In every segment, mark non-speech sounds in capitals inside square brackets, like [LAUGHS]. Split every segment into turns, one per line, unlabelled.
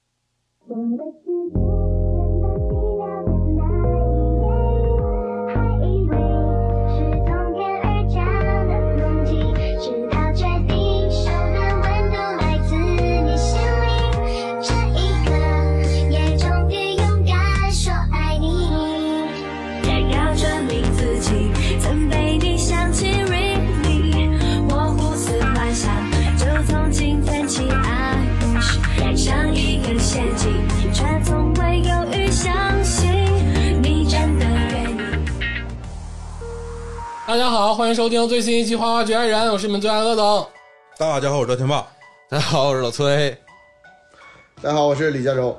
动的世界变得奇妙的那一夜，还以为是从天而降的梦境，直到确定手的温度来自你心里，这一刻也终于勇敢说爱你。
也要证明自己曾被你想起，really，我胡思乱想，就从今天起爱你，像一根陷阱，却从未犹豫相信你真的愿意。
大家好，欢迎收听最新一期《花花局爱人》，我是你们最爱的等。
大家好，我是赵天霸。
大家好，我是老崔。
大家好，我是李佳洲。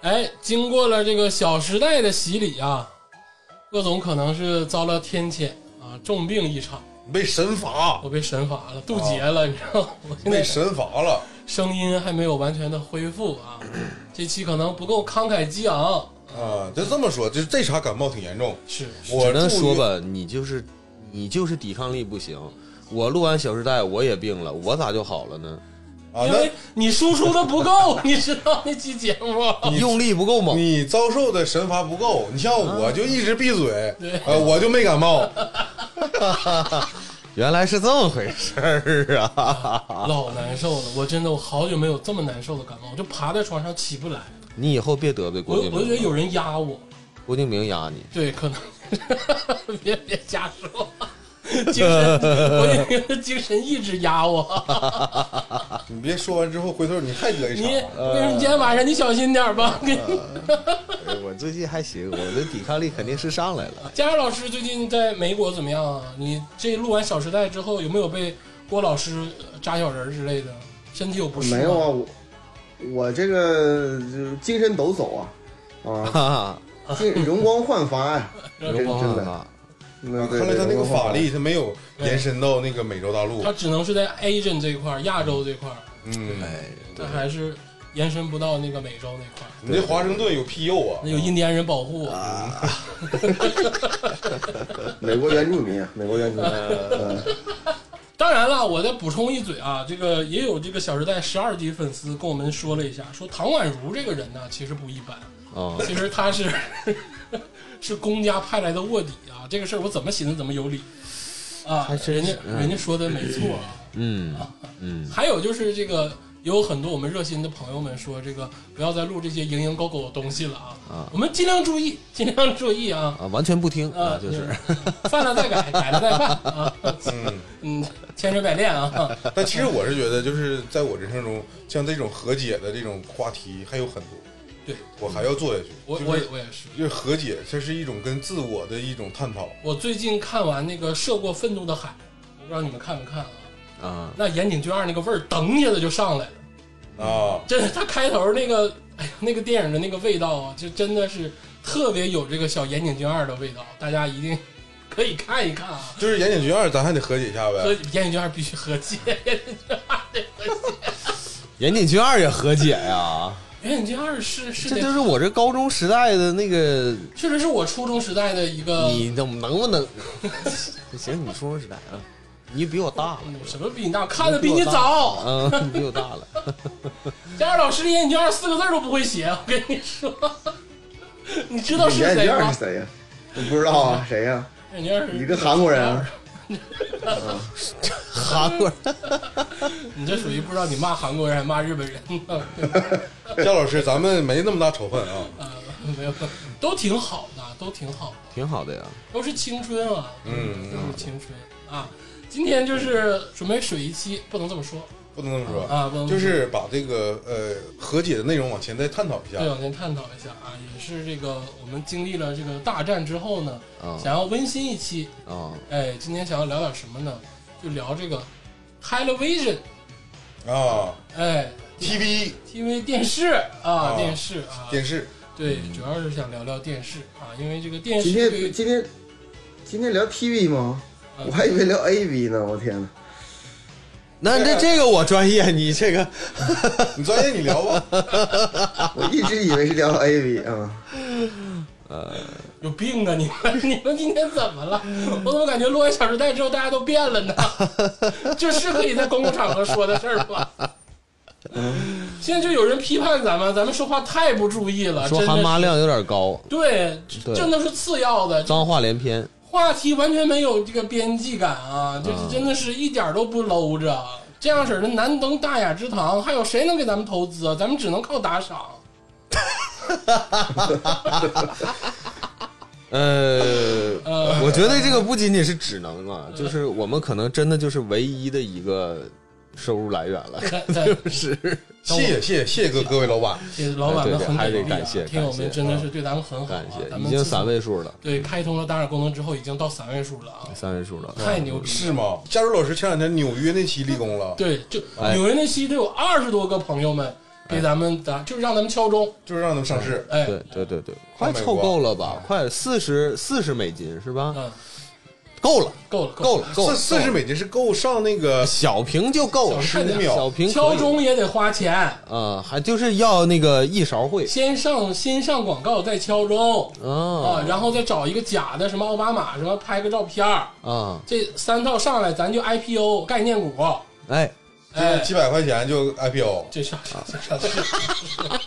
哎，经过了这个《小时代》的洗礼啊，鄂总可能是遭了天谴啊，重病一场，
被神罚，
我被神罚了，渡劫了，你知道吗？我现
被
在
神罚了。
声音还没有完全的恢复啊，这期可能不够慷慨激昂，
啊，就这么说，就是这茬感冒挺严重。
是
我
只能
住
说
院，
吧，你就是你就是抵抗力不行。我录完《小时代》，我也病了，我咋就好了呢？
啊，
因为你输出的不 [LAUGHS] 够，你知道那期节目吗
用力不够
那
猛，
你遭受的神罚不够。你像我就一直闭嘴
啊
对，
呃，我就没感冒。
原来是这么回事儿啊！
老难受了，我真的我好久没有这么难受的感冒，我就爬在床上起不来，
你以后别得罪
我
郭敬
我就觉得
明
有
了，
人压我，
郭敬明压你。
对，可能 [LAUGHS] 别别瞎说，精神，我就觉得精神一直压我。
你别说完之后回头你还得一
你，
茬。
你今天晚上你小心点儿吧。给你
哎我最近还行，我的抵抗力肯定是上来了。
佳儿老师最近在美国怎么样啊？你这录完《小时代》之后，有没有被郭老师扎小人儿之类的？身体有不适吗？
没有啊，我我这个就是精神抖擞啊啊，
哈
[LAUGHS]
精容光焕发呀、
哈，
真
光
真
焕
的。
发，
那
啊
对
看来
对
他那个
容光
法
焕
力他没有
对
延伸到那个美洲大陆
他。只能是在 Asian 这块儿、亚洲这块儿，
嗯，
哎，
但还是延伸不到那个美洲那块儿。
你这华盛顿有庇佑啊
那，
呃
有印第安人保护啊，
美国原住民啊，美国原住民。嗯，
当然了，我再补充一嘴啊，这个也有这个《小时代》十二级粉丝跟我们说了一下，说唐宛如这个人呢，其实不一般，
啊，
其实他是 [LAUGHS] 是公家派来的卧底啊。这个事儿我怎么寻思怎么有理啊，
还真
人家
是嗯
人家说的没错啊。
嗯嗯，
还有就是这个，也有很多我们热心的朋友们说，这个不要再录这些蝇营狗苟的东西了啊，
啊
我们尽量注意，尽量注意啊。
啊，完全不听啊，就是
犯了再改，改了再犯啊，
嗯，
嗯，千锤百炼啊。
但其实我是觉得，就是在我人生中，像这种和解的这种话题还有很多。
对，
我还要做下去。
我
就是
我也我也是，
就是和解，这是一种跟自我的一种探讨。
我最近看完那个《涉过愤怒的海》，我不知道你们看没看啊？
啊，
那岩井俊二那个味儿，噔一下子就上来了，
啊，
真的，他开头那个，哎呀，那个电影的那个味道啊，就真的是特别有这个小岩井俊二的味道，大家一定可以看一看啊。
就是岩井俊二，咱还得和解一下
和
呗。
岩井俊二必须和解，
岩井俊二也和解呀，
岩井俊二是是
这就
得，
是我这高中时代的那个
确实是我初中时代的一个，
你能能不能？ [LAUGHS] 行，你初中时代啊，你比我大了，
嗯什么比你大，看的比你早。啊
嗯，你比我大了。
佳儿老师连“你这二”四个字儿都不会写，啊我跟你说， [LAUGHS] 你知 [LAUGHS] 道是
眼
谁啊
镜
吗
是？谁呀、不知道啊，谁呀、
眼镜儿是
一个韩国人
[LAUGHS]
啊，
韩国人
你这属于不知道你骂韩国人还骂日本人呢， [LAUGHS]
姜老师，咱们没那么大仇恨啊。
没有，都挺好的，都挺好的，
挺好的呀，
都是青春啊，
嗯
都是青春啊。今天就是准备水一期，不能这么说
不能这么说
啊不能
就是把这个呃和解的内容往前再探讨一下
对，。往前探讨一下啊，也是这个我们经历了这个大战之后呢，
啊
想要温馨一期，
啊
哎，今天想要聊点什么呢？就聊这个 television，
啊
哎
，TV
，TV 电视啊，
啊
电视啊，
电视，
对，主要是想聊聊电视啊，因为这个电视
今
对于
天今天今天聊 TV 吗？
啊
我还以为聊 AV 呢，我天哪！
那这这个我专业，你这
啊
个
你专业你聊
[LAUGHS]
吧。
我一直以为是聊 AV 啊。
有病啊！你们 [LAUGHS] 你们今天怎么了？我怎么感觉录完《小时代》之后大家都变 [LAUGHS] 了呢？这是可以在公共场合说的事儿吗？现在就有人批判咱们，咱们说话太不注意了，
说
真的
含
是
妈量有点高，
对，
对
这都是次要的，
脏话连篇。
话题完全没有这个边际感啊，
嗯
就是真的是一点儿都不搂着。这样式儿的难登大雅之堂，还有谁能给咱们投资啊？咱们只能靠打赏。
呃， [LAUGHS]
呃，
我觉得这个不仅仅是只能啊，就是我们可能真的就是唯一的一个收入来源
[LAUGHS]
了，
对
是
谢谢谢谢谢谢各各位老板，
这老板们很
对对还
给
得
力啊
感谢，
听友
感
们
谢
真的是对咱们很好啊
感，谢，
咱
已
们
经
自从
三位数了，
对开通了打赏功能之后，已经到三位数了啊，
三位数了，
太牛逼！
是吗？加州老师前两天纽约那期立功了，
对，就
哎
纽约那期都有二十多个朋友们给咱们打，就是让咱们敲钟，
就是让他们上市。
哎，
对对对对，快凑够了吧？快四十四十美金是吧？
嗯，
够了，
够了了，
够了，够
四
了，
四十美金是够上那个
小屏就够了，
小屏
15秒
小屏可以
敲钟也得花钱，
啊，还就是要那个一勺烩
先上先上广告再敲钟啊
啊，
然后再找一个假的什么奥巴马什么拍个照片儿
啊，
这三套上来咱就 IPO 概念股，
哎，
就是
哎，
几百块钱就 IPO，
这上
啊
这上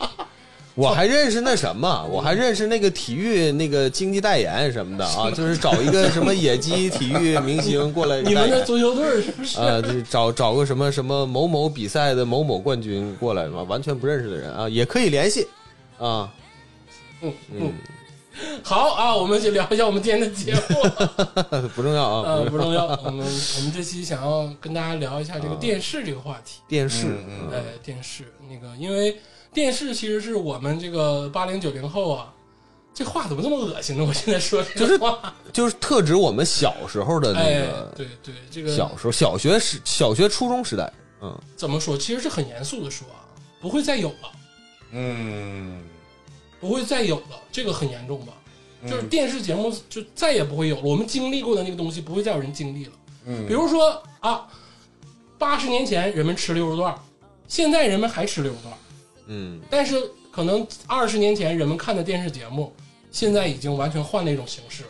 我还认识那什么，我还认识那个体育那个经济代言什么的啊，就是找一个什么野鸡体育明星
[LAUGHS]
过来代言，
你们的足球队儿是不是？
啊，就是找找个什么什么某某比赛的某某冠军过来嘛，完全不认识的人啊，也可以联系啊。
嗯嗯，好啊，我们就聊一下我们今天的节目。
[LAUGHS] 不重要啊，
呃，
不
不
重要。
重要。我们我们这期想要跟大家聊一下这个电视这个话题。
电视，
嗯
哎，电视那个，因为电视其实是我们这个八零九零后啊，这话怎么这么恶心呢？我现在说这个话，
嗯就是特指我们小时候的那
哎
个，
对对，这个
小时候，小学时、小学、初中时代，嗯，
怎么说？其实是很严肃的说啊，不会再有了，
嗯，
不会再有了，这个很严重吧？
嗯
就是电视节目就再也不会有了，我们经历过的那个东西不会再有人经历了。
嗯
比如说啊，八十年前人们吃溜肉段儿，现在人们还吃溜肉段儿，
嗯，
但是可能二十年前人们看的电视节目，现在已经完全换了一种形式，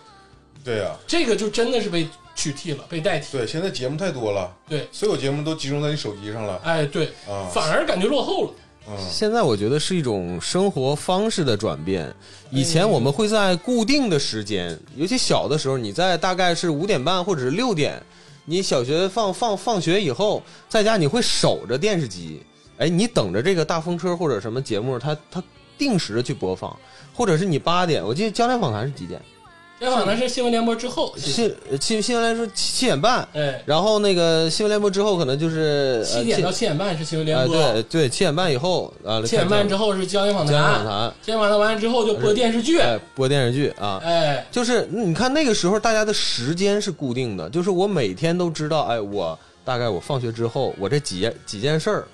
对呀，
这个就真的是被取替了，被代替。
对，现在节目太多了，
对，
所有节目都集中在你手机上了
哎，对，
啊，
反而感觉落后了。
嗯，
现在我觉得是一种生活方式的转变。以前
嗯
我们会在固定的时间，尤其小的时候，你在大概是五点半或者是六点，你小学放放放学以后，在家你会守着电视机，哎，你等着这个大风车或者什么节目，它它定时的去播放，或者是你八点，我记得《江南访谈》是几点？
这好像是新闻联播之后，
新新新闻来说七七点半，
哎，
然后那个新闻联播之后可能就是呃
七点到七点半是新闻
啊、
联播，
对对，七点半以后啊，
七点半之
后
后是焦点访
江南访
谈，
谈，
焦点访谈完了之后就播电视剧，
哎，播电视剧啊。
哎，
就是嗯你看那个时候，大家的时间是固定的，就是我每天都知道，哎，我大概我放学之后，我这几几件事儿，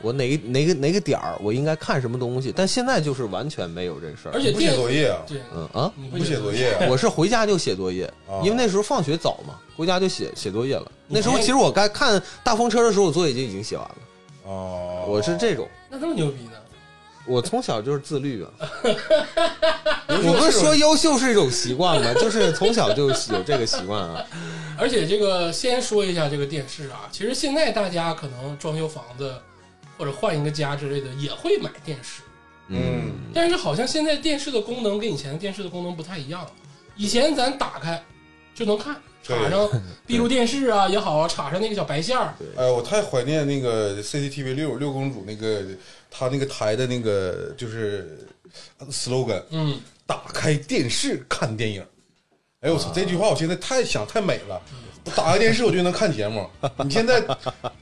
我哪个哪个哪个点儿，我应该看什么东西。但现在就是完全没有这事儿，
而
你
且
不写
电
作业啊，
对，
嗯啊，
你
不写作业啊，
我是回家就写作业
啊，
因为那时候放学早嘛，回家就写写作业了。
哦你还
那时候其实我该看大风车的时候，我作业就已经写完了。
哦，
我是这种，
那这么牛逼呢？
我从小就是自律啊。
我
我们说优秀是一种习惯吧， [LAUGHS] 就是从小就有这个习惯啊。
而且这个先说一下这个电视啊，其实现在大家可能装修房子或者换一个家之类的也会买电视，
嗯
但是好像现在电视的功能跟以前电视的功能不太一样了。以前咱打开就能看，
对
插
[LAUGHS]
上闭路电视啊也好啊，插上那个小白线儿，
哎，我太怀念那个 CCTV 六六公主那个她那个台的那个就是 slogan，
嗯，
打开电视看电影。哎我操，这句话我现在太想太美了。我打开电视我就能看节
[LAUGHS]
目。你现在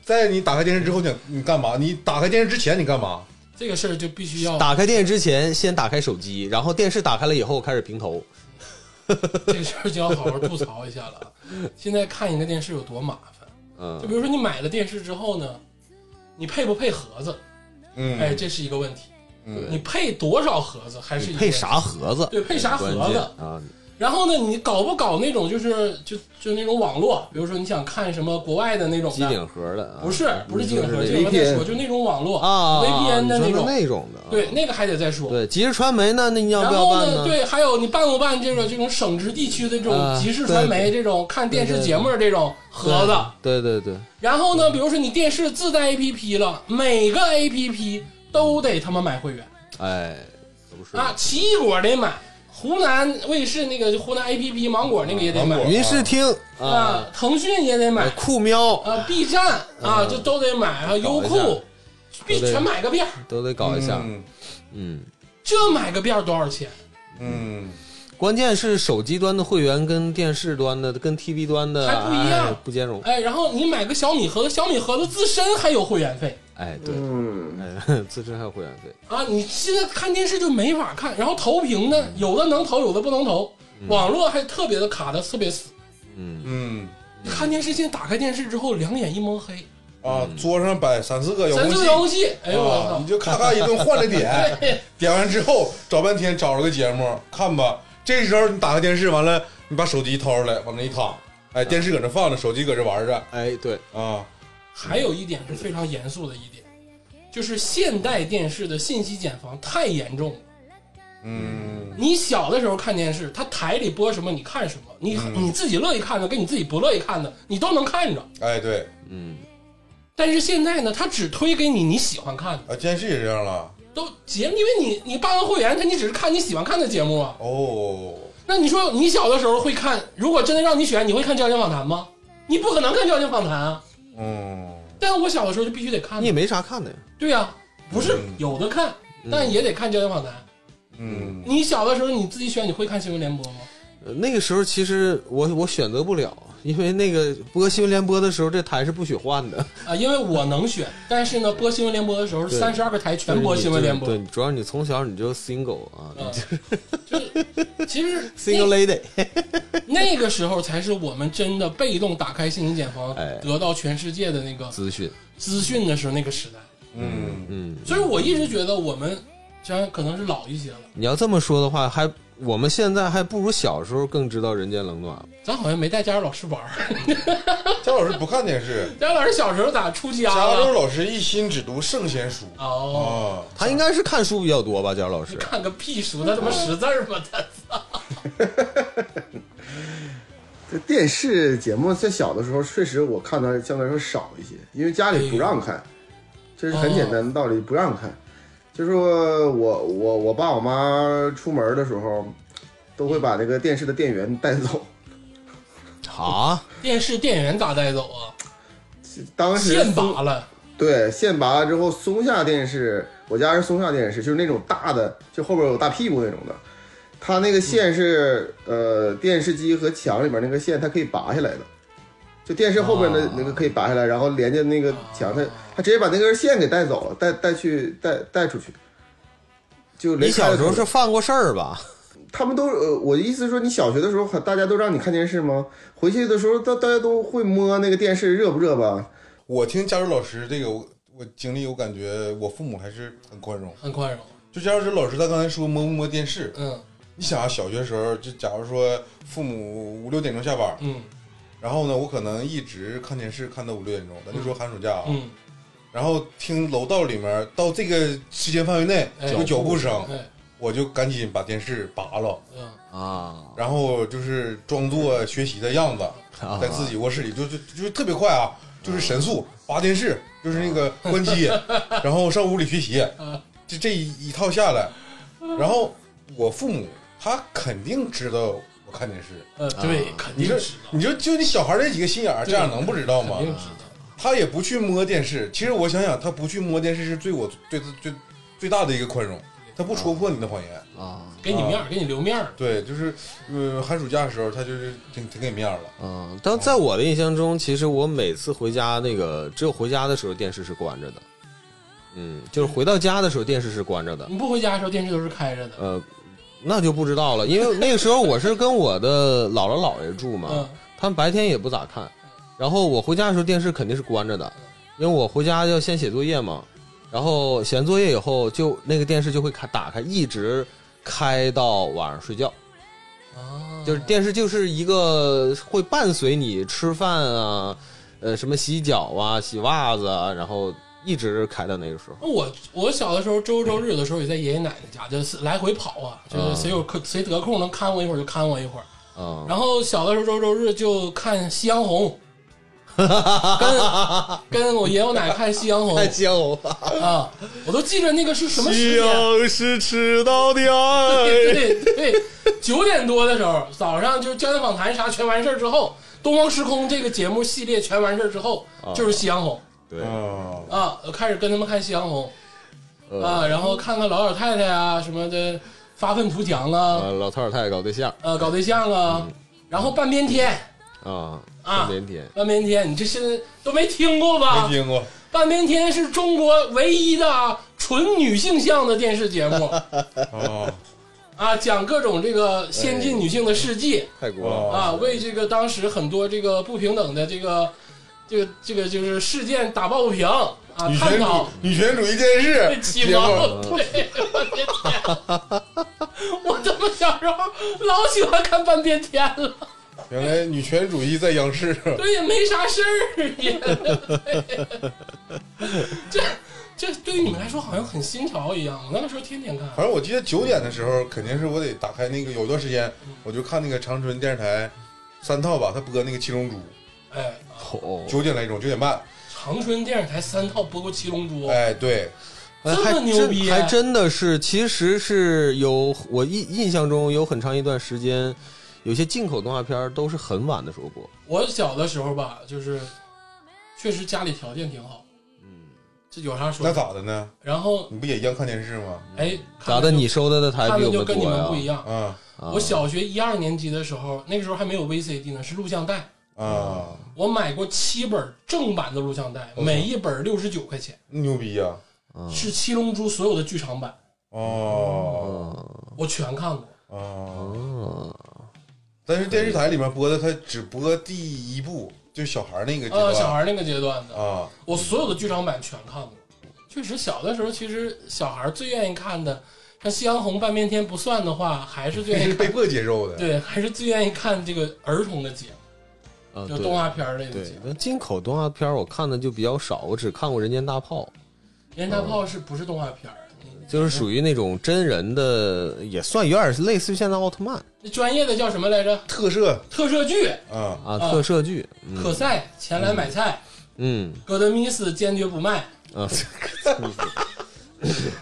在你打开电视之后想你干嘛？你打开电视之前你干嘛？
这个事儿就必须要
打开电视之前，先打开手机，然后电视打开了以后开始平头。
[LAUGHS] 这个事儿就要好好吐槽一下了。啊现在看一个电视有多麻烦？就
嗯
比如说你买了电视之后呢，你配不配盒子？
嗯，
哎，这是一个问题。
嗯
你配多少盒子还是一
你
个
配
问题
啥盒子？
对配啥盒子
关键啊？
然后呢，你搞不搞那种就是就就那种网络，比如说你想看什么国外的那种
机
的，
顶盒的啊
不是不是机顶盒，
你
这
说
个我再
VPN
说，就那种网络
啊啊啊
VPN 的
你
那
说
种，
那种的啊，
对那个还得再说。
对，即时传媒呢，那你要
然
不要
后
办
呢，？对，还有你办不办这种这种省直地区的这种
啊
即时传媒
对
这种看电视节目这种盒子，
对对对，
然后呢，比如说你电视自带 APP 了，每个 APP 都得他妈买会员
哎，可不是
啊，奇异果得买，湖南卫视那个湖南 APP 芒果那个也得买
芒果
云视听
啊，，腾讯也得买
呃酷喵
啊，B 站啊，就都得买啊，优
嗯搞一
酷
下
必
都得
全买个遍儿，
都得搞一下，
嗯
嗯。
这买个遍儿多少钱？
嗯，
关键是手机端的会员跟电视端的、跟 TV 端的
还不一样
哎不兼容。
哎，然后你买个小米盒子，小米盒子自身还有会员费
哎，对，
嗯，
哎， [LAUGHS] 自身还有会员费。
啊，你现在看电视就没法看，然后投屏呢，有的能投，有的不能投，网络还特别的卡的特别死。
嗯，
嗯
看电视，现在打开电视之后，两眼一蒙黑，
啊，桌上摆三四个遥
咱
控
这
器
个，游戏，哎呦
啊
我
你就咔咔一顿换着 [LAUGHS] 点，
操！
点完之后找半天找了个节目看吧。这时候你打开电视，完了你把手机掏出来，往那一躺，哎，电视搁那放着，手机搁这玩着
哎，对，
啊，
还有一点是非常严肃的一点，就是现代电视的信息茧房太严重了。
嗯
你小的时候看电视，它台里播什么你看什么，你、
嗯
你自己乐意看的跟你自己不乐意看的你都能看着。
哎对
嗯，
但是现在呢，它只推给你你喜欢看的，
啊，电视也这样了
都节，因为你你办完会员，它你只是看你喜欢看的节目啊。
哦，
那你说你小的时候会看，如果真的让你选，你会看《交警访谈》吗？你不可能看《交警访谈》啊。
嗯
但我小的时候就必须得看
你，也没啥看的呀。
对呀、不是
嗯
有的看，但也得看《交警访谈》。
嗯
你小的时候你自己选，你会看新闻联播吗？
呃那个时候其实我我选择不了，因为那个播新闻联播的时候，这台是不许换的，
啊，因为我能选，但是呢，播新闻联播的时候，
对
三十二个台 [LAUGHS] 全播新闻联播
对，。你主要你从小你就 single 啊 [LAUGHS]
嗯，就是其实 [LAUGHS]
，single lady，
那个时候才是我们真的被动打开信息茧房
哎，
得到全世界的那个
资讯，
资讯的时候那个时代。
嗯
嗯，
所以我一直觉得我们虽然可能是老一些了，
你要这么说的话，还我们现在还不如小时候更知道人间冷暖。
咱好像没带佳儿老师玩儿。 [LAUGHS]
贾老师不看电视，
佳儿老师小时候咋出家
贾老师
了？
老师一心只读圣贤书
哦，
啊，
他应该是看书比较多吧，佳老师？
看个屁书，那他妈识字儿吗？他
这电视节目在小的时候确实我看的相对来说少一些，因为家里不让看，这是很简单的道理，不让看。就说我我我爸我妈出门的时候，都会把那个电视的电源带走。
啊，
电视电源咋带走啊？
当时
现拔了。
对，线拔了之后，松下电视，我家是松下电视，就是那种大的，就后边有大屁股那种的。它那个线是、呃电视机和墙里面那个线，它可以拔下来的，就电视后边的
啊
那个可以拔下来，然后连接那个墙，它它直接把那根线给带走了，带带去带带出去。就
你
连
小
开
时候
了
是犯过事儿吧？
他们都呃，我的意思是说，你小学的时候，大家都让你看电视吗？回去的时候，大大家都会摸那个电视热不热吧？
我听佳茹老师这个我我经历，我感觉我父母还是很宽容。
很宽容，
就佳茹老师他刚才说摸不摸电视，
嗯
你想啊，小学时候就假如说父母五六点钟下班，
嗯
然后呢，我可能一直看电视看到五六点钟，咱就说寒暑假啊，
嗯，
然后听楼道里面到这个时间范围内
哎
有脚步声，
哎
我就赶紧把电视拔了，
嗯，
啊，
然后就是装作学习的样子，在自己卧室里就就就特别快啊，就是神速拔电视，就是那个关机，然后上屋里学习，这这一一套下来，然后我父母他肯定知道我看电视，
呃，对，肯
你
定
说
知道，
你说就你小孩这几个心眼儿，
对
这样能不知道
肯
吗？
定知道。
他也不去摸电视。其实我想想，他不去摸电视是对我对他最最大的一个宽容，他不戳破你的谎言。
啊
给你面儿，给你留面儿。
对，就是呃，寒暑假的时候，他就是挺挺给面儿了。
嗯，但在我的印象中，其实我每次回家那个，只有回家的时候电视是关着的，嗯，就是回到家的时候电视是关着的，
你不回家的时候，电视都是开着的。
呃，那就不知道了，因为那个时候我是跟我的姥姥姥爷住嘛，
嗯
他们白天也不咋看，然后我回家的时候电视肯定是关着的，因为我回家要先写作业嘛，然后写完作业以后就那个电视就会开打开，一直开到晚上睡觉，
啊，
就是电视就是一个会伴随你吃饭啊，呃，什么洗脚啊、洗袜子啊，然后一直开到那个时候。
我我小的时候，周周日的时候也在爷爷奶奶家，就是来回跑啊，就是谁有空谁得空能看我一会儿就看我一会儿。
嗯，
然后小的时候周周日就看《夕阳红》， [LAUGHS] 跟跟我爷我奶看《夕阳红
太》江湖了，
啊，我都记着那个是什么时间，
是迟到的爱。
对对对，九点多的时候，早上就是焦点访谈啥全完事儿之后，东方时空这个节目系列全完事儿之后，就是夕阳红 [LAUGHS]
对，
啊，
啊，我开始跟他们看夕阳红
呃，
嗯
啊，然后看看老老太太啊什么的发愤图强啊，
嗯
呃老头老太太搞对象
呃，搞对象啊，然后半边天
啊，
啊
半边天，
半边天，你这现在都没听过吧？
没听过，
半边天是中国唯一的纯女性向的电视节
[LAUGHS]
目
啊，
啊，讲各种这个先进女性的事迹
太古
哎
老了。
啊，为这个当时很多这个不平等的这个这个这个就是事件打抱不平啊，
女
探
权主
讨
哦女权主义电
被
视
启
节
蒙
目，，
对，我的天，我他妈小时候老喜欢看半边天了，
原来女权主义在央视，
对，也没啥事儿也，对这这对于你们来说好像很新潮一样，我那个时候天天看。
反正我记得九点的时候，肯定是我得打开那个，有段时间我就看那个长春电视台三套吧，他播那个《七龙珠》，
哎，
哦，
九点来钟，九点半，
长春电视台三套播过《七龙珠》
哎，对，
哎
这么
还
牛逼啊
真还真的是，其实是有我印印象中有很长一段时间，有些进口动画片儿都是很晚的时候播。
我小的时候吧，就是确实家里条件挺好，
嗯，
这有啥说
那？咋的呢？
然后
你不也一样看电视吗？
哎，看
咋的？你收的的台
看
比
的
我
就
们
跟你
多
们不一
呀？
样。
啊
啊
我小学一二年级的时候，那个时候还没有 VCD 呢，是录像带。
啊，
我买过七本正版的录像带，
嗯
每一本六十九块钱，
牛逼呀！
啊
是《七龙珠》所有的剧场版，
嗯
哦
我全看过。
哦，
啊
但是电视台里面播的，它只播第一部，就是小孩儿那个阶
呃，小
段
孩那个阶段的，
啊，
我所有的剧场版全看过。确实，小的时候其实小孩最愿意看的，像《夕阳红》《半边天》不算的话，还是最
那
愿意
[LAUGHS] 是被
看
迫接受的。
对，还是最愿意看这个儿童的节目，
啊！
就
对
动画片儿类的节
对
目。，
那进口动画片儿我看的就比较少，我只看过《人间大炮
人大炮是不是动画片儿？》，啊
就是属于那种真人的，也算有点类似于现在奥特曼
那专业的叫什么来着？
特摄
特摄剧，
啊，
啊，
啊
特摄剧。
可
嗯
赛前来买菜，
嗯
戈德米斯坚决不卖。
啊，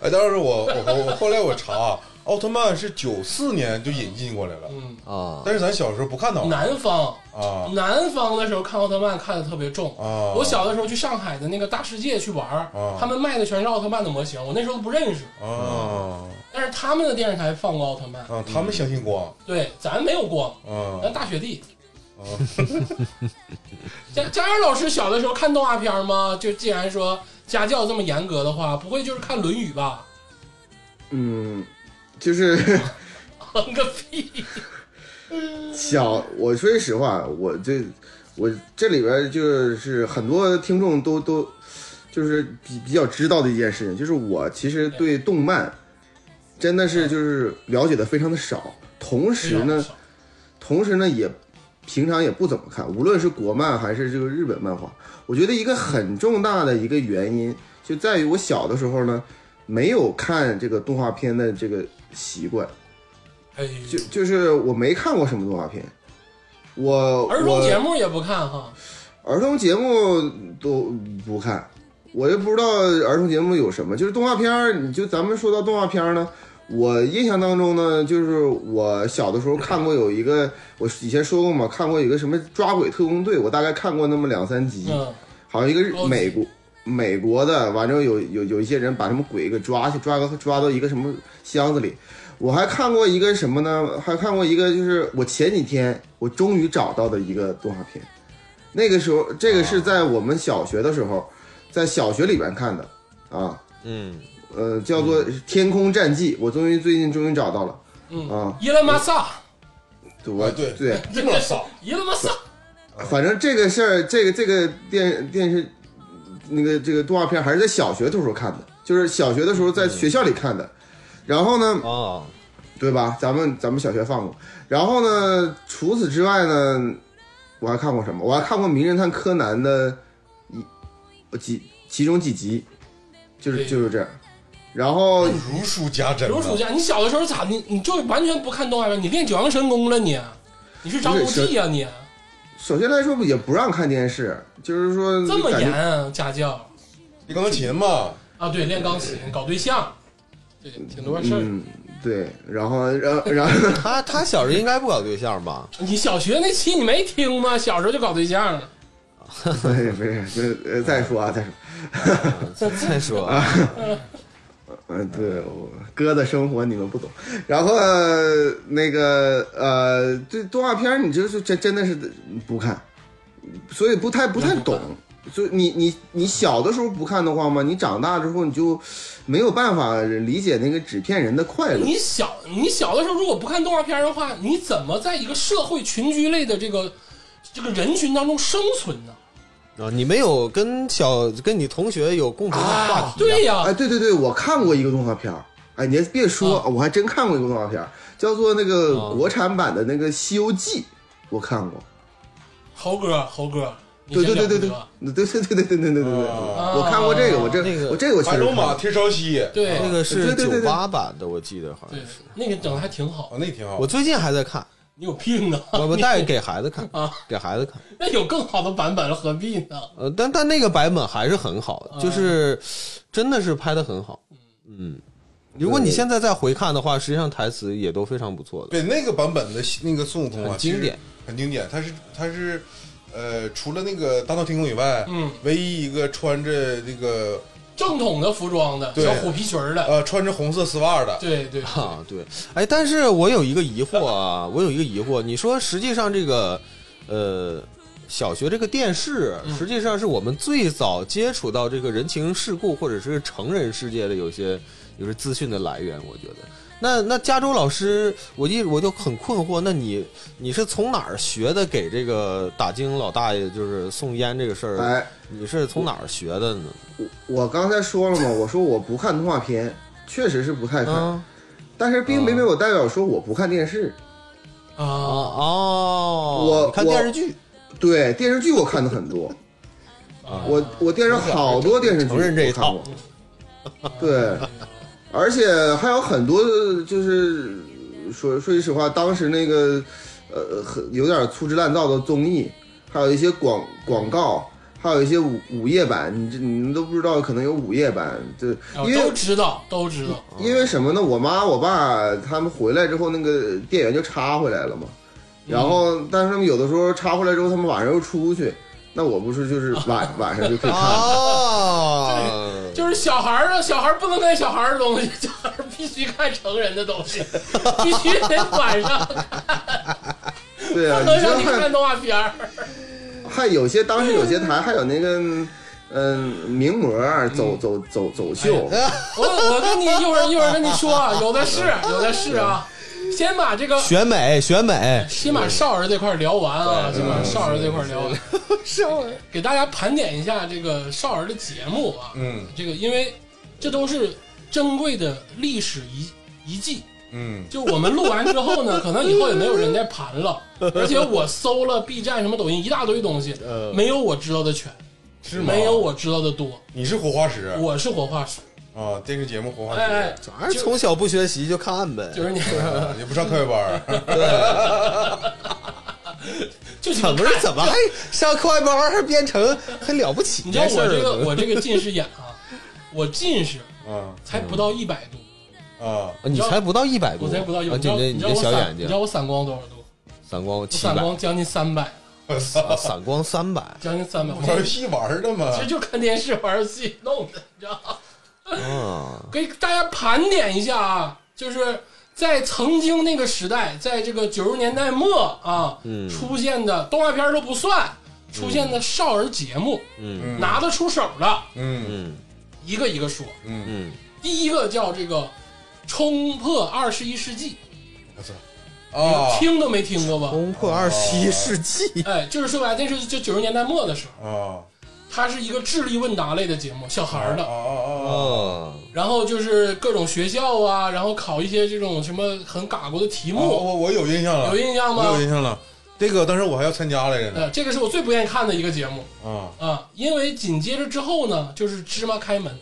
哎，当时我我我我后来我查，奥特曼是九四年就引进过来了，
嗯，
啊
但是咱小时候不看到
南方，
啊
南方的时候看奥特曼看的特别重。
啊，
我小的时候去上海的那个大世界去玩儿
啊，
他们卖的全是奥特曼的模型，我那时候都不认识。
啊
但是他们的电视台放过奥特曼，
啊，他们相信光
对，咱没有光，
啊
咱大雪地。
啊，
家家燕老师小的时候看动画片吗？就既然说家教这么严格的话，不会就是看《论语》吧？ [LAUGHS]
嗯，就是
哼个屁！
小，我说句实话，我这我这里边就是很多听众都都就是比比较知道的一件事情，就是我其实对动漫真的是就是了解的非常的少，同时呢，同时呢也平常也不怎么看，无论是国漫还是这个日本漫画，我觉得一个很重大的一个原因就在于我小的时候呢没有看这个动画片的这个习惯。
哎呦，
就就是我没看过什么动画片，我
儿童节
目
目也不看哈。
儿童节目都不看，我就不知道儿童节目有什么。就是动画片儿，你就咱们说到动画片儿呢，我印象当中呢，就是我小的时候看过有一个，我以前说过嘛，看过有一个什么抓鬼特工队，我大概看过那么两三集，
嗯，
好像一个日
高级
美国美国的，完之后有有有一些人把什么鬼给抓去，抓个抓到一个什么箱子里。我还看过一个什么呢？还看过一个，就是我前几天我终于找到的一个动画片。那个时候，这个是在我们小学的时候，在小学里边看的啊，
嗯，
呃，叫做《天空战记》，我终于最近终于找到了。
嗯
啊，
伊勒马萨，
我
啊对
对，
这么傻
伊勒马萨，
反正这个事儿，这个这个电电视那个这个动画片还是在小学的时候看的，就是小学的时候在学校里看的。然后呢，
啊
对吧？咱们咱们小学放过。然后呢，除此之外呢，我还看过什么？我还看过《名侦探柯南》的一几其中几集，就是就是这样。然后
如数家珍啊，
如暑假，你小的时候啊咋你你就完全不看动画片？你练九阳神功了你？你是张无忌呀、你？啊
首先来说也不让看电视，就是说
这么
感
严
觉
啊，家教
练钢琴嘛，
啊，对，练钢琴，搞对象，对，挺多事儿。
嗯，对，然后，然后，然后， [LAUGHS]
他他小时候应该不搞对象吧？
你小学那期你没听吗？小时候就搞对象，
不是不是，呃再说啊，再说，
再 [LAUGHS] 说，
嗯、对，我哥的生活你们不懂。然后、呃那个呃，这动画片儿你就是真真的是不看，所以不太不太懂。所以你你你小的时候不看的话嘛，你长大之后你就没有办法理解那个纸片人的快乐。
你小你小的时候如果不看动画片的话，你怎么在一个社会群居类的这个这个人群当中生存呢？
啊，你没有跟小跟你同学有共
啊
同的
啊
话题、
对，呀、
哎，对对对，我看过一个动画片儿。哎，你还别说，
啊
我还真看过一个动画片儿，叫做那个国产版的那个《西游记》，我看过。
猴哥，猴哥，你
对对对
先讲
对对
猴哥
对对对对对对对对对，
啊
我看过这个，我
那个
这我这个我确
白
实
龙
看
马
过。
贴烧西，
对
那个是
对对
九
对对
八版的，我记得好像
对
是。，
那个整的还挺好
哦，。那挺好
我。最近还在看，
你有病啊！
我不带给孩子看
啊，
给孩子看。
[LAUGHS] 那有更好的版本了，何必呢？
呃，但但那个版本还是很好的，就是真的是拍的很好。嗯，如果你现在再回看的话，实际上台词也都非常不错的。
对那个版本的那个孙悟空啊，
很经典，
很经典。他是他是，呃，除了那个大闹天宫以外，
嗯，
唯一一个穿着这个
正统的服装的，
对
小虎皮裙儿的，
呃穿着红色丝袜的，
对对，
啊，对，哎，但是我有一个疑惑啊，我有一个疑惑，你说实际上这个，呃，小学这个电视，实际上是我们最早接触到这个人情世故或者是成人世界的有些有些资讯的来源，我觉得。那那加州老师，我一我就很困惑，那你你是从哪儿学的给这个打更老大爷就是送烟这个事儿？
哎，
你是从哪儿学的呢？
我刚才说了嘛，我说我不看动画片，确实是不太看，
啊
但是并没有代表说我不看电视。
啊
啊，
哦，
我
你看
我
电视剧
对电视剧我看的很多，
啊
我我电视上好多电视剧
承认这一
我看
套
过，对，而且还有很多就是说说句实话，当时那个呃很有点粗制滥造的综艺，还有一些广广告，还有一些午午夜版，你这你们都不知道，可能有午夜版，就
啊
因
都
为。
知道，都知道，
因为什么呢？我妈我爸他们回来之后，那个店员就插回来了嘛。
嗯
然后，但是他们有的时候插回来之后，他们晚上又出去，那我不是就是
[LAUGHS]
晚晚上就可以看了。
哦，
就是小孩儿啊，小孩儿不能看小孩儿的东西， [LAUGHS] 小孩儿必须看成人的东西，必须得晚上，[LAUGHS]
对啊，
不
你
能
知道
让你看
还
动画片儿。
还有些当时有些台还有那个嗯名模儿走走走走秀，
我我跟你一会儿一会儿跟你说，啊，有的是，有的是啊。先把这个，
选美，选美，
先把少儿这块儿聊完啊，先
嗯
把少儿这块儿聊完。
少儿
给大家盘点一下这个少儿的节目啊，
嗯
这个因为这都是珍贵的历史遗遗迹，
嗯，
就我们录完之后
[LAUGHS]
呢，可能以后也没有人再盘了，
嗯
而且我搜了 B 站什么抖音一大堆东西，没有我知道的全，
嗯是吗？
没有，我知道的多，
你是活化石
我是活化石，
啊，电视节目活化
哎哎
石，，
还是从小不学习就看呗，
就是
[LAUGHS]
你， [LAUGHS]
啊也不上课外班儿，
就
怎么是怎么还上课外班还变成很了不起
你知道
这事
我
儿
这个
了？
我这个近视眼啊，我近视
[LAUGHS] 啊
才不到一百度，
啊，
你才不到一百度，
我才不到一百，
嗯啊
你
你
知道你知
这你
道
这
我
小
散
眼
你知
睛
道，我散光多少度？
散光
我
七
散
百，
光将近三百，
我操，
散光三
[LAUGHS]
百，
将近三百。
玩游戏玩儿的嘛
其，实就看电视、玩游戏弄的，你知道吗？
嗯，
给大家盘点一下啊，就是在曾经那个时代，在这个九十年代末啊，
嗯
出现的动画片都不算，出现的少儿节目，
嗯
嗯
拿得出手的，
嗯
嗯
一个一个说。
嗯，
嗯，
第一个叫这个《冲破二十一世纪
我操，》，啊
听都没听过吧？
冲破二十一世纪，
哎，就是说白了，那是就九十年代末的时候，
啊，
它是一个智力问答类的节目，小孩儿的
啊。啊啊
哦，
然后就是各种学校啊，然后考一些这种什么很嘎咕的题
啊！我
目，
我我有印象了，
有印象吗
我有印象了。这个当时我还要参加来着呢。
呃，这个是我最不愿意看的一个节目
啊
啊，因为紧接着之后呢，就是芝麻开门。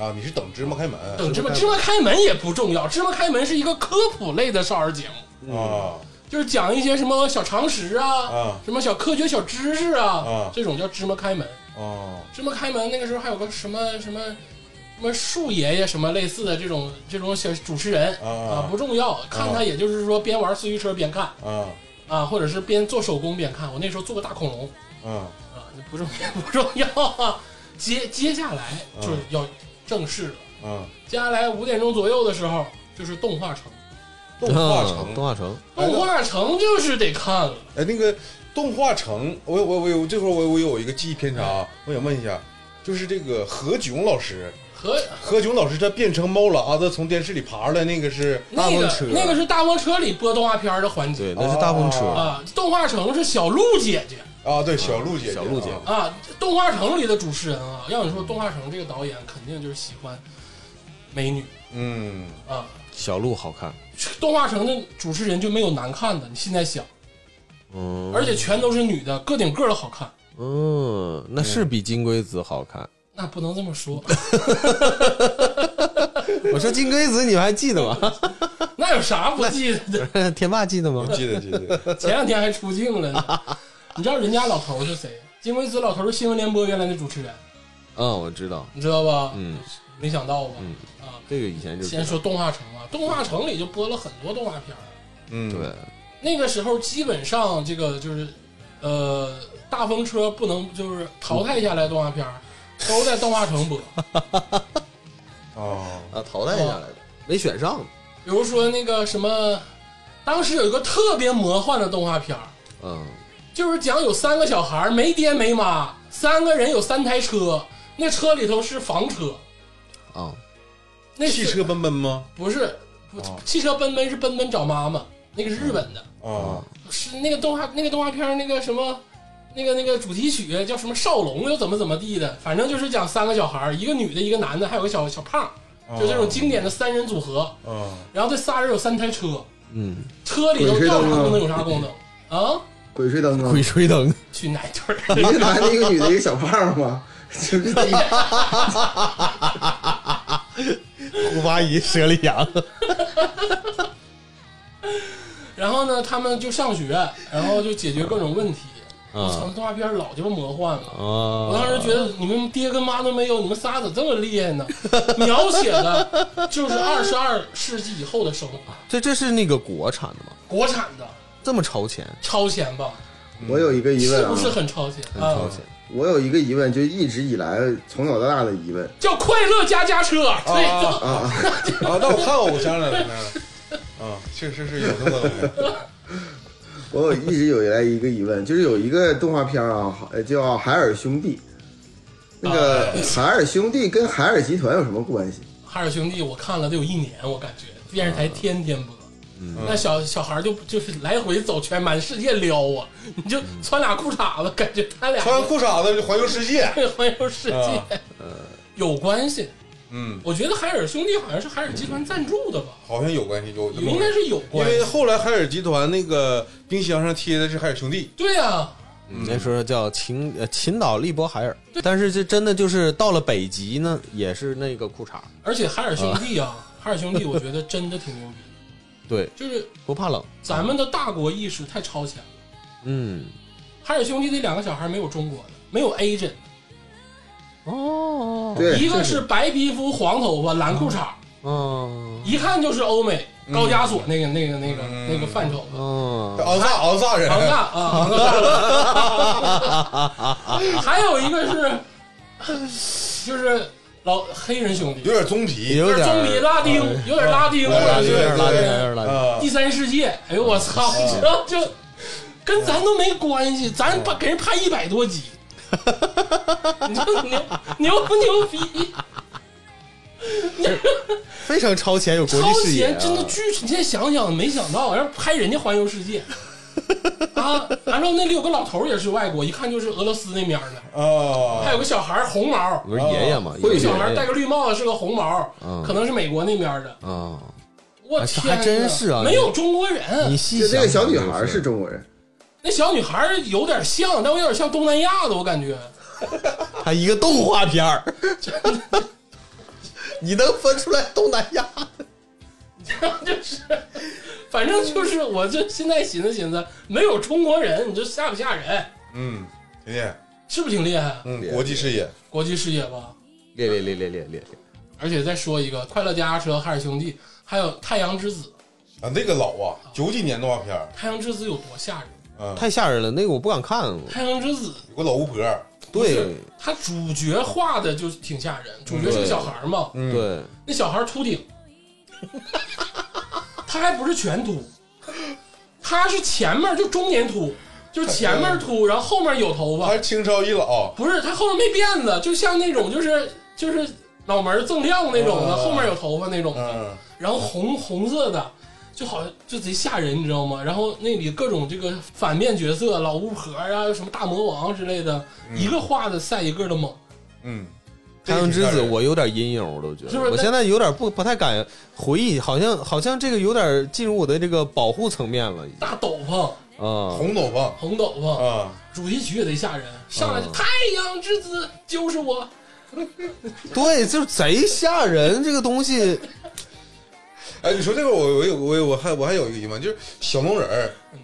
啊！你是等芝麻开门
等芝麻芝麻开门也不重要，芝麻开门是一个科普类的少儿节目，
啊？
就是讲一些什么小常识啊，
啊
什么小科学、小知识啊，
啊
这种叫芝麻开门。
哦，
芝麻开门那个时候还有个什么什么什么树爷爷什么类似的这种这种小主持人
啊
不重要，看他也就是说边玩四驱车边看
啊
啊，或者是边做手工边看。我那时候做个大恐龙 [LAUGHS]
啊
啊，那不重要不重要啊。接接下来
啊
就是要正式了，
啊！
接下来五点钟左右的时候就是动画城，
动画
嗯
城
动，画城，
动画城就是得看了。
哎，那个动画城，我我我有这会儿我我有一个记忆偏差啊，我想问一下，就是这个何炅老师，
和
何炅老师他变成猫喇子从电视里爬出来那个是
那
大风
个
车
那个是大风车里播动画片的环节
对，那是大风车，
啊，动画城是小鹿姐姐。
啊，对，小鹿姐姐，
小鹿姐姐
啊
啊，动画城里的主持人啊，要你说动画城这个导演肯定就是喜欢美女
嗯，
啊。
小鹿好看，
动画城的主持人就没有难看的，你现在想，
嗯，
而且全都是女的，个顶个的好看，
嗯，那是比金龟子好看。
那不能这么说， [LAUGHS]
我说金龟子，你们还记得吗？
那有啥不记得的？
天霸记得吗？
记得记
[LAUGHS]
得，
前两天还出镜了呢，你知道人家老头是谁？金龟子老头是新闻联播原来的主持人，
嗯，我知道，
你知道吧？
嗯，
没想到吧？啊，
这个以前就知道
先说动画城啊，动画城里就播了很多动画片儿。
嗯，
对，
那个时候基本上这个就是，呃，大风车不能就是淘汰下来的动画片儿，都在动画城播。
啊，
啊，淘汰下来的，没选上。
比如说那个什么，当时有一个特别魔幻的动画片儿，
嗯，
就是讲有三个小孩儿没爹没妈，三个人有三台车，那车里头是房车，
啊，
那是
汽车奔奔吗？
不是不
哦
汽车奔奔是奔奔找妈妈，那个是日本的，
啊
是那个动画那个动画片儿那个什么，那个那个主题曲叫什么少龙又怎么怎么地的，反正就是讲三个小孩儿，一个女的，一个男的，还有个小小胖儿，就这种经典的三人组合。
啊，
然后这仨人有三台车，
嗯，
车里头
鬼吹
要啥
灯啊
功能有啥功能啊？
鬼吹灯啊
鬼，吹灯，
去哪对儿？
[LAUGHS] 一个男的，一个女的，一个小胖嘛， [LAUGHS] 就是
[LAUGHS]
一
胡八一折里羊，
然后呢，他们就上学，然后就解决各种问题。我操，
啊
动画片儿老鸡巴魔幻了。
啊！
我当时觉得你们爹跟妈都没有，你们仨咋这么厉
[LAUGHS]
害呢？描写的就是二十二世纪以后的生活，
这这是那个国产的吗？
国产的
这么超前，
超前吧？
我有一个疑问
是
啊
不，是很超前？
很
啊
超前。
我有一个疑问，就一直以来从小到大的疑问，
叫快乐家家车，对， [LAUGHS]
啊
叫
啊，
啊，那我看过，我想起来了，啊，确实是有那么个，
我有一直有以来一个疑问，就是有一个动画片啊，呃叫《海尔兄弟》，那个海尔兄弟跟海尔集团有什么关系？
海尔兄弟，我看了得有一年，我感觉电视台天天播。
嗯
那小小孩就就是来回走全满世界撩啊，你就穿俩裤衩子，感觉他俩
穿完裤衩子就环游世界，
[LAUGHS] 环游世
啊
界， [LAUGHS] 有关系。
嗯，
我觉得海尔兄弟好像是海尔集团赞助的吧，
好像有关系，有
应该是有
因
关系
为。后来海尔集团那个冰箱上贴的是海尔兄弟，
对啊呀、
那时候叫秦呃秦岛利波海尔，但是这真的就是到了北极呢，也是那个裤衩，
而且海尔兄弟啊，海尔兄弟，我觉得真的挺牛逼。
对，
就是
不怕冷。
咱们的大国意识太超前了。
嗯，
海尔兄弟那两个小孩没有中国的，没有 agent，
哦，
对，
一个是白皮肤、黄头发、蓝裤衩，
哦，
一看就是欧美高加索那个、那个、那个、
嗯
那个范畴。
哦，
昂萨昂萨人，
昂大啊，昂大还有一个是，就是老黑人兄弟
有，点棕皮，
有点
中
儿
米拉丁，有点拉丁，
有点拉
有
丁
点儿拉丁，有点儿拉丁。
啊
第三世界，哎呦我
啊
操，你知道就跟咱都没关系，咱
啊
把给人拍一百多
[LAUGHS]
集，你说牛牛不牛逼？
非常超前，有国
超
际视野、
前
啊，
真的巨！你现在想想，没想到要拍人家环游世界啊！然后那里有个老头儿也是外国，一看就是俄罗斯那面儿的，
啊，
还有个小孩儿红毛，
不是爷爷嘛，
会
有个
爷爷
小孩儿戴个绿帽子是个红毛
嗯，
可能是美国那边儿的。
啊、
我
哎这
天哪，
还真是啊
没有中国
你
人，
细
就
想，
那个小女孩是中国人，
那小女孩儿有点像，但我有点像东南亚的，我感觉。
她一个动画片儿， [LAUGHS]
[LAUGHS]
你能分出来东南亚？
就是反正就是，我就现在寻思寻思，没有中国人，你这吓不吓人？
嗯，甜甜，
是不是挺厉害？啊
嗯，
别
国际视野，
国际视野吧。
列列列列列列列，
而且再说一个《快乐家车》、《海尔兄弟》，还有《太阳之子》。
啊，那个老啊，九几年动画片儿，
《太阳之子》有多吓人？
嗯，
太吓人了，那个我不敢看。
《太阳之子
有个老巫婆，》
对
他主角画的就是挺吓人，主角是个小孩嘛，
嗯，
对，
那小孩秃顶，他还不是全秃，他是前面就中年秃，就是前面秃，然后后面有头
还
发，
是清朝遗老，
不是他后面没辫子，就像那种就是就是脑门儿锃亮那
嗯
种的，
啊
后面有头发那种的，
嗯，
然后红红色的。就好像就贼吓人，你知道吗？然后那里各种这个反面角色，老巫婆啊，什么大魔王之类的，
嗯
一个画的赛一个的猛。
嗯，
太阳之
这个挺
子
吓人，
我有点阴影，我都觉
是
得，
不是
我现在有点不不太敢回忆，好像好像这个有点进入我的这个保护层面了，已经
大斗篷、
啊。
红斗篷
红斗篷，
啊，
主题曲也得吓人，上来就
嗯
太阳之子就是我，
对，就是贼吓人，这个东西
哎，你说这个我我有我有我还我还有一个疑问，就是小龙人儿
嗯，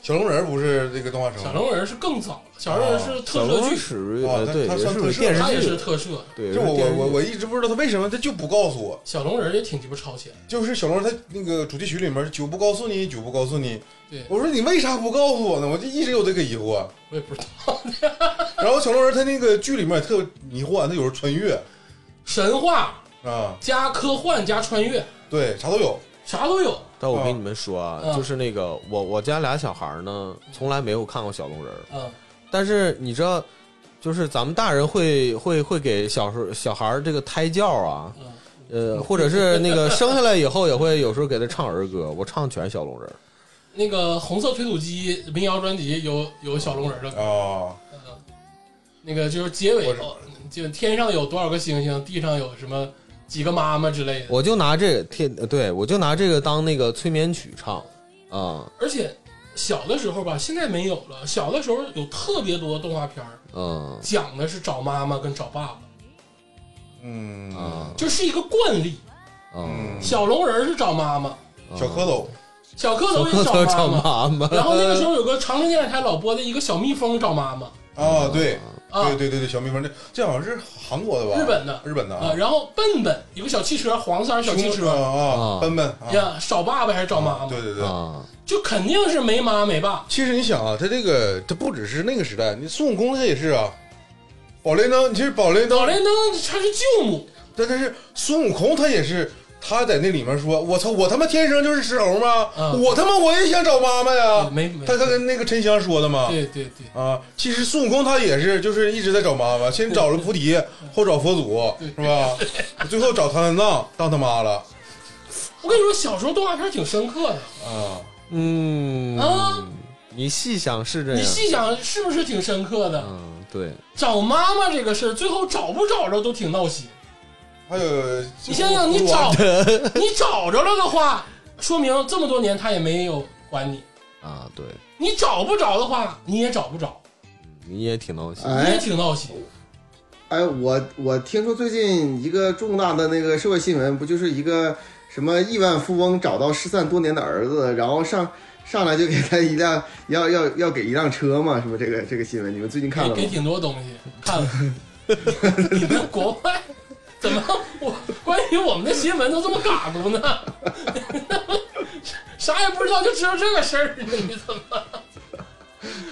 小龙人儿不是这个动画城吗，
小龙人是更早，小龙人是特
嗯哦小
摄
龙
剧，
属于
啊
呃
它
对，
它
也
算
属于
特摄
电
他也
视
是
剧，
特摄，
对，
这我
是电
我
视剧
我我一直不知道他为什么他就不告诉我，
小龙人也挺鸡巴超前，
就是小龙他那个主题曲里面久不告诉你，久不告诉你。
对
我说你为啥不告诉我呢？我就一直有这个疑惑。
我也不知道 [LAUGHS]
然后小龙人他那个剧里面也特迷幻，他有时候穿越
神话
啊，
加科幻加穿越，
对，啥都有。
啥都有，
但我跟你们说啊，
嗯
就是那个我我家俩小孩呢，从来没有看过小龙人儿，
嗯，
但是你知道，就是咱们大人会会会给小时候小孩儿这个胎教啊，
嗯
呃，或者是那
[LAUGHS]
个生下来以后也会有时候给他唱儿歌，我唱全是小龙人儿，
那个红色推土机民谣专辑有有小龙人的歌，
啊，
嗯那个就是结尾嗯
我是
就天上有多少个星星，地上有什么几个妈妈之类的，
我就拿这个天，呃对我就拿这个当那个催眠曲唱啊
而且小的时候吧，现在没有了，小的时候有特别多动画片儿。
嗯
讲的是找妈妈跟找爸爸，
嗯
啊
就是一个惯例。
嗯，
小龙人是找妈妈，
小蝌蚪
小蝌
小
蚪也
蝌蚪
找
找
妈妈。
妈妈，
然后那个时候有个长春电视台老播的一个小蜜蜂找妈妈
啊，对，
嗯啊
对对对对，小蜜蜂，这这好像是韩国的吧？
日本的
日本的
啊，然后笨笨有个小汽车，黄色儿小汽车
啊啊，
啊
奔奔啊，
呀，找爸爸还是找妈妈？
对对对。
[LAUGHS] 啊，
就肯定是没妈没爸。
其实你想啊，他这个他不只是那个时代，你孙悟空他也是啊，宝莲灯，其实宝莲灯
老莲灯他是舅母，
但但是孙悟空他也是，他在那里面说：“我操，我他妈天生就是石猴吗？
嗯
我他妈我也想找妈妈呀！”
没没
他他跟那个沉香说的嘛。
对对对
啊，其实孙悟空他也是，就是一直在找妈妈，先找了菩提，后找佛祖，是吧？最后找唐三藏当他妈了
我跟你说，小时候动画片挺深刻的
啊！
嗯
啊，
你细想是这
你
样，
细想是不是挺深刻的？
嗯，对，
找妈妈这个事儿，最后找不找着都挺闹心。
还有
你想想，你找你找着了的话，说明这么多年他也没有管你；
啊，对，
你找不着的话，你也找不着，
你也挺闹心，
你也
哎
挺闹心。
哎，我我听说最近一个重大的那个社会新闻，不就是一个什么亿万富翁找到失散多年的儿子，然后上上来就给他一辆要要要给一辆车嘛？什么这个这个新闻，你们最近看
给
了吗
给？挺多东西看了。 [LAUGHS] 你们国外怎么我关于我们的新闻都这么嘎咕呢？ [LAUGHS] 啥也不知道就知道这个事儿呢？你怎么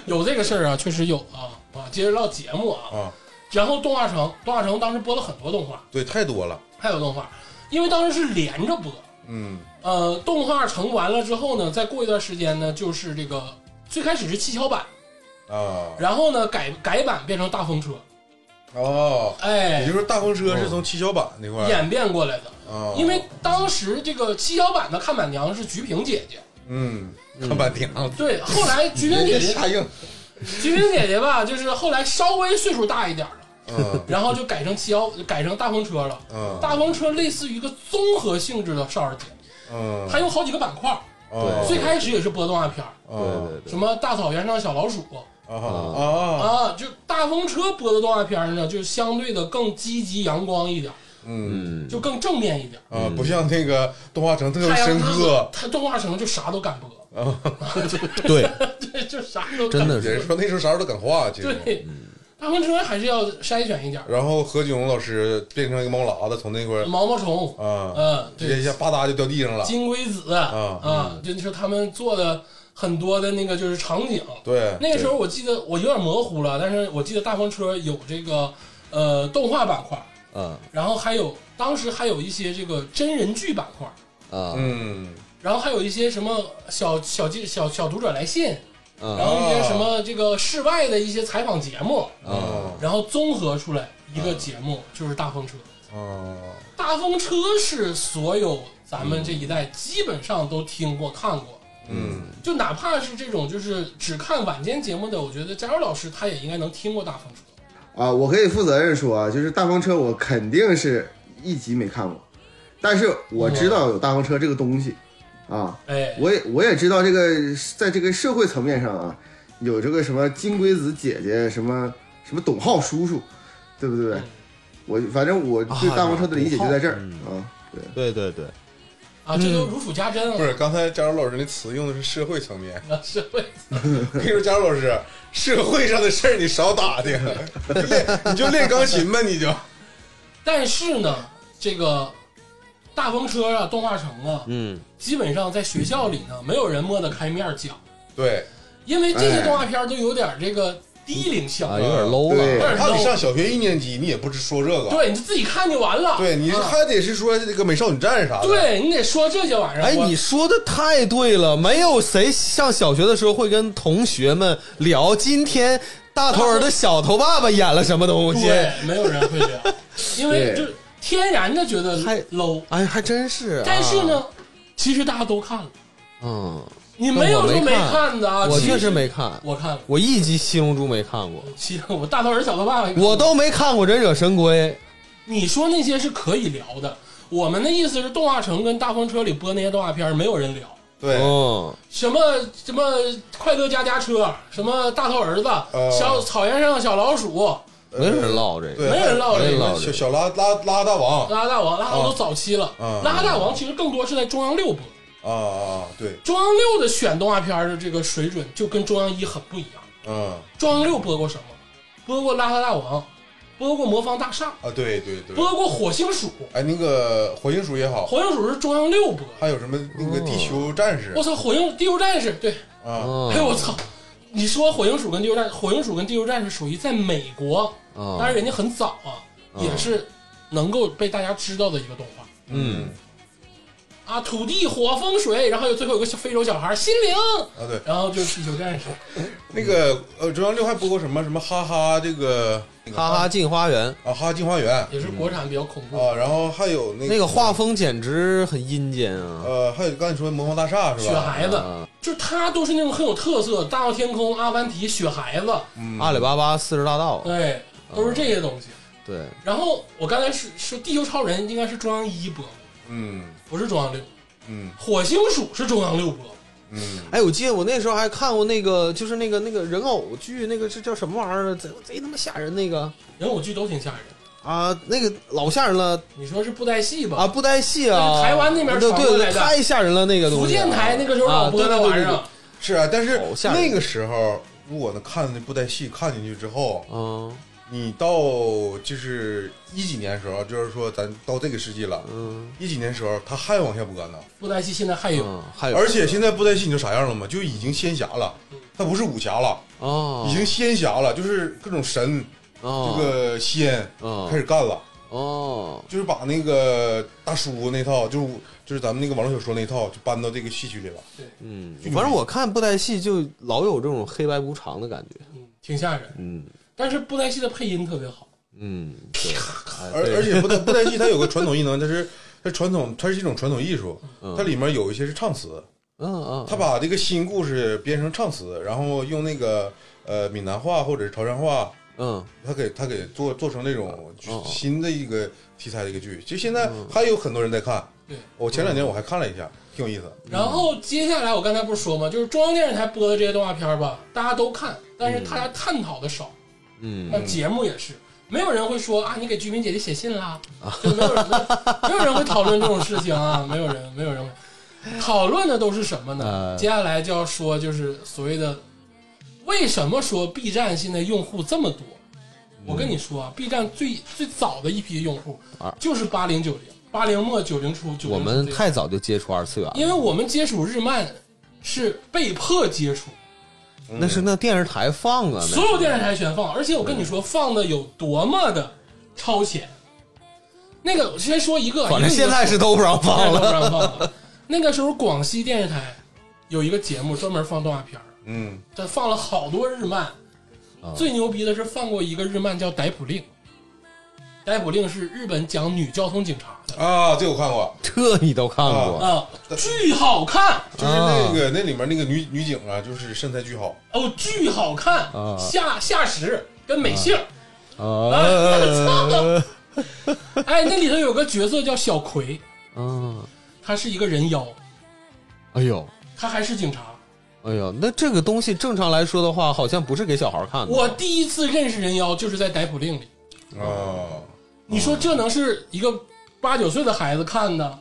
有这个事儿啊？确实有啊啊！接着唠节目啊，
啊，
然后动画城，动画城当时播了很多动画，
对，太多了，
还有动画，因为当时是连着播。
嗯
呃，动画城完了之后呢，再过一段时间呢，就是这个最开始是七巧板，
啊
然后呢改改版变成大风车，
哦，也
哎
就，是大风车是从七巧板那块儿
演变过来的。
啊，
因为当时这个七巧板的看板娘是菊萍姐姐，
嗯，看板娘，
对，后来菊萍姐姐，
[LAUGHS] 啥硬，
菊萍姐姐吧，就是后来稍微岁数大一点了，
嗯
然后就改成七巧，改成大风车了。
嗯
大风车类似于一个综合性质的少儿节目，
嗯，
它有好几个板块儿。
啊
最开始也是播动画片儿，
对对对
什么大草原上小老鼠，
啊啊啊！
啊，就大风车播的动画片儿呢，就相对的更积极阳光一点儿，
嗯
嗯，
就更正面一点。
啊，不像那个动画城特别
太阳
深刻，
他动画城就啥都敢播，
对，
[LAUGHS] 对，就啥都敢
真的
也是
是，
说那时候啥时候都敢画，其实。
对。大风车还是要筛选一点，
然后何炅老师变成一个猫喇子，从那块儿
毛毛虫，
啊，
嗯，
直接
对，
一下吧嗒就掉地上了。
金龟子，啊，就就是他们做的很多的那个就是场景，
对，
那个时候我记得我有点模糊了，但是我记得大风车有这个呃动画板块，
嗯
然后还有当时还有一些这个真人剧板块，
啊
嗯，
然后还有一些什么小小记小小读者来信，然
嗯
后一些什么这个室外的一些采访节目，
嗯
啊
然后综合出来一个节目就是大风车。
啊，
大风车是所有咱们这一代基本上都听过看过，
嗯，
就哪怕是这种就是只看晚间节目的，我觉得佳茹老师他也应该能听过大风车。
啊，我可以负责任说啊，就是大风车我肯定是一集没看过，但是我知道有大风车这个东西啊，
哎，
我也我也知道这个在这个社会层面上啊，有这个什么金龟子姐姐，什么什么董浩叔叔，对不对？我反正我对大风车的理解就在这儿啊，对。
对对对，
啊，这都如数家珍
不
啊，
是，刚才佳茹老师那词用的是社会层面。
[LAUGHS] 社会
我跟你说，佳茹老师，社会上的事儿你少打听，就练你就练钢琴吧，你就。
但是呢，这个大风车啊，动画城啊，
嗯
基本上在学校里呢，没有人摸得开面儿讲，
对，
因为这些动画片儿都有点这个低龄向
啊，，有点 low
对
了，
有点
怕你
low。
上小学一年级，你也不是说这个。
对，你就自己看就完了。
对，你
啊
还得是说这个美少女战士啥的。，
对你得说这些玩意儿。
哎，
我
你说的太对了，没有谁上小学的时候会跟同学们聊今天大头儿的小头爸爸演了什么东西。
对，没有人会这样，因为
对
就天然的觉得
还
low。
哎，还真是、啊。
但是，呢，其实大家都看了，
嗯，
你没有
但我没
说没
看
看的啊。
我
其实
确实没看，
我看了，
我一集《七龙珠》没看过，
其我大头儿小头爸爸也看了，
我都没看过《忍者神龟
你说那些是可以聊的，我们的意思是动画城跟大风车里播那些动画片儿没有人聊，》。
对，
嗯，
什么什么快乐家家车，什么大头儿子，
呃
小草原上的小老鼠，
没有人唠这个。
对，
没人唠这
没人
个。
唠
小小拉拉拉大王
拉大王，拉大王
啊
都早期了。哦
啊
拉大王其实更多是在中央六播，
啊啊，对，
中央六的选动画片儿的这个水准就跟中央一很不一样。
嗯
中央六播过什么？播过拉大王，播过魔方大厦，
啊，对对对。
播过火星鼠。
哎，那个火星鼠也好，
火星鼠是中央六播。
还有什么那个地球战士
我操，火星地球战士，对，
啊，
嗯，
哎呦我操！你说火星鼠跟地球战，火星鼠跟地球战士属于在美国，
嗯，
当然人家很早啊，也是能够被大家知道的一个动画。
嗯
啊，土地、火、风、水，然后有最后有个小非洲小孩儿心灵，
啊，对，
然后就是地球战士。
那个呃，中央六还播过什么什么哈哈这个
哈哈进花园
啊哈进花园
也是国产比较恐怖。
嗯
啊，然后还有那
那个画风简直很阴间啊。
呃，还有刚才你说的魔方大厦是
雪
吧？
孩子，
啊
就是他都是那种很有特色，《大闹天宫》《阿凡提》《雪孩子》，
嗯
阿里巴巴四十大盗，
对，都是这些东西。
对，
然后我刚才是是《地球超人》，应该是中央一播，
嗯
不是中央六。
嗯
火星鼠是中央六播，
嗯，
哎，我记得我那时候还看过那个，就是那个那个人偶剧，那个是叫什么玩意儿？贼贼他妈吓人那个
人偶剧都挺吓人。
啊，那个老吓人了
你说是布袋戏吧？
啊！布袋戏啊，
那是台湾那边
对
传过
对
来
对，
的
太吓人了那个东
福
西。啊
建台那个时候老播那玩意
啊对对对对
儿，
是啊，但是
好吓人
那个时候。如果能看那布袋戏看进去之后，
嗯
你到就是一几年时候，就是说咱到这个世纪了，
嗯
一几年时候他还往下播呢，
布袋戏现在还有。
嗯，还有
而且现在布袋戏你知道啥样了吗？就已经仙侠了，它不是武侠了，
哦，
已经仙侠了，就是各种神、
哦
这个仙
哦
开始干了，
哦
就是把那个大叔那套，就是就是咱们那个网络小说那套，就搬到这个戏曲里了。
嗯，反正我看布袋戏就老有这种黑白无常的感觉。
嗯，挺吓人。
嗯
但是布袋戏的配音特别好，
嗯，
[LAUGHS]
对，哎
而
对
而
[LAUGHS]
且布袋布袋戏它有个传统艺能，它是它传统，它是一种传统艺术，
嗯
它里面有一些是唱词，
嗯嗯，
它把这个新故事编成唱词，然后用那个呃闽南话或者是潮汕话
嗯
他给他给做做成那种剧
哦
新的一个题材的一个剧，其实现在
嗯
还有很多人在看。
对
我前两天我还看了一下，挺有意思。
然后接下来我刚才不是说吗？就是中央电视台播的这些动画片吧，大家都看，但是大家探讨的少。那
嗯
呃节目也是，没有人会说啊，你给居民姐姐写信啦，
啊
[LAUGHS] 就没有人，没有人会讨论这种事情啊，没有人，没有人会讨论的都是什么呢？
呃
接下来就要说就是所谓的为什么说 B 站现在用户这么多？
嗯
我跟你说啊，B 站最最早的一批用户
啊
就是八零九零，八零末九零初，九
我们太早就接触二次元了，
因为我们接触日漫是被迫接触，
那是那电视台放啊，
所
那
有电视台全放，而且我跟你
嗯
说，放的有多么的超前。那个我先说一个，
[LAUGHS] 反正
一个一
现
个
在是都不让放
[LAUGHS] 现在
了。
都不让放了。那个时候广西电视台有一个节目专门放动画片儿，
嗯，
他放了好多日漫，
啊
最牛逼的是放过一个日漫叫《逮捕令》，《逮捕令》是日本讲女交通警察的
啊，这我看过，
这你都看过？
啊、巨好看
就是那个那里面那个女女警啊，就是身材巨好，
哦，巨好看，
啊
夏夏实跟美杏儿，
[LAUGHS] 啊，
哎，那里头有个角色叫小葵，
嗯，
他是一个人妖，
哎呦，
他还是警察。
哎呦，那这个东西正常来说的话，好像不是给小孩看的。
我第一次认识人妖就是在《逮捕令》里，
啊，
你说这能是一个八九岁的孩子看的？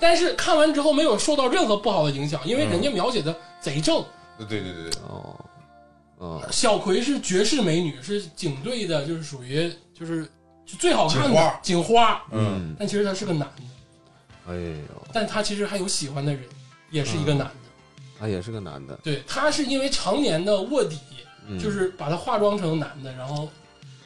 但是看完之后没有受到任何不好的影响，因为人家描写的贼正。
对对对对，
哦，嗯，
小葵是绝世美女，是警队的，就是属于就是就最好看
警花
的警花。
嗯，
但其实他是个男的，
哎呦，
但他其实还有喜欢的人，也是一个男的。
啊，也是个男的，
对他是因为常年的卧底，
嗯
就是把他化妆成男的，然后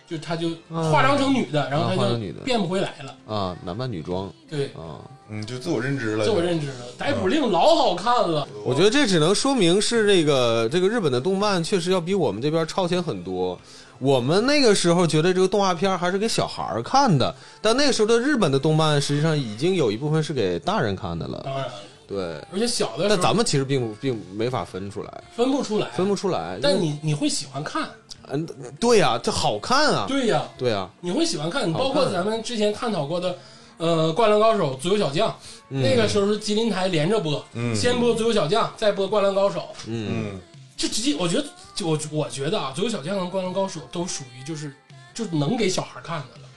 就他就
啊
化妆成女的，然后他
化
就
成女的
变不回来了。
啊，男扮女装
对，
啊。
嗯，就自我认知了，
自我认知了，《逮捕令》老好看了，
我觉得这只能说明是这个这个日本的动漫确实要比我们这边超前很多。我们那个时候觉得这个动画片还是给小孩儿看的，但那个时候的日本的动漫实际上已经有一部分是给大人看的了。
当然了，
对，
而且小的时
但
候
咱们其实并不并没法分出来，
分不出来，
分不出来。
但
因为
你你会喜欢看，
嗯，对呀、这好看啊，
对呀、
对呀、
你会喜欢看，你
好看
包括咱们之前探讨过的，呃，《灌篮高手》《足球小将》那个时候是吉林台连着播，
嗯
先播《足球小将》，再播《灌篮高手》，
嗯，
嗯，
这直接我觉得，就我我觉得啊，《足球小将》和《灌篮高手》都属于就是就能给小孩看的了。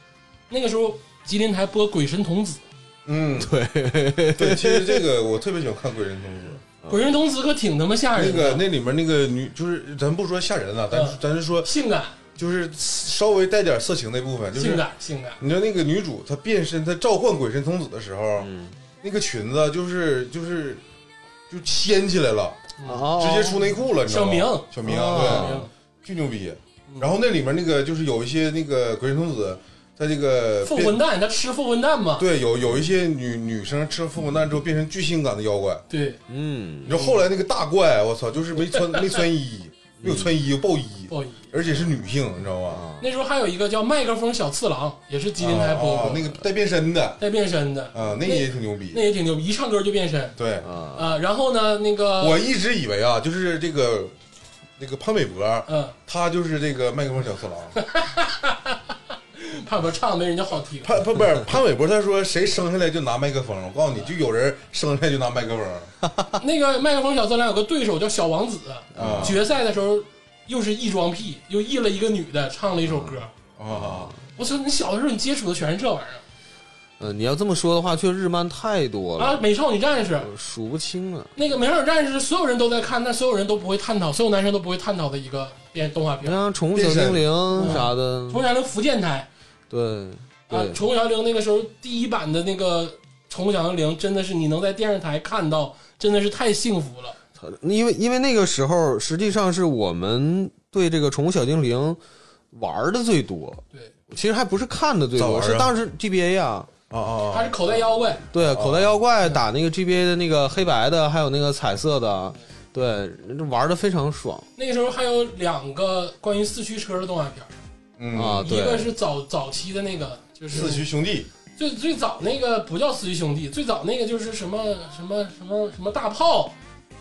那个时候吉林台播《鬼神童子
嗯，对对，其实这个我特别喜欢看《鬼人童子》。》，
《鬼神童子》可挺他妈吓
那
人
个
的，
那里面那个女，就是咱不说吓人了，咱
嗯
咱是说，
性感
就是稍微带点色情那部分，就
性
是
感性感，
你知道那个女主她变身，她召唤鬼神童子的时候，那个裙子就是就是就掀起来了，
哦，
直接出内裤了，你知道
小
吗？
明
小明，
哦
对，巨牛逼。然后那里面那个就是有一些那个鬼神童子，她这个
富
变
魂蛋，他吃富魂蛋嘛？
对有有一些女女生吃了复活蛋之后变成巨性感的妖怪，
对，
嗯
你知道后来那个大怪，我操，就是没穿没穿衣，没有穿衣爆衣，
鲍姨。
而且是女性，你知道吗？
嗯
那时候还有一个叫麦克风小次郎，也是吉林台播
啊
过
啊，那个带变身的
带变身的，
啊，那个也挺牛逼
那。也挺牛，一唱歌就变身
对，
啊，
啊。然后呢，那个
我一直以为啊，就是这个那个潘玮柏，
嗯，
他就是这个麦克风小次郎。
怕不唱得没人家好听。
潘潘不是潘玮柏，他说谁生下来就拿麦克风，我告诉你，就有人生下来就拿麦克风
那个麦克风小次郎有个对手叫小王子，
啊
决赛的时候又是异装癖，又异了一个女的，唱了一首歌。
啊！
我操，你小的时候你接触的全是这玩意
呃，你要这么说的话，确实日漫太多
儿啊！
了，
美少女战士
数不清了。
那个美少女战士，所有人都在看，但所有人都不会探讨，所有男生都不会探讨的一个电动画
你
嗯
片。
像《宠物小精灵》啥的，
从小的福建台，
对
嗯啊，
对
《宠物小精灵》那个时候第一版的那个《宠物小精灵》，真的是你能在电视台看到，真的是太幸福了。
因为因为那个时候实际上是我们对这个宠物小精灵玩的最多，
对，
其实还不是看的最
咋
多，
玩啊
是当时 GBA 啊，
啊啊
他是口袋妖怪，
对，
哦
口袋妖怪打那个 GBA 的那个黑白的，还有那个彩色的，对，玩的非常爽
那个时候还有两个关于四驱车的动画片儿，
嗯
啊，
一个
对，
是早早期的那个，就是
四驱兄弟
最最早那个不叫四驱兄弟，最早那个就是什么什么什么什么大炮，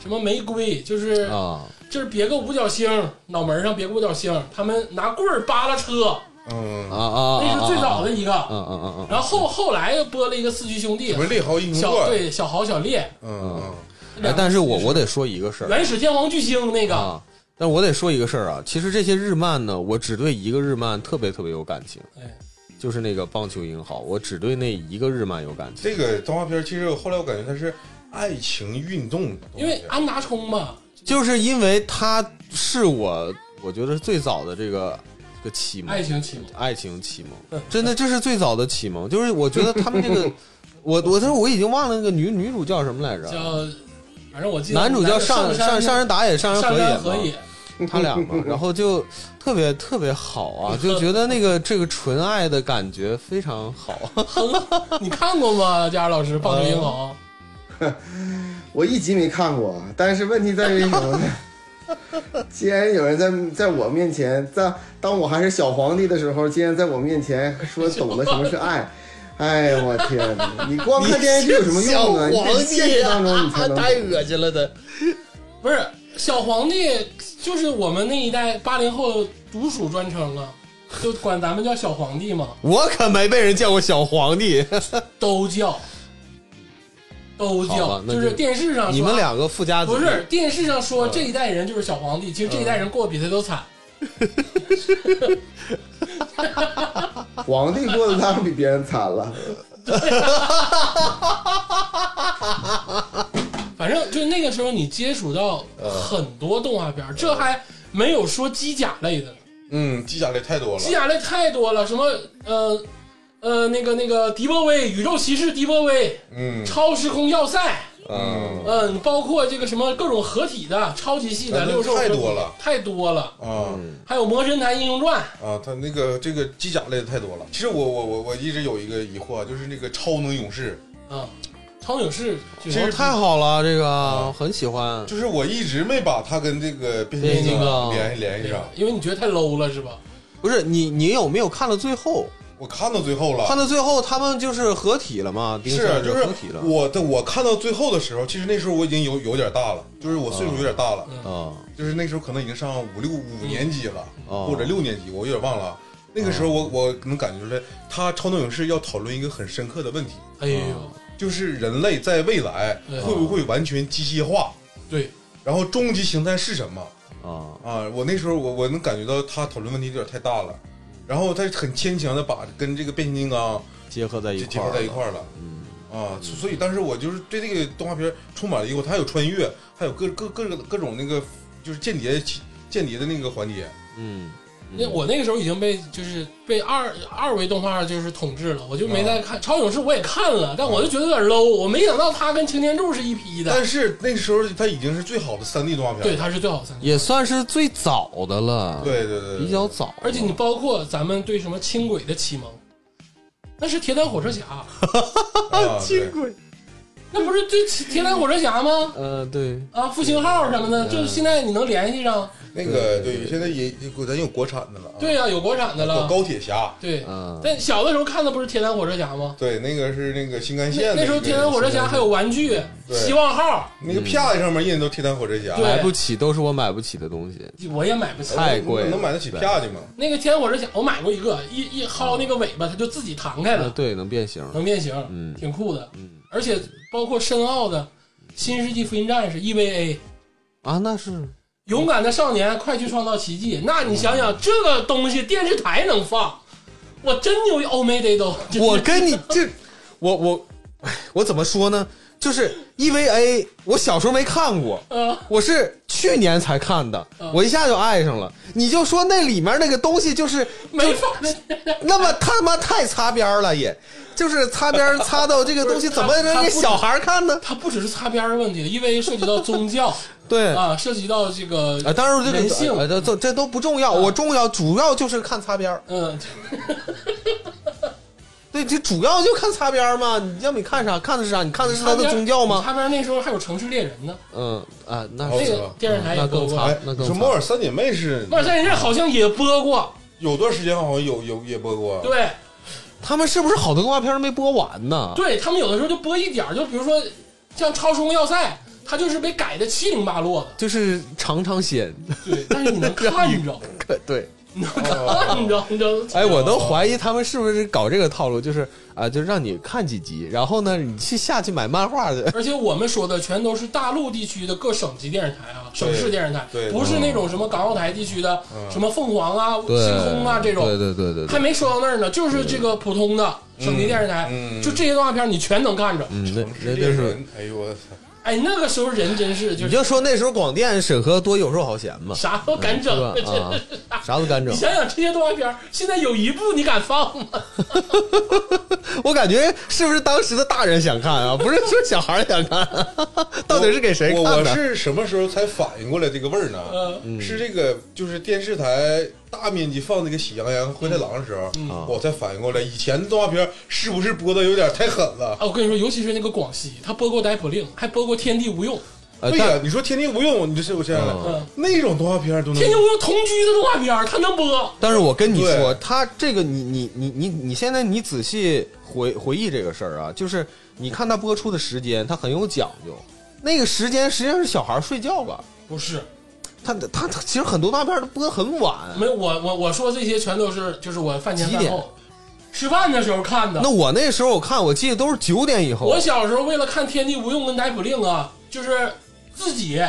什么玫瑰，就是、
啊，
就是别个五角星，脑门上别个五角星，他们拿棍儿扒拉车，
啊
嗯，
啊，
那是最早的
啊，
一个。
嗯嗯嗯嗯，
然后后来又播了一个四驱兄弟
什，么烈豪英雄
小
传，
对小豪小烈，
嗯嗯
哎哎，但是我我得说一个事儿
原始天皇巨星那个，
啊，但我得说一个事儿啊，其实这些日漫呢，我只对一个日漫特别特别有感情，
哎，
就是那个《棒球英豪》，我只对那一个日漫有感情。
这个动画片，其实我后来我感觉它是爱情运动的动画片，
因为安达充嘛，
就是因为它是我，我觉得最早的这个这个启蒙
爱，情启蒙，
爱情启蒙，真的这是最早的启蒙。就是我觉得他们这个，我我但是我已经忘了那个女女主叫什么来着，
叫反正我记得
嗯男主叫上上
上
上人打野上人
上山
和
和
也
也
嘛，，他俩嘛，然后就特别特别好啊，就觉得那个这个纯爱的感觉非常好。
你看过吗？佳儿老师，《棒球
嗯
英豪
我一集没看过，但是问题在于什么呢？既然有人在在我面前，在当我还是小皇帝的时候，竟然在我面前说懂得什么是爱，哎呀，我天哪！你光看电视剧有什么用啊？你得现实当中
[LAUGHS]
你 [LAUGHS] 才能懂。
恶心了的。》，
不是小皇帝，就是我们那一代八零后独属专称啊，就管咱们叫小皇帝嘛，
我可没被人叫过小皇帝，
都叫，都
好
叫
吧，那
就
就是
电视上说
你们两个富家子
不是电视上
嗯
说这一代人就是小皇帝，其实这一代人过得比他都惨。
皇帝过得当然比别人惨了，
反正就是那个时候，你接触到很多动画片儿，这还没有说机甲类的呢，
嗯，机甲类太多了
机。甲类太多了，什么呃呃那个那个迪波威、宇宙骑士迪波威、
嗯
超时空要塞，
嗯
嗯，包括这个什么各种合体的、超级系的
那
六兽
太
合体
多了
太多了，
啊
还有《魔神坛英雄传》，
啊，它那个这个机甲类的太多了。其实我我我我一直有一个疑惑，就是那个超能勇士，
啊，超勇士就
这
是
个太好了，这
嗯
个很喜欢。
就是我一直没把它跟这个变
变
形
形金
金
刚
刚联系联系上。
因为你觉得太 low 了是吧？
不是你，你有没有看到最后？
我看到最后了，
看到最后，他们就是合体了嘛？丁
哦是
香
就
合体
是
了
我的我看到最后的时候，其实那时候我已经有有点大了，就是我岁数有点大了，
啊
就是那时候可能已经上五六五年级了，
哦
或者六年级，我有点忘了。那个时候我我能感觉出来，他超能勇士要讨论一个很深刻的问题，
哎呦
啊，
就是人类在未来
对
会不会完全机械化，
对，
然后终极形态是什么
啊！
啊？我那时候我我能感觉到他讨论问题有点太大了，然后他很牵强的把跟这个变形金刚
结合在一
就结
块儿
合
了，
在一块儿了。啊，所所以当时我就是对这个动画片儿充满了疑惑，它还有穿越，还有各各各个各种那个就是间谍间谍的那个环节，
嗯，
那我那个时候已经被就是被二二维动画就是统治了，我就没再看《超勇士》，我也看了，但我就觉得有点 low，我没想到他跟擎天柱是一批的。
但是那时候它已经是最好的三 D 动画片
对，
儿了，
他是最好的三 D，
也算是最早的了，，
对对对对，
比较早了。
而且你包括咱们对什么轻轨的启蒙，那是铁胆火车侠，
啊，对
轨，
那不是对铁胆火车侠吗？
呃，对，
啊，复兴号什么的，就是现在你能联系上。
那个对，现在也咱有国产的了啊，
对啊呀、有国产的
叫
了。
高铁侠，
对，
嗯，
但小的时候看的不是铁胆火车侠吗？
对，那个是那个新干线
那
的
那时候
一个
铁胆火车侠还有玩具，
对
希望号，
那个啪上面印的都铁胆火车侠，哎
对
买不起都是我买不起的东西，
我也买不起。
太贵了，
能买得起
对？
啪去吗？
那个天火车侠，我买过一个，一一薅那个尾巴，它就自己弹开
呃
了，
对，能变形，
能变形，
嗯
挺酷的。而且包括深奥的《新世纪福音战士》EVA，《
啊，那是
勇敢的少年，快去创造奇迹》。那你想
嗯
想，这个东西电视台能放，我真牛逼！，Oh 欧美得都， [LAUGHS] 就是
我跟你这，我我，哎，我怎么说呢？就是 EVA，我小时候没看过，
呃，
我是去年才看的，
嗯
我一下就爱上了。你就说那里面那个东西就是
没法，
那么他妈太擦边儿了也，就是擦边儿擦到这
[LAUGHS]
个东西怎么能给小孩儿看呢？
[LAUGHS] 它不只是擦边儿的问题，EVA 涉及到宗
[LAUGHS]
教
对
啊，涉及到这个
啊，当然这
人
个
性
呃这这这都不重要，我重要主要就是看擦边儿。
嗯， [LAUGHS]
对，这主要就看擦边儿嘛。你要不你看啥？看的是啥？你看的是他的宗教吗？
擦边儿那时候还有城市猎人呢，
嗯啊，那
哦
那
是
是
个
吧
电视台也
那
播
更
过。
擦
哎，
那
你
更
说
惨
摩尔三姐妹是
《万山人》好像也播过，
有段时间好像有有也播过，
对
他们是不是好多动画片儿没播完呢？
对，他们有的时候就播一点儿，就比如说像《超时空要塞》，它就是被改的七零八落的，
就是尝尝鲜，
[LAUGHS] 对，但是你能看着，
对，
你能看，你知道你知道？
哎，我都怀疑他们是不是搞这个套路，就是啊，就让你看几集，然后呢，你去下去买漫画去。
而且我们说的全都是大陆地区的各省级电视台啊，省市电视台，
对
不是那种什么港澳台地区的
嗯
什么凤凰啊、 [LAUGHS] 星
嗯对，
空啊这
对
种，
对对对
还
对，
没说到那儿呢，就是这个普通的省级电视台
嗯嗯，
就这些动画片你全能看着。
嗯，
城
那
市
那
猎
就是，
人，哎呦我操！
哎，那个时候人真是就是
你就说那时候广电审核多有时候好闲嘛，
啥都敢整，
是吧？
[LAUGHS]
啊，啥都敢
你
整。
想想这些动画片儿，现在有一部你敢放吗？
[LAUGHS] 我感觉是不是当时的大人想看啊？不是说小孩想看，啊 [LAUGHS] 到底是给谁
我
看
我
的？
是什么时候才反应过来这个味儿呢？
嗯
是这个，就是电视台大面积放那个《喜羊羊和灰太狼》的时候，
嗯
我才反应过来，以前的动画片是不是播的有点太狠了？
啊，我跟你说，尤其是那个广西，他播过《逮捕令》，还播过《天地无用》。
呃
对
但
呀，你说《天地无用》，你这是我想想来，
嗯，
那种动画片都
《
能
天地无用》同居的动画片儿，他能播？
但是我跟你说，
对
他这个你你你你你现在你仔细回回忆这个事儿啊，就是你看他播出的时间，他很有讲究。那个时间实际上是小孩儿睡觉了，
不是，
他他他其实很多大片儿都播很晚。
没有我我我说这些全都是就是我饭前
几
饭
点
后吃饭的时候看的
那。我那时候我看，我记得都是九点以后
我。小时候为了看《天地无用》跟《逮捕令》啊，就是自己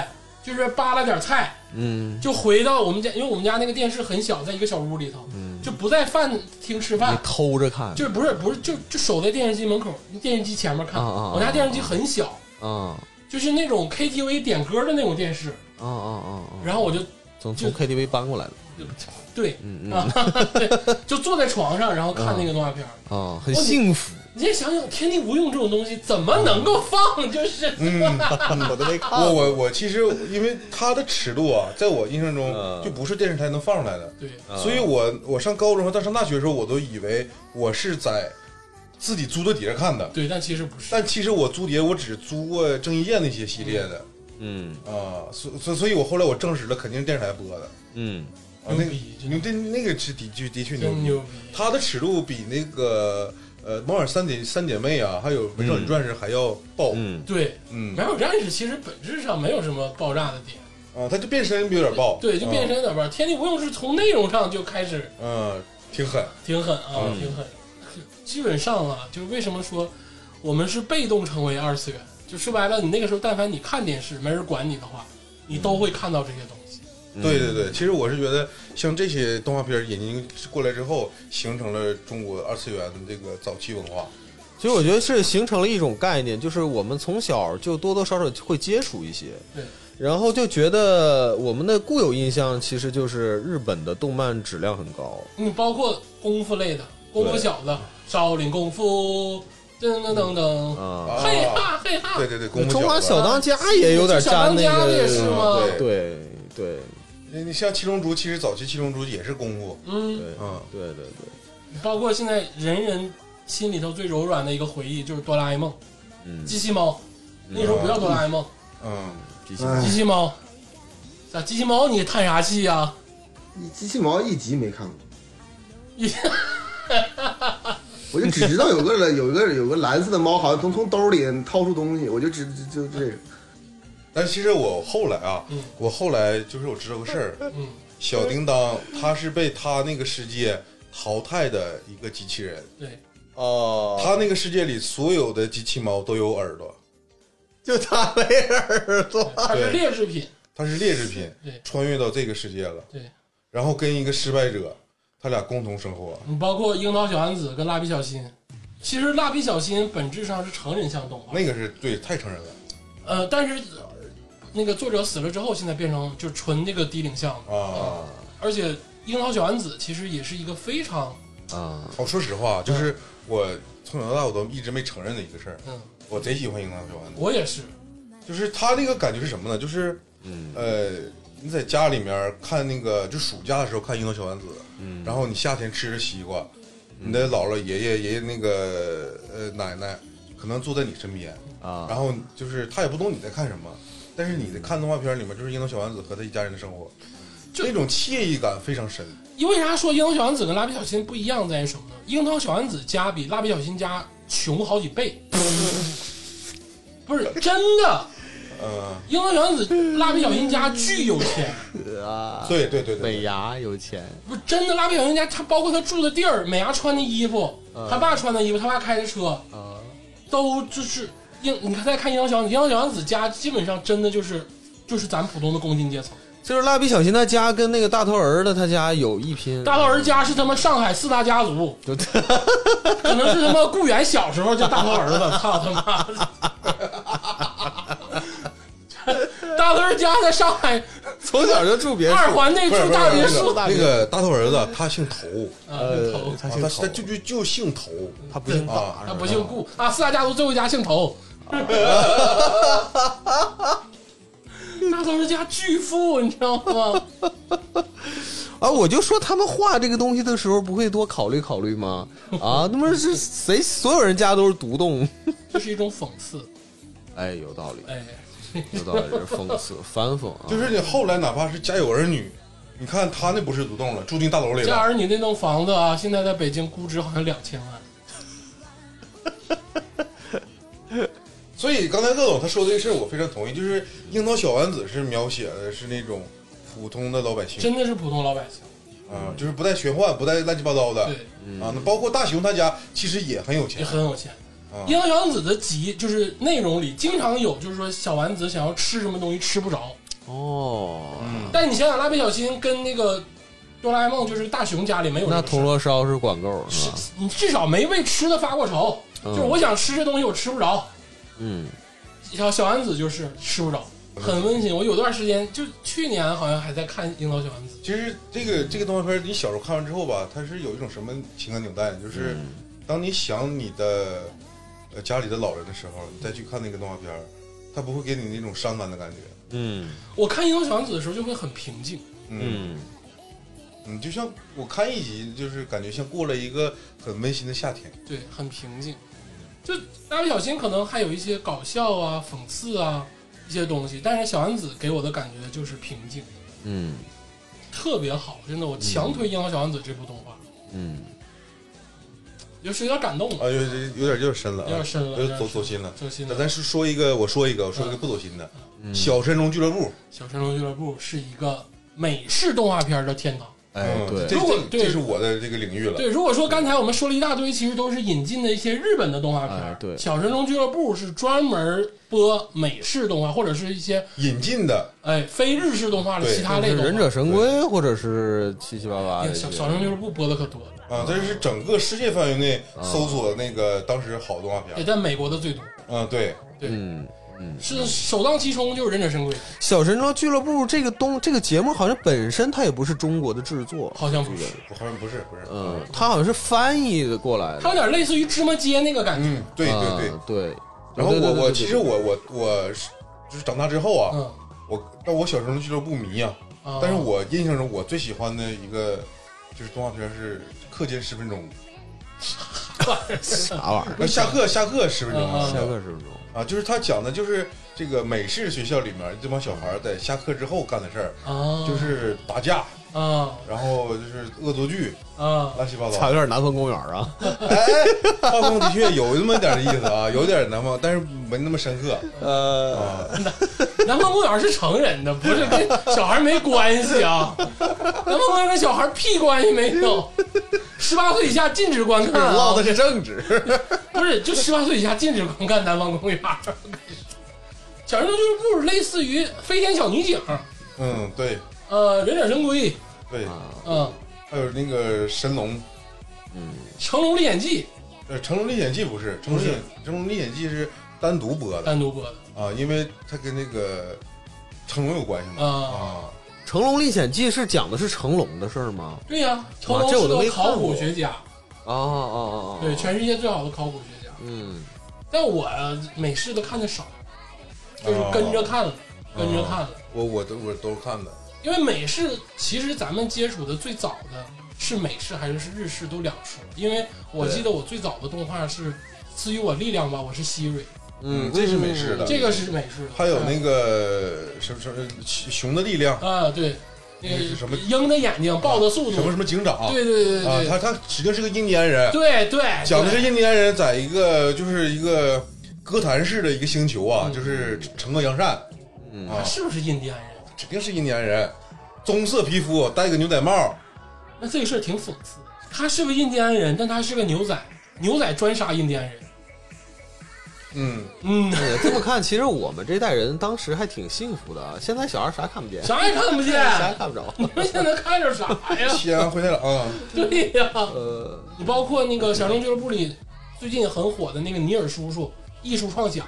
就是扒拉点菜，
嗯，
就回到我们家，因为我们家那个电视很小，在一个小屋里头，就不在饭厅吃
你
饭，
偷着看
就不是不是就就守在电视机门口，电视机前面看。
啊啊啊
我家电视机很小，
啊
就是那种 KTV 点歌的那种电视，
啊啊啊！啊
然后我就
从
就
从 KTV 搬过来的
对，
嗯
啊， [LAUGHS] 对，就坐在床上，然后看那个动画片儿。
啊，很
我
幸福。
你再想想，天地无用这种东西怎么能够放？就是，
[LAUGHS] [LAUGHS] 我都没看
嗯我我我其实因为它的尺度啊，在我印象中
嗯
就不是电视台能放出来的，
对，
所以我我上高中和到上大学的时候，我都以为我是在自己租的碟看的，
对，但其实不是。
但其实我租碟我只租过郑伊健那些系列的
嗯
啊，所所所以，我后来我证实了，肯定是电视台播的
嗯，
啊，
牛
那个
逼真的
牛对那个是的确的确牛
真
逼，
牛逼！
它的尺度比那个呃《猫眼三姐三姐妹》啊，还有《美少女战士》还要爆，
嗯
对，
嗯
美少女战士其实本质上没有什么爆炸的点，
啊，它就变身有点爆，
对，就变身点吧。天地无用是从内容上就开始
嗯，嗯，挺狠，
挺狠啊，
嗯
挺狠。 [LAUGHS] 基本上啊，就是为什么说我们是被动成为二次元，就说白了，你那个时候但凡你看电视，没人管你的话，你都会看到这些东西。
嗯
对对对，其实我是觉得像这些动画片儿引进过来之后，形成了中国二次元的这个早期文化。
其实我觉得是形成了一种概念，就是我们从小就多多少少会接触一些，
对，
然后就觉得我们的固有印象其实就是日本的动漫质量很高，
你嗯包括功夫类的，功夫小子，少林功夫，噔噔噔噔，
啊。
啊
嘿哈嘿哈，
对对对，功夫
中华
小
小当家也有点沾那
小当家也
个，
是吗？
对
对对
子，你像七龙珠，其实早期七龙珠也是功夫，
嗯，
对
嗯，
对对对，
包括现在人人心里头最柔软的一个回忆就是哆啦 A 梦、
嗯，
机器猫，那时候不叫哆啦 A 梦，
嗯，
机
[LAUGHS]
器
哎
机，器猫，咋机器猫你叹啥啊气呀、
一机器猫一集没看过
一，
我就只知道有个有个有个蓝色的猫，好像从从兜里掏出东西，我就只就就这个。
但其实我后来啊，
嗯
我后来就是我知道个事儿，
嗯，
小叮当他是被他那个世界淘汰的一个机器人，
对，
哦，
他那个世界里所有的机器猫都有耳朵，
就他没耳朵，
它是劣质品，
它是劣质品
对，
穿越到这个世界了，
对。
然后跟一个失败者，他俩共同生活。
你包括樱桃小丸子跟蜡笔小新，其实蜡笔小新本质上是成人向动画，
那个是对，太成人了
呃，但是呃那个作者死了之后，现在变成就纯这个低龄向了，
啊！
而且樱桃小丸子其实也是一个非常
啊，
我哦说实话，就是我从小到大我都一直没承认的一个事儿，
嗯，
我贼喜欢《樱桃小丸子
我也是，》，
就是他那个感觉是什么呢？就是，
嗯
呃，你在家里面看那个，就暑假的时候看《樱桃小丸子》，
嗯
然后你夏天吃着西瓜，你的姥姥、爷爷、爷爷那个呃奶奶，可能坐在你身边
啊
然后就是他也不懂你在看什么。但是你在看动画片里面，就是樱桃小丸子和他一家人的生活，
就
那种惬意感非常深。
因为啥说樱桃小丸子跟蜡笔小新不一样在于什么呢？樱桃小丸子家比蜡笔小新家穷好几倍，不是真的，
嗯，
樱桃小丸子、蜡笔小新家巨有钱，
啊，
对对对对，
美牙有钱，
不是真的。蜡笔小新家，他包括他住的地儿、美伢穿的衣服、
嗯
他爸穿的衣服、他爸开的车，
啊，
都就是樱。你看再看樱桃小丸子，樱桃小丸子家基本上真的就是就是咱普通的工薪阶层。
就是蜡笔小新他家跟那个大头儿的他家有一拼，
大头儿家是他妈上海四大家族，
就
可能是他妈顾源小时候叫大头儿子，操他妈的！ [LAUGHS] 大头儿家在上海
从小就住别墅，
二环内
不是
住
不是
大别
那
墅
个，那个大头儿子他姓头，
啊
呃
头
他
啊
姓
他
头
他就就就姓头，
他不姓大，
啊不姓顾啊，四大家族最后一家姓头。大头儿家巨富，你知道吗？
啊！我就说他们画这个东西的时候不会多考虑考虑吗？啊，那么是谁？所有人家都是独栋，
这是一种讽刺，
哎，有道理，
哎，
有道理，这是讽刺反讽啊，
就是你后来哪怕是家有儿女，你看他那不是独栋了，住进大楼里
家
了，
儿你那栋房子啊，现在在北京估值好像两千万。
所以刚才乐总他说这个事儿我非常同意，就是樱桃小丸子是描写的是那种普通的老百姓
真的是普通老百姓。
啊，就是不带玄幻，不带乱七八糟的
对，
啊，那包括大雄他家其实也很有
也
钱，
很有钱。
嗯
啊
樱桃小丸子的集就是内容里经常有，就是说小丸子想要吃什么东西吃不着。
[LAUGHS] 哦，
嗯，
但你想想，蜡笔小新跟那个哆啦 A 梦，就是大雄家里没有这
那
个事
铜锣烧是管够是吧？
你至少没为吃的发过愁。
嗯
就是我想吃这东西，我吃不着。
嗯，
小小丸子就是吃不着，很温馨。我有段时间就去年好像还在看《樱桃小丸子
其实这个这个动画片，你小时候看完之后吧，它是有一种什么情感纽带，就是
嗯
当你想你的呃家里的老人的时候，你再去看那个动画片儿，它不会给你那种伤感的感觉。
嗯》，
我看《樱桃小丸子》的时候就会很平静。
嗯，
嗯，
你嗯就像我看一集，就是感觉像过了一个很温馨的夏天。
对，很平静。就蜡笔小新可能还有一些搞笑啊、讽刺啊一些东西，但是小丸子给我的感觉就是平静，
嗯，
特别好，真的，我强推《樱桃小丸子》这部动画，
嗯，
就是有点感动了，
啊，有有有点有点深了
有
啊，
点深了，
有
有
点
点
走走心了。
走心
那
了。
咱是说一个，我说一个，我说一个
嗯
不走心的，
嗯
小神龙俱乐部》。
小神龙俱乐部是一个美式动画片的天堂。
哎，
嗯
对，
这
如果
这
对
这是我的这个领域了。
对，如果说刚才我们说了一大堆，其实都是引进的一些日本的动画片。
哎对
小神龙俱乐部是专门播美式动画，或者是一些
引进的，
哎非日式动画的
对
其他
就
类
是
动画。
忍者神龟或者是七七八八
哎
的
呀
这
小
个，
小神龙俱乐部播的可多了。
啊，这是整个世界范围内
啊
搜索那个当时好动画
也
片。
在美国的最多，
嗯，对，
嗯。
是首当其冲就是忍者神龟，
小神龙俱乐部这个东这个节目好像本身它也不是中国的制作，
好像不是，
我好像不是不是，
嗯，它好像是翻译的过来的。
它有点类似于芝麻街那个感觉。
嗯，对对对。
啊对。
然后我
对对对对
我
对
其实我我我是就是长大之后啊，
嗯，
我但我小时候俱乐部迷啊，
啊
但是我 [LAUGHS] 印象中我最喜欢的一个就是动画片是课间十分钟，
啥玩意儿？
那下课下课十分钟
啊
下课十分钟。
啊，就是他讲的就是这个美式学校里面这帮小孩儿在下课之后干的事儿，
[LAUGHS] 啊，
就是打架，
啊
然后就是恶作剧，
啊，
乱七八糟
操，。有点南方公园啊！
画风的确有那么点儿意思啊，有点南方，但是没那么深刻
呃，
啊。
南方公园是成人的，不是跟小孩没关系啊。南方公园跟小孩屁关系没有，十八岁以下禁止观看、
唠
啊
的，是政治。
不是就十八岁以下禁止观看南方公园。小人物俱乐部类似于飞天小女警，
嗯，对
呃，忍者神龟，
对，
嗯、
还有那个神龙，
成龙历险记
呃，《成龙历险记》不是，《成龙历险成龙历险记》是单独播的
单独播的，
啊，因为它跟那个成龙有关系
啊
嘛
哦
啊。
《成龙历险记》是讲的是成龙的事儿吗？
对呀、成
哇
龙
这我
是
都
个
没看
考古
过
学家，
哦哦哦哦，
对，全世界最好的考古学家。
嗯
但我美式的看的少，就是跟
哦
着看了，跟着看了。
我我都我都看的，
因为美式其实咱们接触的最早的是美式还是日式都两说，因为我记得我最早的动画是《赐予我力量吧，我是希瑞》，
嗯这是美式的
这个是美式的。
还有那个什么什么熊的力量，
啊，对，那
那
个
是什么
鹰的眼睛，豹的速
什么
度，
什么警长，
对对对
啊
对，
他他指定是个印第安人，
对对，
讲的是印第安人在一个就是一个哥谭市的一个星球啊，
嗯
就是惩恶扬善，啊
他，是不是印第安人？
肯定是印第安人，棕色皮肤，戴个牛仔帽，
那这个事儿挺讽刺的。他是个印第安人，但他是个牛仔，牛仔专杀印第安人。
嗯，
嗯，
哎呀这么看，其实我们这代人当时还挺幸福的啊，现在小孩啥看不见，
啥也看
[LAUGHS]
不见，
啥也看不着。
你们现在看着啥呀？
西安回来了啊，
对呀、
呃，
你包括那个小生俱乐部里最近很火的那个尼尔叔叔，艺术创想，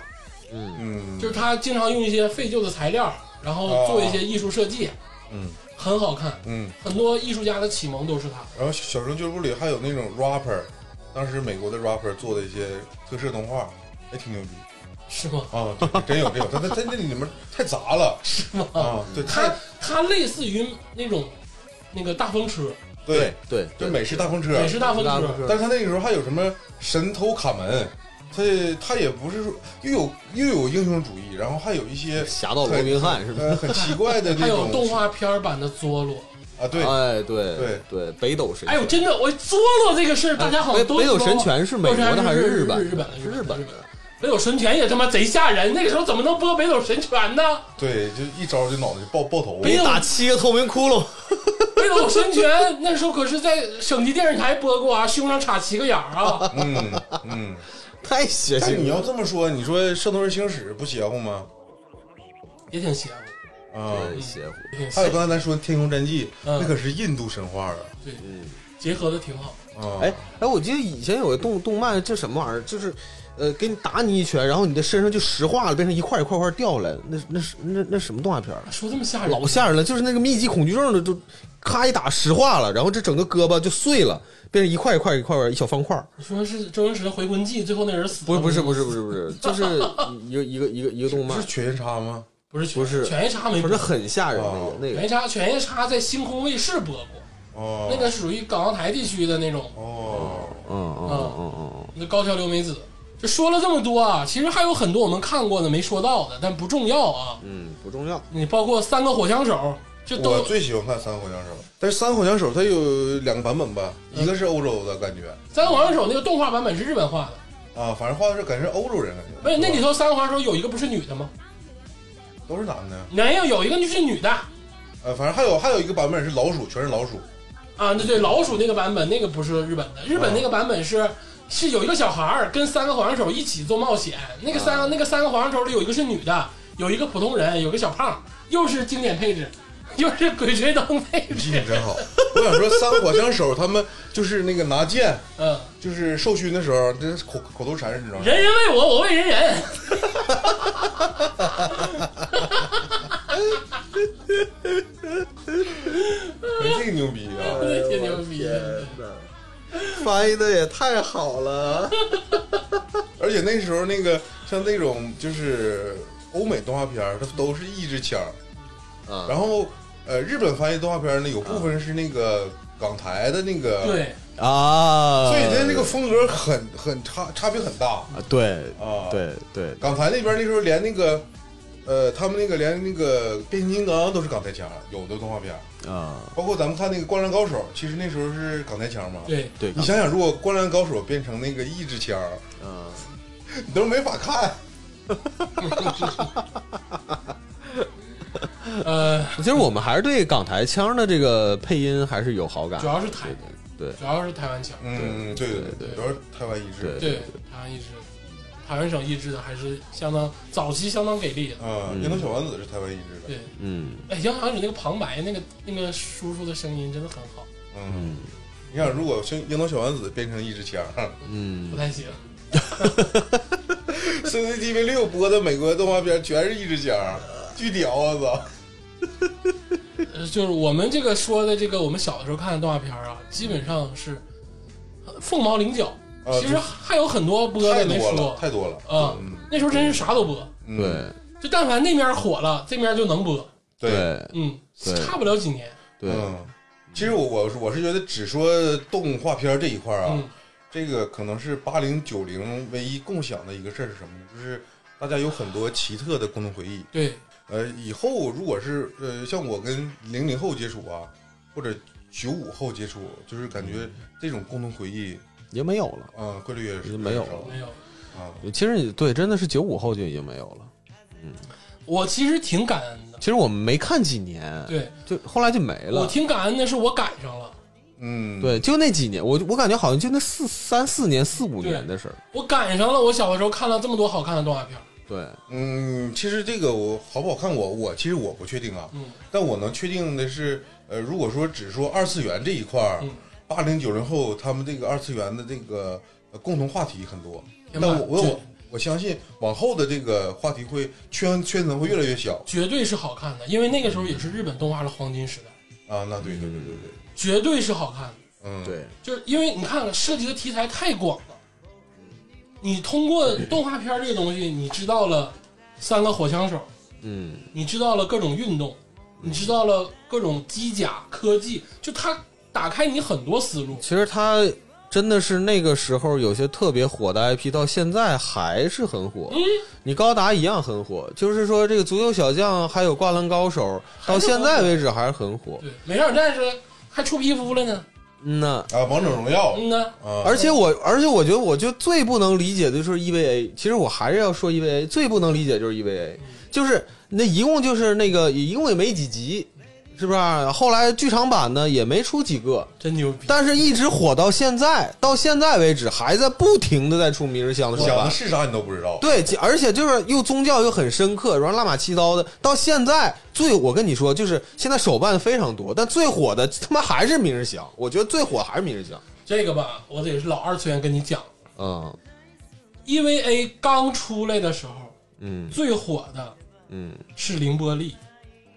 嗯
就是他经常用一些废旧的材料，然
哦
后做一些艺术设计，
嗯
很好看。
嗯，
很多艺术家的启蒙都是他。
然后小生俱乐部里还有那种 rapper，当时美国的 rapper 做的一些特摄动画，还挺牛逼
是吗？
啊， [LAUGHS] 对真有真有，他他他那里面太杂了
是吗？
啊，对，太
他他类似于那种那个大风车，
对，
对
就美式大风车，
美式大风
大
车，
风
但
车
是他那个时候还有什么神偷卡门，他他也不是说又有又有英雄主义，然后还有一些
侠盗罗宾汉是
[LAUGHS]
吧？
呃很奇怪的
还
那
有
种
动画片版的佐罗。
啊，对，
哎，对
对
对，北斗神拳。
哎呦，真的，我佐罗这个
哎
事儿，大家好像
北
都
北斗
知道
神拳是美国的还是
日
本？
日本的
是
日本的
日本
日本的北斗神拳也他妈贼吓人，那个时候怎么能播北斗神拳呢？
对，就一招就脑袋就爆爆头，
北斗
打七个透明窟窿，
[LAUGHS] 北斗神拳那时候可是在省级电视台播过啊，胸上插七个眼儿啊。
嗯
[LAUGHS]
嗯。
太血
但你
腥
要
了。
这么说，你说《圣斗士星矢》不邪乎吗？
也挺邪乎，
啊，
对邪乎，
也挺
还有
邪乎
刚才咱说《天空战记》，
嗯
那可是印度神话的
对，
嗯。
结合的挺好。
啊。
哎，哎，我记得以前有个动动漫，这什么玩意儿？就是，呃，给你打你一拳，然后你的身上就石化了，变成一块一块块掉下来。那那是那那什么动画片儿？啊
哎说这么吓人，
老吓人了，就是那个密集恐惧症的，就咔一打石化了，然后这整个胳膊就碎了，变成一块一块一块一小方块儿。
你说是周星驰的《回魂记》，最后那人死了
不是不是
吗
不是不是不是，就是一个一个一个一个动
不
漫
是，犬夜叉吗？
不是
不是
犬夜叉没
不是很吓人那
哦
个那
犬
个
夜叉，犬夜叉在星空卫视播过，
哦，
那个属于港澳台地区的那种，啊
哦，
嗯嗯嗯嗯嗯，
那高桥留美子。就说了这么多啊，其实还有很多我们看过的没说到的，但不重要啊。
嗯，
[LAUGHS]
不重要。
你包括三个火枪手，这
我
都
最喜欢看《三个火枪手》，但是《三个火枪手》它有两个版本吧，
嗯
一个是欧洲的感觉
三个火枪手那个动画版本是日本画的，啊
啊，反正画的是感觉是欧洲人感觉，
不是那里头三个火枪手有一个不是女的吗？
都是男的呀。
没有，有一个就是女的啊，
呃，反正还有还有一个版本是老鼠，全是老鼠。
那对老鼠那个版本那个不是日本的，日
哦
本那个版本是。是有一个小孩儿跟三个火枪手一起做冒险，那个
哦
三、个那个三个火枪手里有一个是女的，有一个普通人，有一个小胖，又是经典配置，又是鬼吹灯配
你
置，
记性真好。我想说，《三个火枪手》他们就是那个拿剑，
嗯，
就是受熏的时候，这是口口头禅，你知道吗？
人人为我，我为人人。
这个牛逼啊！
那挺牛逼的。
翻译的也太好了，
而且那时候那个像那种就是欧美动画片儿，它都是一支枪儿，
啊
然后呃，日本翻译动画片儿呢，有部分是那个港台的那
哦
个，，
对，
啊！
所以它那个风格很很差差别很大。
啊，对
啊
对对，
港台那边那时候连那个呃，他们那个连那个变形金刚都是港台腔儿，有的动画片儿，
啊，
包括咱们看那个《灌篮高手》，其实那时候是港台腔儿嘛。。
[LAUGHS]
对，
对，
你想想，如果《灌篮高手》变成那个一支枪儿，
啊，
你都没法看。
呃，
其实我们还是对港台腔的这个配音还是有好感
主，要是台，
对
主要是台湾腔，
嗯，对对
对对
主要是台湾一支。
对
对，台湾一支，台湾省一支的还是相当早期相当给力的。
啊，
嗯
樱桃小丸子是台湾译制的，
对，
嗯
哎，杨小雨那个旁白，那个那个叔叔的声音真的很好，
嗯，
嗯
你想如果像樱桃小丸子变成一支枪
不
嗯，
太行。
[LAUGHS] ，CCTV 六播的美国动画片全是一支枪，巨屌啊！操，
呃，就是我们这个说的这个，我们小的时候看的动画片啊，基本上是呃凤毛麟角。
啊
其实还有很多播
太
的没
多
说
了，太多了
啊
嗯，
那时候真是啥都播，
嗯
对
就但凡那面火了，这面就能播。
对，
嗯，
对
差不了几年。
对，
嗯。其实我我是我是觉得只说动画片这一块啊，
嗯，
这个可能是八零九零唯一共享的一个事儿是什么呢？就是大家有很多奇特的共同回忆。
对，
呃，以后如果是呃，像我跟零零后接触啊，或者九五后接
嗯
触，就是感觉这种共同回忆，
也没有了，
嗯、呃，会率也是
没有
少
了
没有。
啊，
其实你对，真的是九五后就已经没有了。
我其实挺感恩的，
其实我们没看几年，，
对
就后来就没
我
了。
挺感恩的是我赶上了，
嗯，，
对，就那几年，我我感觉好像就那四三四年、四五年的事儿。
我赶上了我小的时候看了这么多好看的动画片儿，
对，
嗯，其实这个我好不好看我，我其实我不确定啊，
嗯
但我能确定的是，呃，如果说只说二次元这一块儿
嗯，
八零九零后他们这个二次元的这个呃共同话题很多，
明
但
白
我我
这
我我相信往后的这个话题会圈圈层会越来越小
绝对是好看的，因为那个时候也是日本动画的黄金时代，
啊，那对对对对对，
绝对是好看的。
嗯，
对，
就是因为你看了涉及的题材太广了，你通过动画片儿这个东西，你知道了三个火枪手，
嗯，
你知道了各种运动，你知道了各种机甲科技，就它打开你很多思路。
其实他真的是那个时候有些特别火的 IP，到现在还是很火。你高达一样很火，就是说这个足球小将还有灌篮高手，到现在为止还是很火。
对，美少女战士还出皮肤了呢，
嗯呐。
啊，王者荣耀
嗯呢，
啊，
而且我，而且我觉得，我就最不能理解的就是 EVA。其实我还是要说 EVA，最不能理解就是 EVA，就是那一共就是那个一共也没几集，是不是？后来剧场版呢也没出几个，
真牛逼！
但是一直火到现在，到现在为止还在不停的在出明日香的手
讲的
办。
是啥你都不知道，
对，其而且就是又宗教又很深刻，然后乱码七糟的。到现在最，我跟你说，就是现在手办非常多，但最火的他妈还是明日香。我觉得最火还是明日香。
这个吧，我得是老二次元跟你讲
嗯
，EVA 刚出来的时候，
嗯
最火的
嗯，
是凌波丽。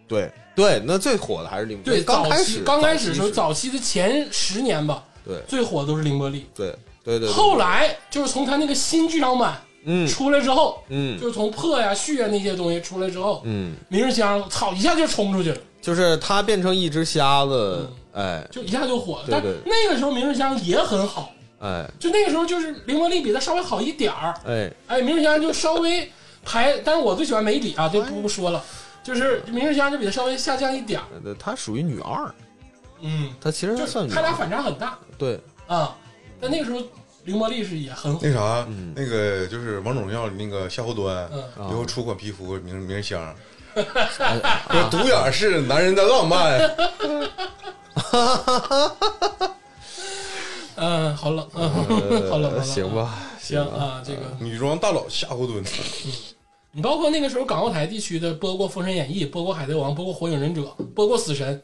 对对，那最火的还是凌
对，
刚
早
开
期
始
刚开
期
始的时候，
是
早期的前十年吧，
对
最火的都是凌波丽。
对对对对，
后来就是从他那个新剧场版
嗯
出来之后，
嗯
就是从破呀、续呀那些东西出来之后，
嗯，
明日香操一下就冲出去了，
就是他变成一只瞎子，
嗯
哎
就一下就火了。
对
但
对
那个时候明日香也很好，
哎
就那个时候就是凌波丽比他稍微好一点儿，
哎，
哎，明日香就稍微排，但是我最喜欢梅里啊，这不不说了，就是明日香就比他稍微下降一点儿，
呃他属于女二，
嗯，
他其实
就
算
是
女
他俩
二，
反差很大
对，呃
啊。但那个时候凌波丽是也很火，
那啥
嗯，
那个就是王者荣耀那个夏侯端，
嗯
啊
以后出款皮肤明
[LAUGHS]
明香，
哎
说独眼是男人的浪漫，
嗯，好冷，嗯，
呃
[LAUGHS] 好冷，好冷，
行吧，
行啊，这个
女装大佬夏侯惇，
你包括那个时候港澳台地区的播过《封神演义》，播过《海贼王》，播过《火影忍者》，播过《死神》，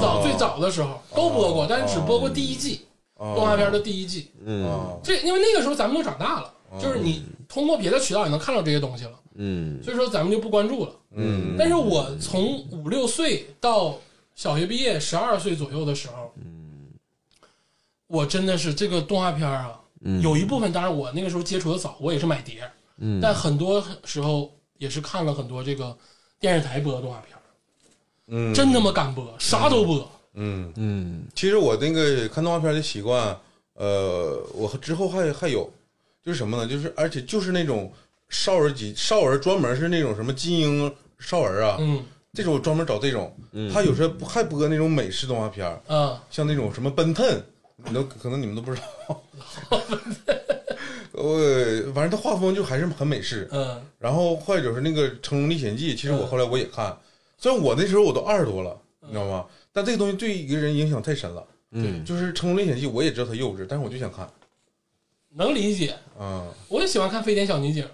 早
啊
最早的时候都播过，但是只播过第一季动画片的第一季。
嗯
啊，
这因为那个时候咱们都长大了，就是你通过别的渠道也能看到这些东西了，
嗯
所以说咱们就不关注了。
嗯
但是我从五六岁到小学毕业，十二岁左右的时候，
嗯
我真的是这个动画片儿啊，
嗯
有一部分当然我那个时候接触的早，我也是买碟儿，
嗯
但很多时候也是看了很多这个电视台播的动画片儿，
嗯，
真他妈敢播，啥都播。
嗯，
嗯
其实我那个看动画片的习惯，呃，我之后还还有，就是什么呢？就是而且就是那种少儿级少儿专门是那种什么金鹰少儿啊，
嗯
这种专门找这种，
嗯
他有时候还播那种美式动画片儿，
啊，
像那种什么奔腾，你都可能你们都不知道。 [LAUGHS] 呃，反正他画风就还是很美式，
嗯
然后或者是那个《成龙历险记》，其实我后来我也看，虽然我那时候我都二十多了，你知道吗？但这个东西对一个人影响太深了。
嗯，
就是《成龙历险记》，我也知道他幼稚，但是我就想看，
能理解。
嗯。
我也喜欢看《飞天小女警》，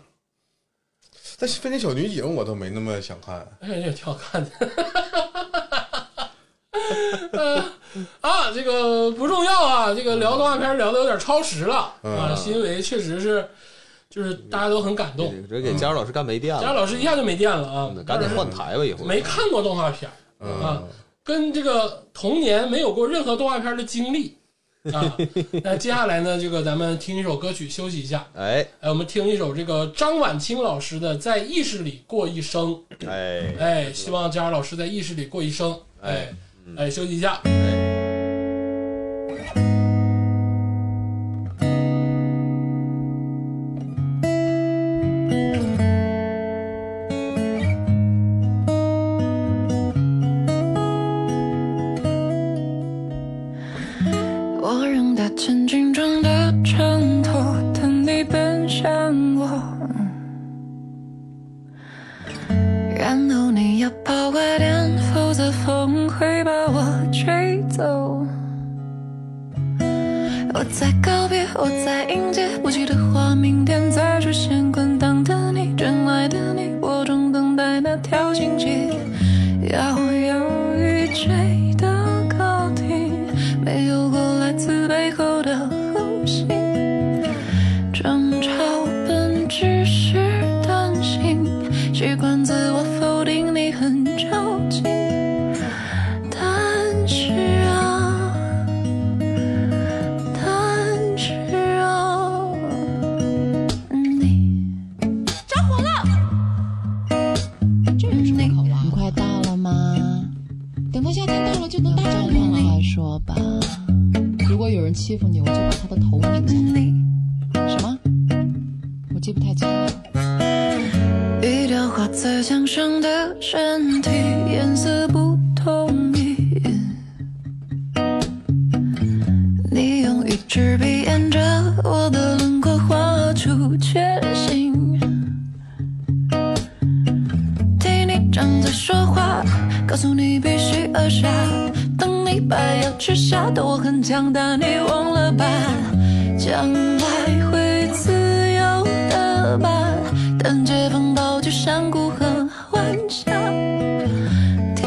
但是《飞天小女警》我倒没那么想看，
哎，这挺好看 [LAUGHS] 的。啊，这个不重要啊，这个聊动画片聊的有点超时了、啊，
嗯
是因为确实是，就是大家都很感动。
这给佳茹老师干没电
佳
了，
老师一下就没电了啊，
赶紧换台吧，以后
没看过动画片儿，
嗯
啊跟这个童年没有过任何动画片的经历
[LAUGHS]
啊。那接下来呢，这个咱们听一首歌曲休息一下，
哎
哎，我们听一首这个张婉清老师的《在意识里过一生》。
哎，
哎，希望佳儿老师在意识里过一生。哎，哎，休息一下。
我仍在沉浸中的挣脱，等你奔向
要把我点，否则风会把我吹走。我在告别，我在迎接，不记得花明天再出现。滚烫的你，真爱的你，我正等待那条荆棘。摇摇欲坠的高地，没有过来自背后的呼吸。争吵本质是担心，习惯自我否定，你很着急。但是啊。但是哦，你着火了，这是你口
你快到了吗？等到夏天到了就能搭帐篷了，再说吧。如果有人欺负你，我就把他的头拧下
你
来。什么？我记不太清了。
一段话最强盛的身体，颜色不统一。你用一支笔沿着我的轮廓画出缺心，听你站在说话，告诉你必须扼杀。等你把牙齿下的我很强大，你忘了吧？将来会自由的吧？但解放到就山谷和晚霞，跳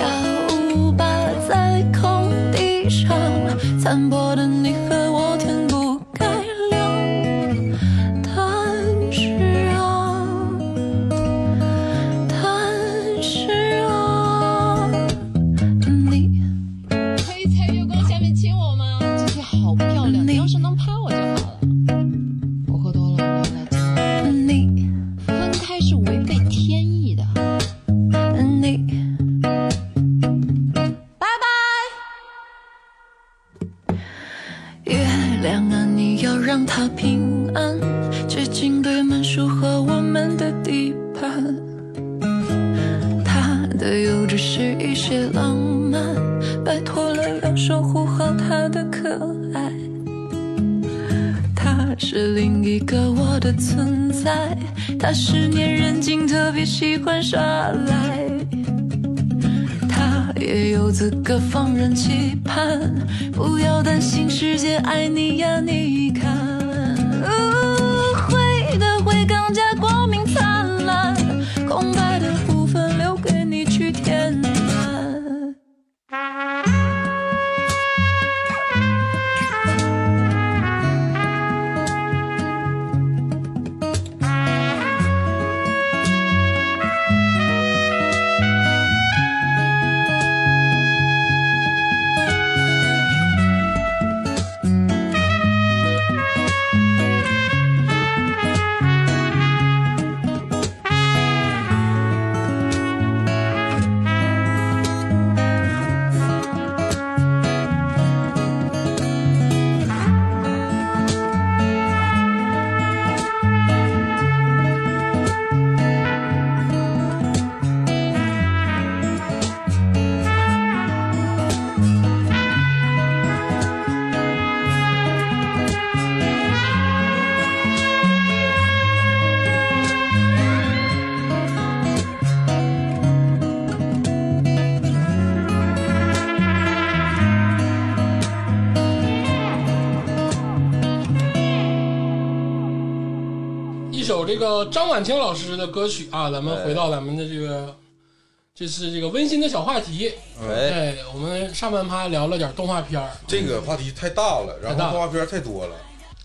舞吧，在空地上，残破的你和我天不该亮。但是啊，但是啊，你。
可以在月光下面亲我吗？这些好漂亮，
你
你要是能趴我就好了。我喝多了，你要来亲我。
你
分开是违背天意的。
你
拜拜。
月亮啊，你要让它平安，至今堆满属和我们的地盘。它的幼稚是一些浪漫，摆脱了要守护好它的可爱。它是另一个我的存在，它是粘人精，特别喜欢耍赖。他也有资格放任期盼，不要担心世界爱你呀，你看。哦会的会更加光明灿烂，空白的部分留给你去填满。
一首这个张婉清老师的歌曲啊，咱们回到咱们的这个，这是这个温馨的小话题。
哎，
哎，我们上半趴聊了点动画片儿，
这个话题太大了，然
嗯太大了
后动画片太多了。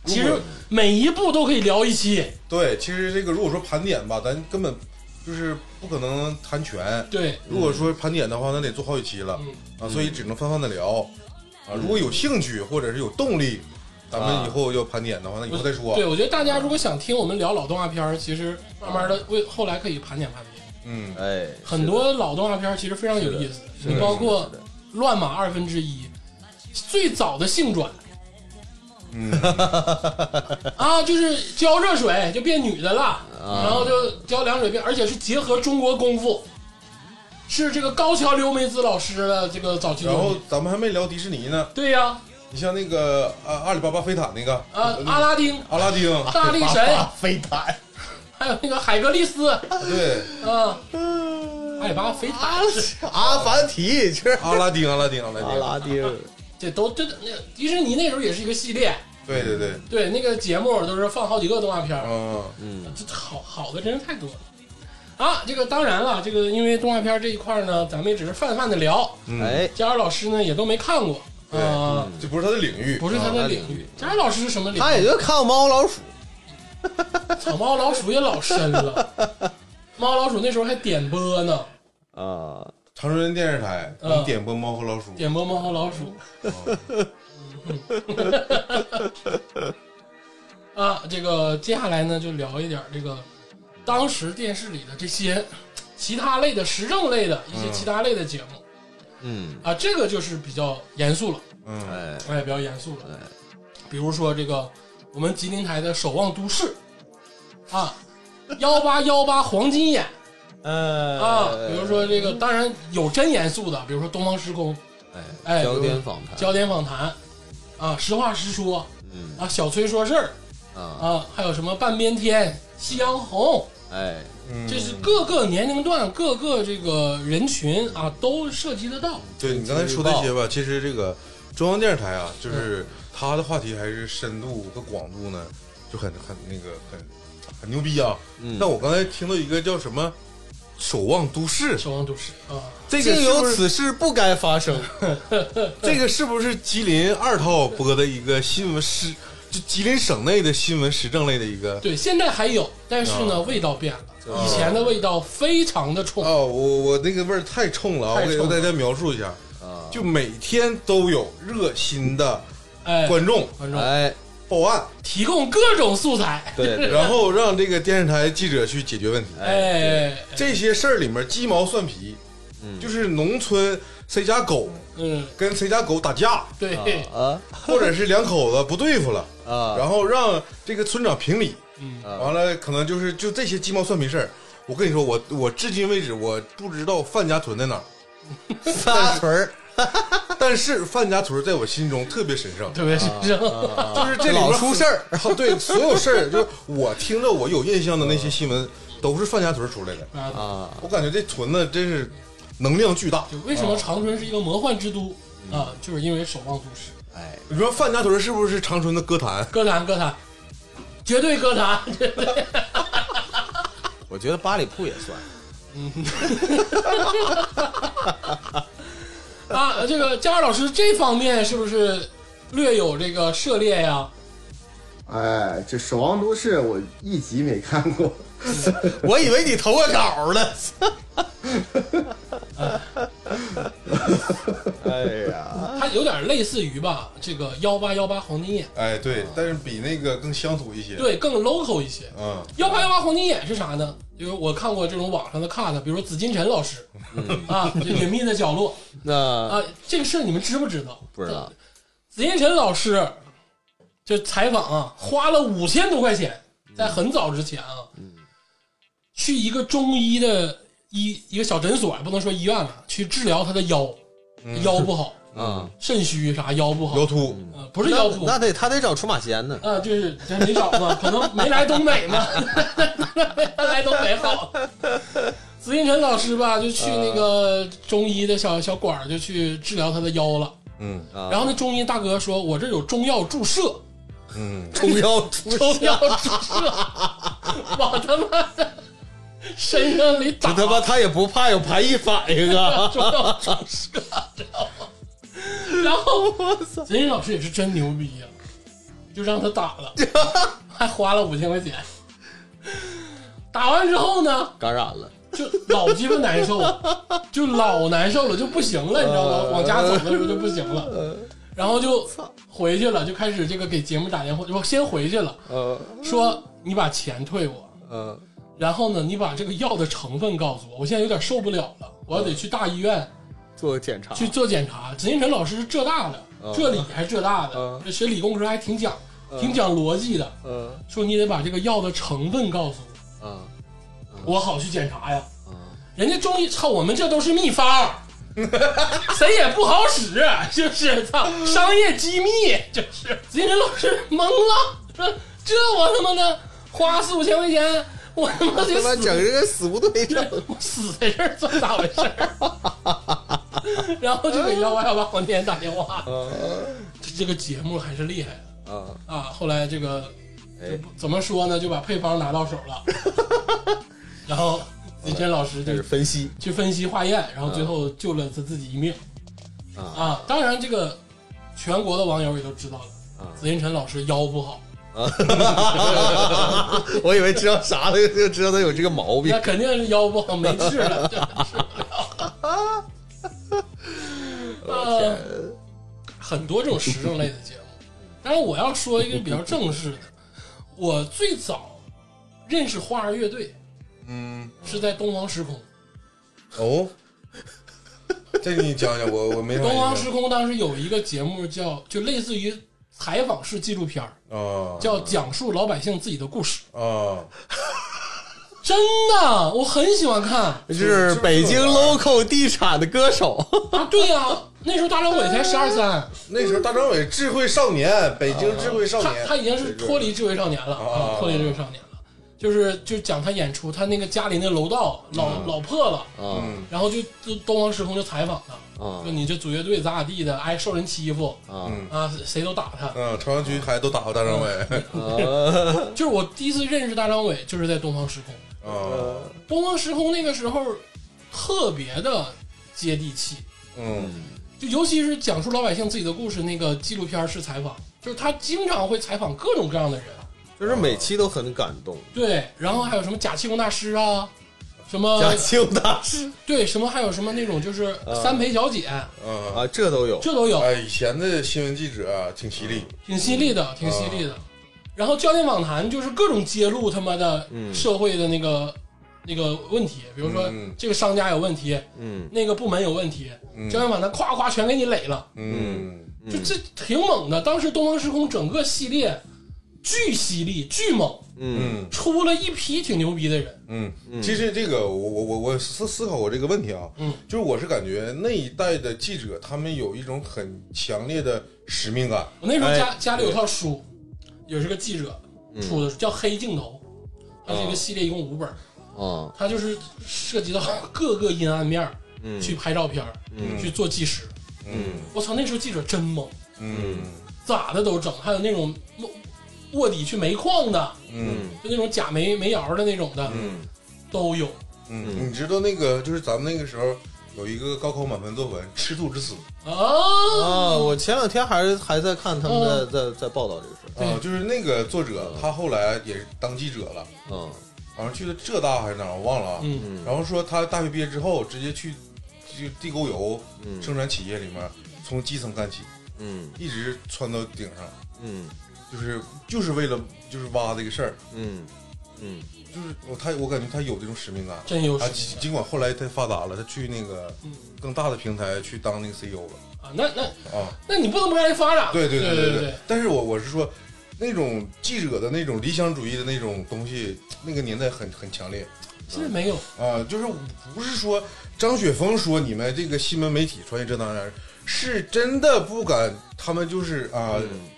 其
如
实
果
每一部都可以聊一期。
对，其实这个如果说盘点吧，咱根本就是不可能谈全。
对，
如果说盘点的话，那得做好几期了
嗯
啊，所以只能泛泛的聊啊。如果有兴趣或者是有动力，咱
啊
们以后要盘点的话，那以后再说啊
对，。我觉得大家如果想听我们聊老动画片儿，其实慢慢的为后来可以盘点盘点，
嗯，
哎，
很多老动画片儿其实非常有意思。
是的
你包括
是的
《乱马二分之一》，最早的性转，
嗯
[LAUGHS] 啊，就是浇热水就变女的了，
啊
然后就浇凉水变，而且是结合中国功夫，是这个高桥留美子老师的这个早期
然
作
后
品。
咱们还没聊迪士尼呢，
对呀、
你像那个啊阿里巴巴飞塔那个
啊，
呃
阿拉丁、
阿拉丁，
大力神，
飞弹，
还有那个海格力斯，
嗯
对，
啊，艾巴菲塔，
阿凡提，这
阿拉丁，阿拉丁，阿拉
阿
丁，
拉丁，
这都这那个迪士尼那时候也是一个系列，
对对对，
对那个节目都是放好几个动画片儿，
嗯，
嗯，
这好好的真是太多了。啊，这个当然了，这个因为动画片这一块儿呢，咱们也只是泛泛的聊，
嗯，
哎，
佳儿老师呢也都没看过，
对
啊，
嗯这不是他的领域，啊
不是他
嗯他
的
的
领
领
域
域。
佳儿老师是什么领域？
他也就看过猫老鼠，
操，猫老鼠也老深了。
[LAUGHS]
猫老鼠那时候还点播呢，
啊，
长春电视台，
嗯
你点播《猫和老鼠》
点播猫和老鼠。 [LAUGHS] 啊，这个接下来呢，就聊一点这个当时电视里的这些其他类的时政类的一些其他类的节目、
嗯，
啊，这个就是比较严肃了，
嗯，
哎，
哎，比较严肃了。比如说这个我们吉林台的《守望都市》啊，幺八幺八黄金眼。
呃 [LAUGHS]
啊，比如说这个，当然有真严肃的，比如说《东方时空》哎
哎，焦点访谈，
焦点访谈，啊，实话实说，
嗯
啊，小崔说事儿，
啊，
啊，还有什么半边天、夕阳红，
哎，
嗯
这是各个年龄段、各个这个人群啊都涉及得到。
对你刚才说这些吧，其实这个中央电视台啊，
嗯
就是它的话题还是深度和广度呢，就很很那个很很牛逼啊。
嗯
那我刚才听到一个叫什么“守望都市
守望都市啊，”，
这个
竟
是不
有
是
此事不该发生，
这个是不是吉林二套播的一个新闻时，就吉林省内的新闻时政类的一个？
对，现在还有，但是
啊
呢，味道变了，以前的味道非常的冲。
哦，我我那个味儿太冲了啊！
太
我
冲
给
了
大家描述一下，
啊，
就每天都有热心的
哎，
观众
观众
哎，
报案，
提供各种素材，
[LAUGHS] 对，对
然后让这个电视台记者去解决问题。
哎，
这些事儿里面鸡毛蒜皮，
嗯
就是农村谁家狗
嗯，
跟谁家狗打架，
对，
啊
或者是两口子不对付了，
啊，
然后让这个村长评理，
嗯
啊
完了可能就是就这些鸡毛蒜皮事儿。我跟你说，我我至今为止我不知道范家屯在哪儿，
仨屯儿，
但是范家屯在我心中特别神圣，
特别是
啊
这样
就是这里
老
边
出事儿，
很，对所有事儿，就是我听着我有印象的那些新闻都是范家屯出来的，
啊，
啊，
我感觉这屯子真是能量巨大。
就为什么长春是一个魔幻之都
嗯
啊？就是因为守望都市，
哎，
你说范家屯是不是长春的歌坛？
歌坛歌坛，绝对歌坛， [LAUGHS]
我觉得八里铺也算，
啊！这个佳儿老师这方面是不是略有这个涉猎呀？
哎，这《守望都市》我一集没看过， [LAUGHS]
[LAUGHS] 我以为你投个稿了， [LAUGHS] 哎呀，
它有点类似于吧，这个幺八幺八黄金眼，
哎，对，但是比那个更乡土一些。，
对，更 local 一些。
嗯，
幺八幺八黄金眼是啥呢？就是我看过这种网上的 cut，比如紫金陈老师啊，这隐秘的角落
那
啊，这个事儿你们知不知道？
不知道，
紫金陈老师就采访啊，花了五千多块钱，在很早之前啊，去一个中医的医一个小诊所，不能说医院了，去治疗他的腰，腰不好，
啊，
肾虚啥腰不好
腰，秃，
呃不是腰嗯不
那
好，
得他得找出马仙呢，
啊，就是这没找嘛，可能没来东北嘛，来东北好。紫金陈老师吧，就去那个中医的小小馆儿，就去治疗他的腰了。
嗯
啊 [LAUGHS]
然后那中医大哥说：“我这有中药注射。”
嗯，
中央出
都要注射，往他妈的身上里 [LAUGHS] 打，
这他妈他也不怕有排异反应啊！ [LAUGHS]
都要注射，知道吗？然后任任老师也是真牛逼呀、就让他打了，还花了五千块钱。打完之后呢，
感染
[LAUGHS]
了，
就老鸡巴难受，就老难受了，就不行了，你知道吗？往家走的时候就不行了，然后就回去了，就开始这个给节目打电话，我先回去了，
呃
说你把钱退我，
呃，
然后呢，你把这个药的成分告诉我，我现在有点受不了了，我要得去大医
啊
院
做个检查
去做检查。紫金陈老师是浙大的，
啊
浙理还是浙大的
嗯，
这学理工科还挺讲，
啊
挺讲逻辑的。
呃
说你得把这个药的成分告诉我，
啊
我好去检查呀。人家中医操，我们这都是秘方， [LAUGHS] 谁也不好使，就是
[LAUGHS]
操商业机密，就是紫金陈老师懵了，说这我他妈的花四五千块钱，我他妈
他
就
妈
死
整这个死不对症，
死在这儿，这 [LAUGHS] 咋回事儿然后就给幺八幺八黄天打电话，这这个节目还是厉害的
啊，
啊！后来这个
哎，
怎么说呢，就把配方拿到手了，然后李真老师就
开始分析
去分析化验，然后最后救了他自己一命
嗯啊
啊！当然，这个全国的网友也都知道了，
啊，
紫金陈老师腰不好，
我以为知道啥了就知道他有这个毛病
[LAUGHS] 那，肯定是腰不好没治了，真的是
我天
呃很多这种时政类的节目。但是我要说一个比较正式的，我最早认识花儿乐队
嗯，
是在东方时空。
[LAUGHS] 哦，这你讲讲，我我没啥啊
东方
印
时
象
空当时有一个节目叫，就类似于采访式纪录片儿，
啊，
叫讲述老百姓自己的故事。
啊，
真的，我很喜欢看
就是北京 local 地产的歌手， [LAUGHS]
啊！对呀、那时候大张伟才十二三，
那时候大张伟智慧少年，北京智慧少
他
年，
他已经是脱离智慧少年了
啊
啊，脱离智慧少年了。就是就讲他演出，他那个家里那楼道
嗯
老、老破了，
啊
然后就就东方时空就采访他，
啊
就你这组乐队咋咋地的，哎，受人欺负
啊
啊，谁都打他。
嗯，朝阳区还都打过大张伟 [LAUGHS] 嗯
啊
就是我第一次认识大张伟，就是在东方时空。
啊，
东方时空那个时候特别的接地气，
嗯
就尤其是讲述老百姓自己的故事那个纪录片式采访，就是他经常会采访各种各样的人，
就是每期都很感动。
对，然后还有什么假气功大师啊，什么
贾庆大师
对什么还有什么那种就是
啊
三陪小姐，
啊，
啊，这都有
这都有，
呃哎，以前的新闻记者啊挺犀利，
挺犀利
嗯
的，挺犀利的。然后焦点访谈就是各种揭露他妈的
嗯
社会的那个、那个问题，比如说
嗯
这个商家有问题，
嗯
那个部门有问题，
嗯
焦点访谈夸夸全给你垒了，
嗯
就这挺猛的。当时东方时空整个系列巨犀利、巨猛，
嗯
嗯
出了一批挺牛逼的人。
嗯，其实这个我我我我思思考过这个问题啊，
嗯，
就是我是感觉那一代的记者他们有一种很强烈的使命啊感，
我那时候家、
哎
家里有套书，也是个记者
嗯
出的，叫《黑镜头》，它
哦
是一个系列，一共五本儿，
啊
它就是涉及到各个阴暗面儿
嗯
去拍照片儿，
嗯
去做纪实。
嗯
我操，那时候记者真猛，
嗯
咋的都整，还有那种卧卧底去煤矿的，
嗯
就那种假煤煤窑的那种的，
嗯
都有。
嗯，你知道那个就是咱们那个时候有一个高考满分作文《吃兔之死》
啊，
啊！我前两天还还在看他们在在在报道这个事儿，
啊，就是那个作者他后来也是当记者了，
嗯
好像去了浙大还是哪儿，我忘了啊。
嗯，
嗯
然后说他大学毕业之后直接去就地沟油
嗯
生产企业里面，从基层干起，
嗯
一直窜到顶上，
嗯
就是就是为了就是挖这个事儿，
嗯嗯
就是我他我感觉他有这种使命感。
真有
啊，
实
尽
力
尽管后来他发达了，他去那个
嗯
更大的平台去当那个 CEO 了
啊！那那
啊。
那你不能不让人发展。
对对
对
对
对，
但是我我是说，那种记者的那种理想主义的那种东西，那个年代很很强烈
现在没有。
啊、就是不是说张雪峰说你们这个新闻媒体专业这当然是真的不敢，他们就是啊。
嗯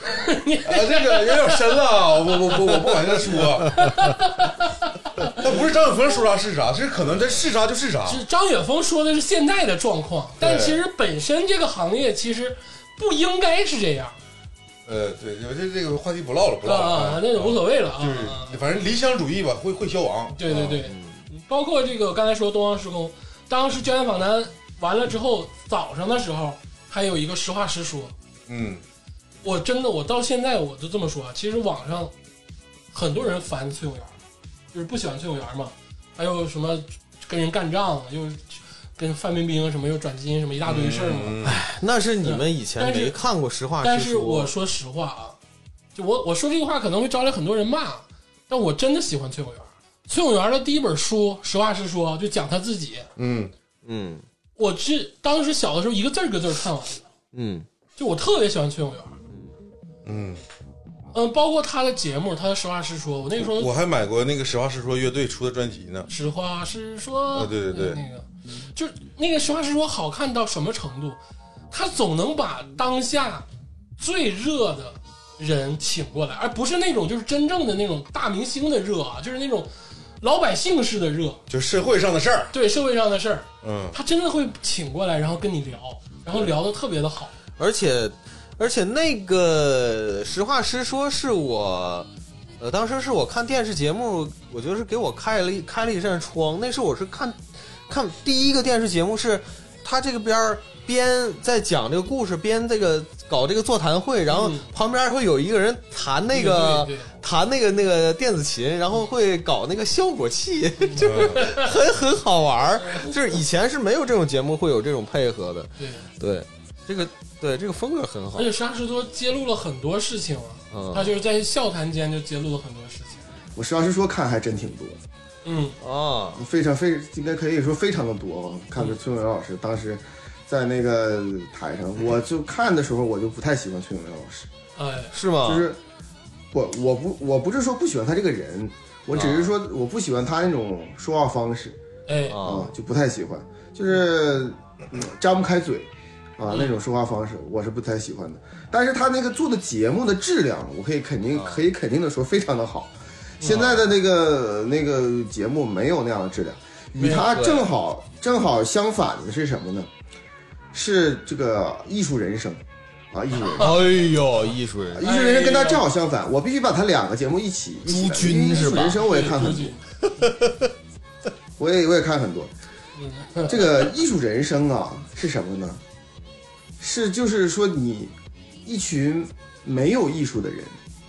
啊，这个有点深了啊，我我我我不往
[LAUGHS]
下说，那不是张雪峰说啥是啥，是可能这是啥就是啥，
是张雪峰说的是现在的状况，但其实本身这个行业其实不应该是这样
呃，对，有这这个话题不唠了，不嗯
啊
唠了哎
啊，那就无所谓了啊。
就是反正理想主义吧，会会消亡。
对对对
啊，
包括这个刚才说东方时空，当时焦点访谈完了之后，早上的时候还有一个实话实说，
嗯
我真的我到现在我就这么说啊，其实网上很多人烦崔永元，就是不喜欢崔永元嘛，还有什么跟人干仗，又跟范冰冰什么又转基因什么一大堆事儿嘛。
嗯
那是你们以前没看过实话
但
实
是
说
我说实话啊，就我我说这个话可能会招来很多人骂，但我真的喜欢崔永元。崔永元的第一本书《实话实说》就讲他自己，
嗯
嗯
我是当时小的时候一个字儿一个字儿看完的，
嗯
就我特别喜欢崔永元。
嗯，
嗯，包括他的节目，他的实话实说，我那个时候
我还买过那个实话实说乐队出的专辑呢。
实话实说，
啊对对对
那个就那个实话实说好看到什么程度，他总能把当下最热的人请过来，而不是那种就是真正的那种大明星的热啊，就是那种老百姓式的热，
就社会上的事儿，
对社会上的事儿，
嗯，
他真的会请过来，然后跟你聊，然后聊的特别的好。
而且而且那个实话实说，是我呃当时是我看电视节目，我觉得是给我开了一开了一扇窗。那时候我是看看第一个电视节目是，他这个边儿边在讲这个故事，边这个搞这个座谈会，然后
嗯
旁边会有一个人弹那个。
对对
弹那个那个电子琴，然后会搞那个效果器，
嗯
就是很很好玩儿。就是以前是没有这种节目会有这种配合的，
对，对
对，这个对这个风格很好
而。且沙士多揭露了很多事情啊，
嗯
他就是在笑谈间就揭露了很多事情。
我实话实说看还真挺多，
嗯，
啊，
非常非应该可以说非常的多吧。看着崔永元老师当时在那个台上，我就看的时候我就不太喜欢崔永元老师，
哎，
是吗？
就是我我不我不是说不喜欢他这个人，我只是说我不喜欢他那种说话方式
哎，
啊
啊，就不太喜欢，就是嗯张不开嘴。啊，那种说话方式我是不太喜欢的，但是他那个做的节目的质量，我可以肯定
啊
可以肯定的说非常的好。现在的那个那个节目没有那样的质量，与他
对
正好正好相反的是什么呢？是这个艺术人生，啊，艺术
[LAUGHS]
人生。
哎呦，艺术人
艺术人生跟他正好相反，我必须把他两个节目一起。一起
哎朱军是吧
艺术人生我也看
出
很多
去，，
我也我也看很多。这个艺术人生啊是什么呢？是就是说你一群没有艺术的人，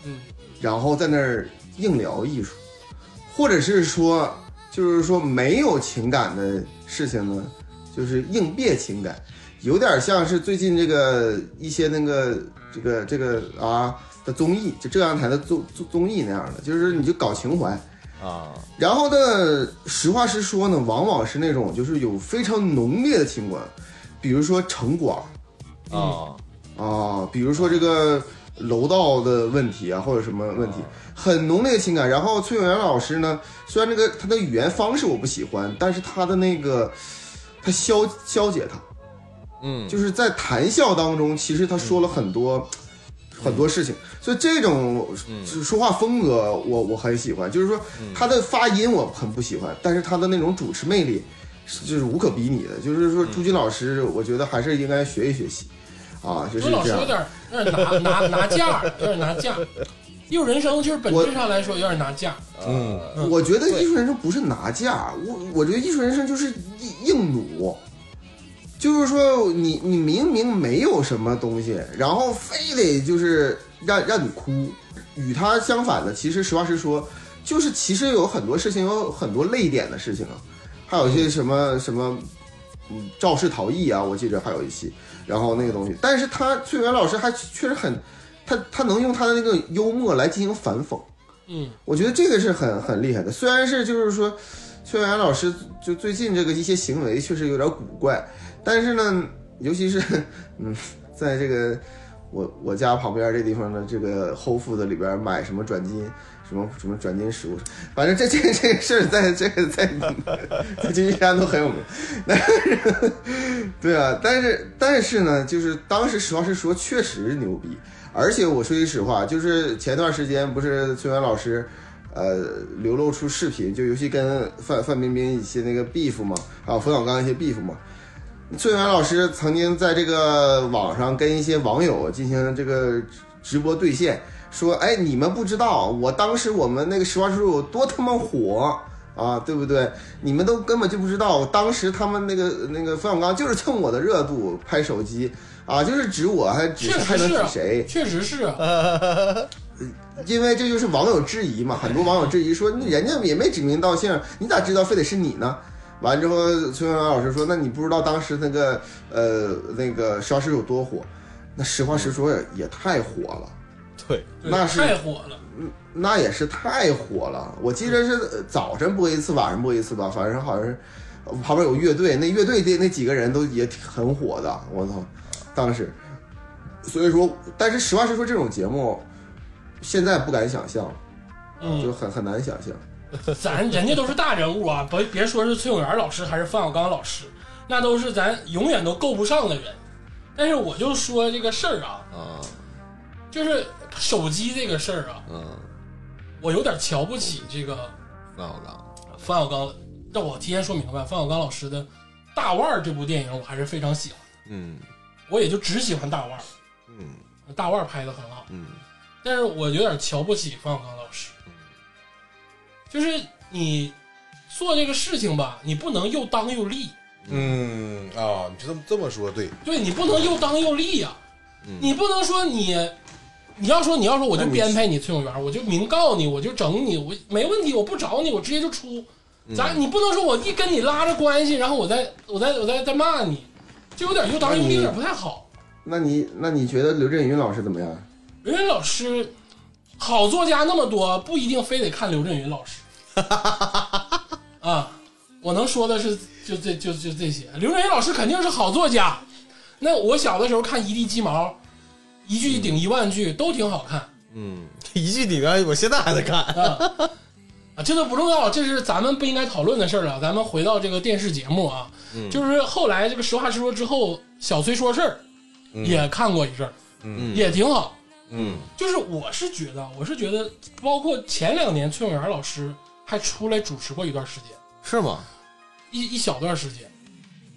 嗯，
然后在那儿硬聊艺术，或者是说就是说没有情感的事情呢，就是硬憋情感，有点像是最近这个一些那个这个这个啊的综艺，就浙江台的综综综艺那样的，就是你就搞情怀，
啊，
然后呢，实话实说呢，往往是那种就是有非常浓烈的情感，比如说城管
啊，
啊，比如说这个楼道的问题啊，或者什么问题，很浓烈的情感。然后崔永元老师呢，虽然这个他的语言方式我不喜欢，但是他的那个他消消解他，
嗯，
就是在谈笑当中，其实他说了很多、很多事情，所以这种说话风格我我很喜欢，就是说他的发音我很不喜欢，但是他的那种主持魅力是就是无可比拟的，就是说朱军老师，我觉得还是应该学一学习。啊，就是
朱老
这
师有
样。
点有点拿拿拿架，有点拿架。艺术人生就是本质上来说有点拿架，
嗯，
我觉得艺术人生不是拿架，我我觉得艺术人生就是硬硬弩，就是说你你明明没有什么东西，然后非得就是让让你哭。与他相反的，其实实话实说，就是其实有很多事情，有很多泪点的事情啊，还有一些什么什么，嗯，肇事逃逸啊，我记着还有一期，然后那个东西，但是他崔元老师还确实很，他他能用他的那个幽默来进行反讽，
嗯，
我觉得这个是很很厉害的，虽然是就是说，崔元老师就最近这个一些行为确实有点古怪，但是呢，尤其是 [LAUGHS] 嗯，在这个我我家旁边这地方的这个后 o 的里边买什么转基因。什么什么转基因食物，反正这 [LAUGHS] 这个这个事儿在这个在在金山都很有名，但是 [LAUGHS] 对啊，但是但是呢，就是当时实话实说，确实牛逼。而且我说句实话，就是前段时间不是崔元老师，呃，流露出视频，就尤其跟范范冰冰一些那个 beef 嘛，还有冯小刚一些 beef 嘛。崔元老师曾经在这个网上跟一些网友进行这个直播对线，说：“哎，你们不知道，我当时我们那个实话实说有多他妈火啊，对不对？你们都根本就不知道，当时他们那个那个冯小刚就是蹭我的热度拍手机啊，就是指我还指
确实
还能指
是啊
谁？
确实是啊，
因为这就是网友质疑嘛，很多网友质疑说，那人家也没指名道姓，你咋知道非得是你呢？完之后，崔永元老师说，那你不知道当时那个呃那个实话实有多火？那实话实说也也太火了，
对，
对
那是
太火了。
那也是太火了。我记得是呃早晨播一次，晚上播一次吧，反正好像是呃旁边有乐队，那乐队的那几个人都也挺很火的，我操，当时。所以说，但是实话实说，这种节目现在不敢想象了。就
嗯，
很很难想象。
咱人家都是大人物啊，别别说是崔永元老师还是范小刚老师，那都是咱永远都够不上的人。但是我就说这个事儿啊，
啊，
就是手机这个事儿啊，
嗯，
我有点瞧不起这个
范小刚，
冯小刚。让我提前说明白，冯小刚老师的《大腕儿》这部电影，我还是非常喜欢。
嗯 [LAUGHS]
我也就只喜欢《大腕儿
嗯》，
《大腕儿》拍的很好，
嗯，
但是我有点瞧不起冯小刚老师。就是你做这个事情吧，你不能又当又立，
嗯啊，你这么这么说对，
对你不能又当又立呀、
嗯
你不能说你，你要说你要说我就
那你
编排你崔永元，我就明告你，我就整你，我没问题，我不找你，我直接就出。
嗯
咱你不能说我一跟你拉着关系，然后我再我再我再再骂你，就有点又当又立，有点不太好。
那你那你觉得刘震云老师怎么样？
刘震云老师，好作家那么多，不一定非得看刘震云老师。啊，我能说的是，就这就就这些。刘震云老师肯定是好作家。那我小的时候看《一地鸡毛》，一句顶一万句，都挺好看
一句顶完，我现在还在看，
啊。啊，这都不重要，这是咱们不应该讨论的事儿了。咱们回到这个电视节目啊，就是后来这个《实话实说》之后，小崔说事儿、也看过一阵儿，
嗯
也挺好。
嗯
就是我是觉得，我是觉得，包括前两年崔永元老师还出来主持过一段时间，
是吗？
一一小段时间，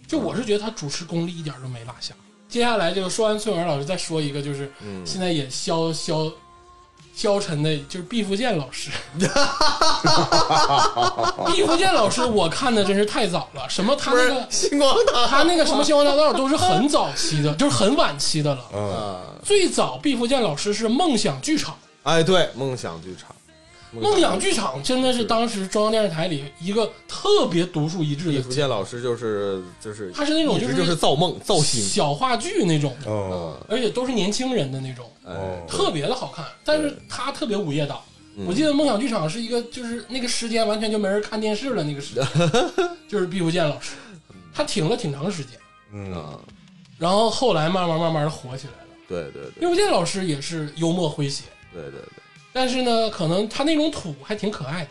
就我是觉得他主持功力一点都没落下。接下来这个说完崔永元老师，再说一个就是
嗯
现在也消消消沉的，就是毕福剑老师。毕福剑老师，我看的真是太早了，什么他
不
那
是
[LAUGHS] 个
星光大
他那个什么星光大道都是很早期的，就是很晚期的了。
啊，
啊，
最早毕福剑老师是梦想剧场。
哎，对，梦想剧场，
梦想剧场真的是当时中央电视台里一个特别独树一帜
艺
的
术界老师就是就是，
他是那种
一直
就是
就是造梦造星，
小话剧那种的，
哦
而且都是年轻人的那种，
哎，
特别的好看。但是他特别午夜档，我记得梦想剧场是一个就是那个时间完全就没人看电视了，那个时间就是毕福剑老师，他停了挺长时间，
嗯
啊，
然后后来慢慢慢慢的火起来了。
对对
毕
对
福剑老师也是幽默诙谐，
对对对，
但是呢，可能他那种土还挺可爱的。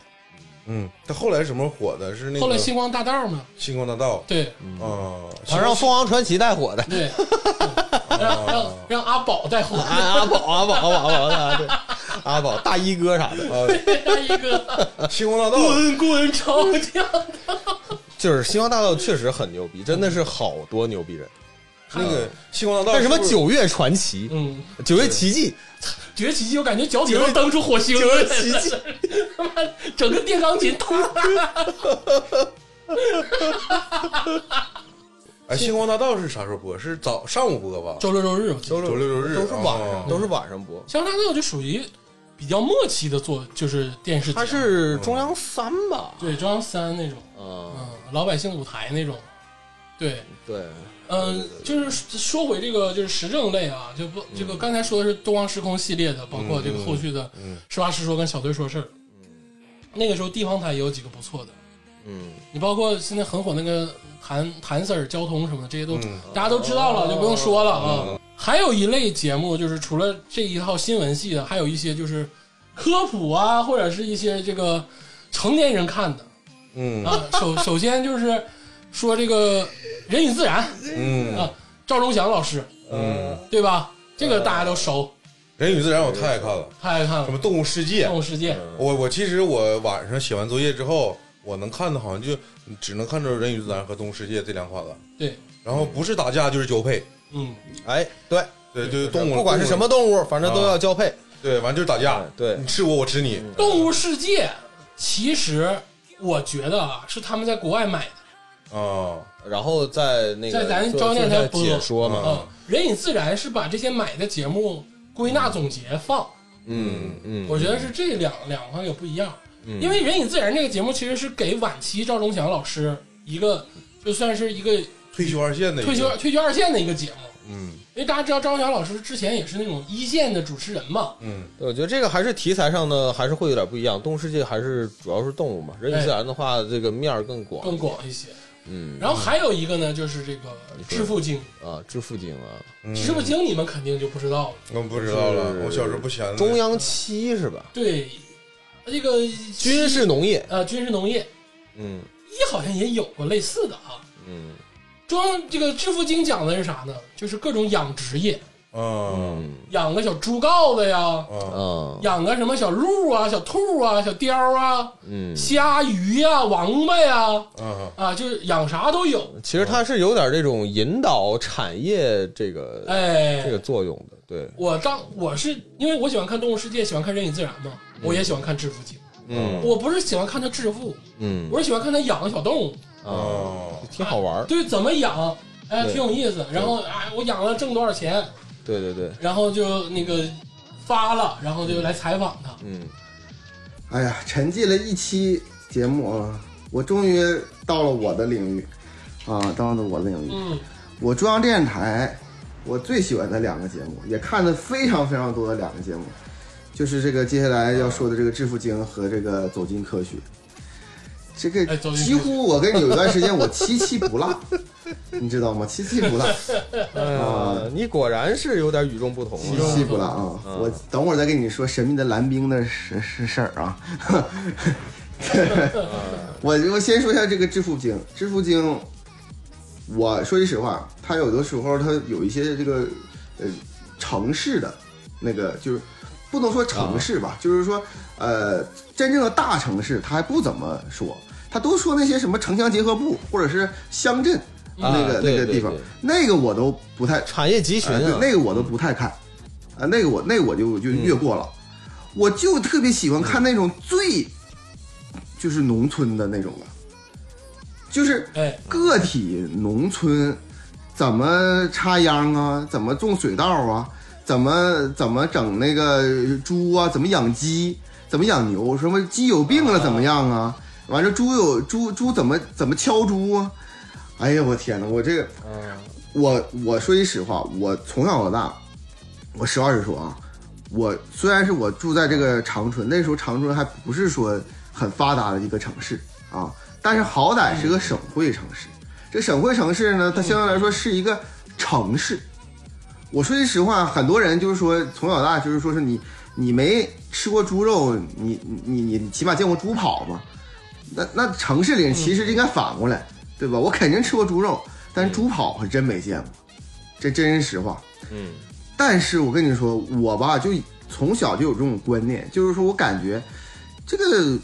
嗯，他后来什么火的？是那
后来
个
星光大道嘛，
星光大道
对，
啊，
他让凤凰传奇带火的，
对，对
啊
让让让阿宝带火，
阿阿宝阿宝阿宝阿宝啊，对，阿宝大衣哥啥的，
啊，
让一个
星光大道
滚
嗯
滚朝天。
就是星光大道确实很牛逼，真的是好多牛逼人，
那个星光大道
但
是
什
不
么
是
九月传奇、
嗯，
九月奇迹、
崛起就感觉脚底能蹬出火星
九
来
月
了，
奇迹，
他妈整个电钢琴哒。
哎，星光大道是啥时候播？是早上午播吧？
[LAUGHS] 周六周日，
周
周六周日
[LAUGHS] 都是嗯晚上、
哦
都是晚上播，
香山乐就属于比较末期的做，就是电视节目，
它是中央三吧？
对中央三那种，
啊，
嗯，老百姓舞台那种，对。
对，
嗯，就是说回这个就是时政类啊，就不这个刚才说的是东方时空系列的，包括这个后续的
嗯
实话实说跟小队说事儿。那个时候地方台也有几个不错的，
嗯，
你包括现在很火那个韩韩 Sir 交通什么的，这些都
嗯
大家都知道了，就不用说了啊。还有一类节目就是除了这一套新闻系的，还有一些就是科普啊，或者是一些这个成年人看的
嗯
啊。首首先就是说这个人与自然，
嗯
啊，赵忠祥老师，
嗯，
对吧？这个大家都熟，
人与自然我太爱看了，
太爱看了，
什
《
么动物世界嗯
动，物世界》
我我其实我晚上写完作业之后，我能看的好像就只能看着人与自然和动物世界这两款了，
对，
然后不是打架就是交配，
嗯，
哎，对，
对，就是动物啊
不管是什，么动物，反正都要交配。
动物对，完就是打架，
对
你吃我我吃你，
《动物世界》其实我觉得啊，是他们在国外买的。
嗯
啊，
然后在那个
在咱
做
中央电视台
做
播
解说嘛，
嗯，人与自然是把这些买的节目归纳总结放，
嗯嗯，
我觉得是这两两方有不一样。
嗯
因为人与自然这个节目其实是给晚期赵忠祥老师一个就算是一个
退休二线的一个
退休退休二线的一个节目，
嗯
因为大家知道赵忠祥老师之前也是那种一线的主持人嘛，
嗯
对我觉得这个还是题材上呢，还是会有点不一样。动物世界还是主要是动物嘛，人与自然的话，这个面儿哎更广。
更广一些。
嗯
然后还有一个呢，就是这个致富经，
啊，致富经啊，
嗯，
致富经你们肯定就不知道了。
我不知道了
是，
我小时候不闲的
中央七是吧？
对，这个
军事农业，
呃军事农业
嗯
一好像也有过类似的啊。
嗯
中央这个致富经讲的是啥呢？就是各种养殖业，
嗯
养个小猪羔子呀，
嗯
嗯
养个什么小鹿啊、小兔啊、小貂啊、
嗯，
虾、鱼呀、王八呀，
嗯
啊，就是养啥都有。
其实它是有点这种引导产业这个、
哎，
这个作用的，对，
我当我是因为我喜欢看《动物世界》，喜欢看《人与自然》嘛，我也喜欢看《致富经》。
嗯
我不是喜欢看它致富，
嗯
我是喜欢看它养小动物，
啊，
哦
挺好玩儿，
对，怎么养，哎，
对
挺有意思。然后哎，我养了挣多少钱，
对对对，
然后就那个发了，然后就来采访它。
嗯
哎呀，沉寂了一期节目啊，我终于到了我的领域啊，到了我的领域。
嗯，
我中央电视台，我最喜欢的两个节目，也看的非常非常多的两个节目，就是这个接下来要说的这个《致富经》和这个《走进科学》。这个
哎走进科学
几乎我跟你有一段时间我七七不落，你知道吗？七七不落，
啊，你果然是有点与众不同
七
啊，
七不落啊！我等会儿再跟你说神秘的蓝冰的事事事儿
[LAUGHS]
啊。我我先说一下这个致富经，致富经，我说句实话，它有的时候它有一些这个呃城市的那个就是不能说城
嗯
市吧，就是说呃真正的大城市，它还不怎么说，它都说那些什么城乡结合部或者是乡镇。
啊
那个、
对
那个
对
地方
对，
那个我都不太
产业集群
哎对
啊，
那个我都不太看，啊，那个我那个我就就越过了，我就特别喜欢看那种最就是农村的那种的，就是
哎，
个体农村怎么插秧啊，怎么种水稻啊，怎么怎么整那个猪啊，怎么养鸡，怎么养牛，什么鸡有病了怎么样啊？完了猪有猪猪怎么怎么敲猪啊？哎呀，我天呐，我这个，我我说句实话，我从小到大，我实话实说啊，我虽然是我住在这个长春，那时候长春还不是说很发达的一个城市啊，但是好歹是个省会城市。这省会城市呢，它相对来说是一个城市。我说句实话，很多人就是说从小到大就是说是你你没吃过猪肉，你你你你起码见过猪跑吗？那那城市里其实应该反过来，对吧？我肯定吃过猪肉，但猪跑还真没见过，这真是实话。
嗯
但是我跟你说，我吧就从小就有这种观念，就是说我感觉这个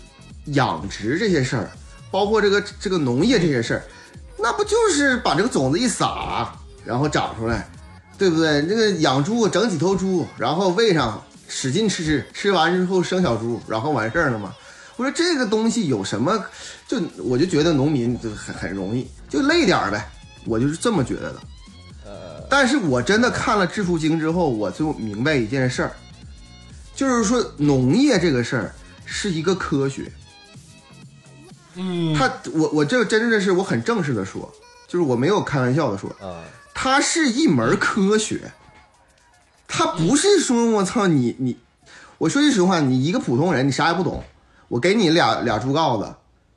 养殖这些事儿，包括这个这个农业这些事儿，那不就是把这个种子一撒，然后长出来，对不对？这个养猪整几头猪，然后喂上，使劲吃吃，吃完之后生小猪，然后完事儿了嘛。我说这个东西有什么？就我就觉得农民就很很容易，就累点儿呗，我就是这么觉得的。但是我真的看了《致富经》之后，我就明白一件事儿，就是说农业这个事儿是一个科学。
嗯，
它，我我这真的是我很正式的说，就是我没有开玩笑的说，
啊，
它是一门科学，它不是说我操你你，我说句实话，你一个普通人，你啥也不懂，我给你俩俩猪羔子，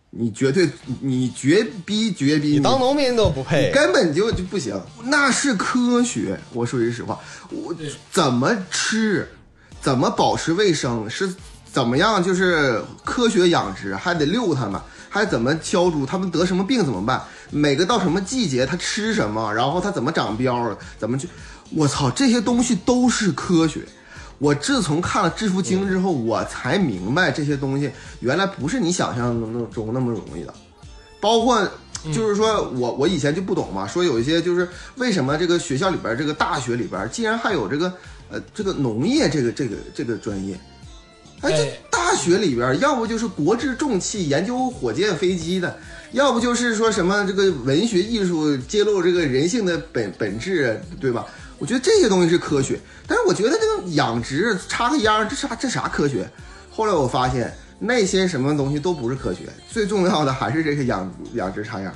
你绝对你绝逼绝逼，
你当农民都不配，
根本就就不行，那是科学。我说句实话，我怎么吃，怎么保持卫生，是怎么样就是科学养殖，还得遛它们，还怎么消除它们得什么病怎么办？每个到什么季节它吃什么，然后它怎么长膘，怎么去？我操，这些东西都是科学。我自从看了《致富经》之后，我才明白这些东西原来不是你想象中那么容易的。包括就是说我我以前就不懂嘛，说有一些就是为什么这个学校里边儿这个大学里边儿竟然还有这个呃这个农业这个这个这个专业，哎，这
哎
大学里边儿要不就是国之重器研究火箭飞机的，要不就是说什么这个文学艺术揭露这个人性的本本质，对吧？我觉得这些东西是科学，但是我觉得这个养殖插个秧儿，这啥这啥科学？后来我发现那些什么东西都不是科学，最重要的还是这个养养殖插秧，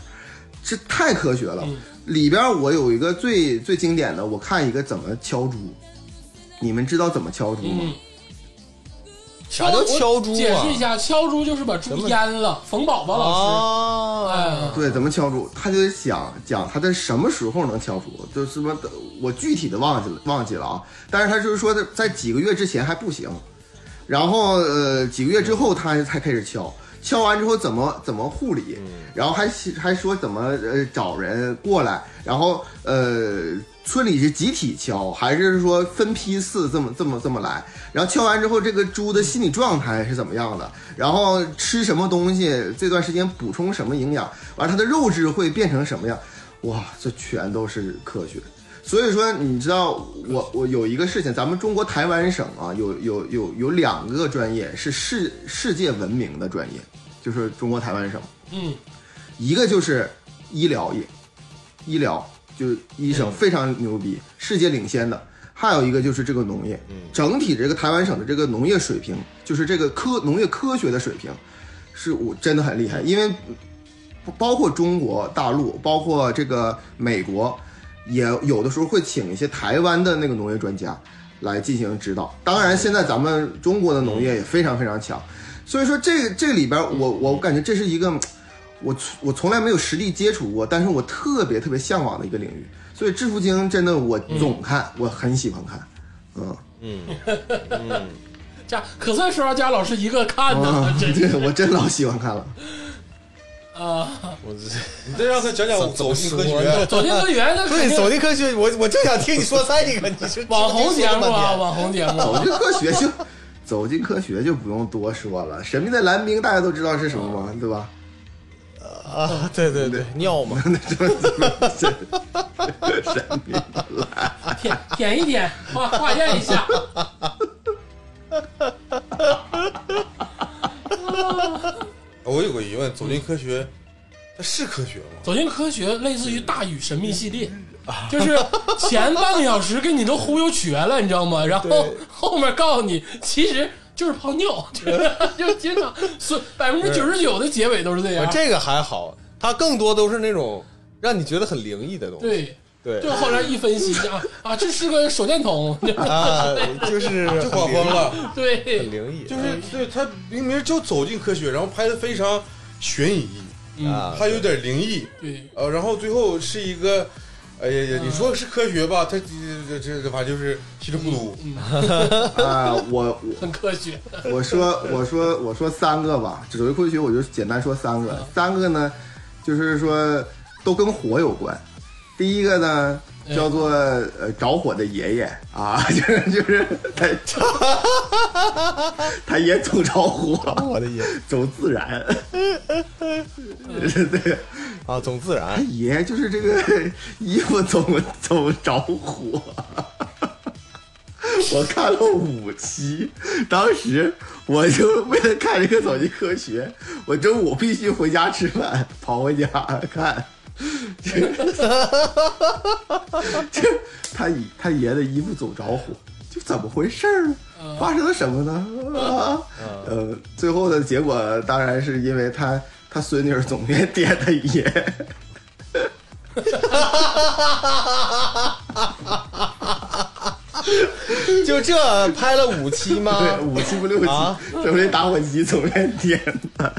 这太科学
嗯
了。里边我有一个最最经典的，我看一个怎么敲猪，你们知道怎么敲猪吗？
嗯，
啥叫敲猪啊
我解释一下，敲猪就是把猪阉了。冯宝宝
哦
老师，
啊，
哎，
对，怎么敲竹？他就想讲他在什么时候能敲竹，就是什么，我具体的忘记了，忘记了啊。但是他就是说的，在几个月之前还不行，然后呃几个月之后他才开始敲，敲完之后怎么怎么护理，然后还还说怎么呃找人过来，然后呃村里是集体敲，还是说分批次这么这么这么来？然后敲完之后，这个猪的心理状态是怎么样的？然后吃什么东西？这段时间补充什么营养？完了，它的肉质会变成什么样？哇，这全都是科学。所以说，你知道我我有一个事情，咱们中国台湾省啊，有有有有两个专业是世世界闻名的专业，就是中国台湾省。
嗯，
一个就是医疗业，医疗就是医生非常牛逼，世界领先的；还有一个就是这个农业，整体这个台湾省的这个农业水平，就是这个科农业科学的水平，是我真的很厉害，因为包括中国大陆，包括这个美国，也有的时候会请一些台湾的那个农业专家来进行指导。当然，现在咱们中国的农业也非常非常强，所以说这这里边我我感觉这是一个我我从来没有实地接触过，但是我特别特别向往的一个领域。所以《致富经》真的我总看，我很喜欢看，嗯。
家可算说到家老师一个看呢
啊，，
真
[LAUGHS] 对
是
我真老喜欢看了。
啊！
我
你再让他讲讲
怎
走
么
进
说
科学
呢，
走进科学那肯
对，走
定
进科学，我我就想听你说这个，你是
网红节目啊，
吗？
网红节目
走进科学就走进科学就不用多说了，《神秘的蓝冰》大家都知道是什么嘛，对吧？
啊，对对对，尿嘛，
啊舔舔一舔，化化验一下。
[LAUGHS] 我有个疑问，走进科学，它是科学吗？
走进科学类似于大禹神秘系列，就是前半个小时给你都忽悠瘸了，你知道吗？然后后面告诉你，其实就是泡尿， [LAUGHS] 就经常所百分之九十九的结尾都是这样。
这个还好，它更多都是那种让你觉得很灵异的东西。
对，
对
就后来一分析啊啊，这是个手电筒， [LAUGHS]
啊，就是
就画风了。
很
对，
灵异，
就是对他明明就走进科学，然后拍的非常悬疑，
嗯，
啊，
他有点灵异，
对，
呃，然后最后是一个，哎呀呀，你说是科学吧，他这这这反正就是稀里糊涂，
[LAUGHS] 啊、我我
很科学。
我说我说我说三个吧，走进科学我就简单说三个，三个呢，就是说都跟火有关。第一个呢叫做呃着火的爷爷啊， [LAUGHS] 就是就是他 [LAUGHS] 他也总着火，
我的爷
走自然， [LAUGHS] 对。
啊，总自然
哎爷就是这个 [LAUGHS] 衣服总总着火， [LAUGHS] 我看了五期，当时我就为了看这个走进科学，我中午必须回家吃饭，跑回家看。 [LAUGHS] 这这他爷他爷的衣服总着火，就怎么回事儿呢？发生了什么呢？啊，呃，最后的结果当然是因为他他孙女儿总愿 [LAUGHS] 点他爷。
就这拍了五期
对，
吗？
五七不六七 [LAUGHS]
啊，
这回打火机总在点的。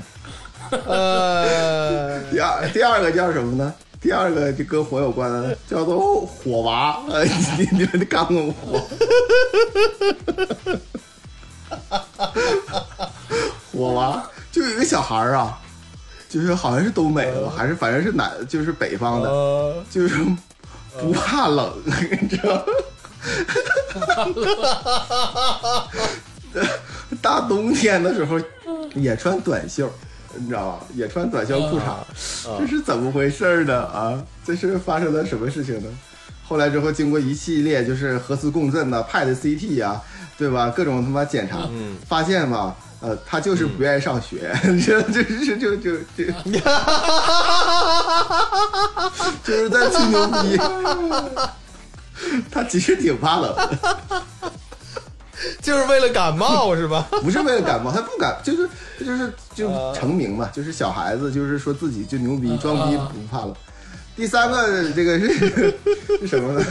呃，
第二第二个叫什么呢？第二个就跟火有关的，叫做火娃。呃，你你们干过火？ [LAUGHS] 火娃就有一个小孩儿啊，就是好像是东北的吧，还是反正是南，就是北方的，
呃
就是不怕冷，你知道吗？大冬天的时候也穿短袖，你知道吧？也穿短袖裤衩，这是怎么回事呢？啊，这是发生了什么事情呢？后来之后，经过一系列就是核磁共振呐、派的 CT 呀、对吧？各种他妈检查，发现吧，呃，他就是不愿意上学， [LAUGHS] 这这这就就就就是在吹牛
[LAUGHS]
逼。他其实挺怕冷，
就是为了感冒是吧？
不是为了感冒，他不感，就是就是就成名
呃
嘛，就是小孩子，就是说自己就牛逼，装逼不怕冷。第三个这个 [LAUGHS] 是是什么呢？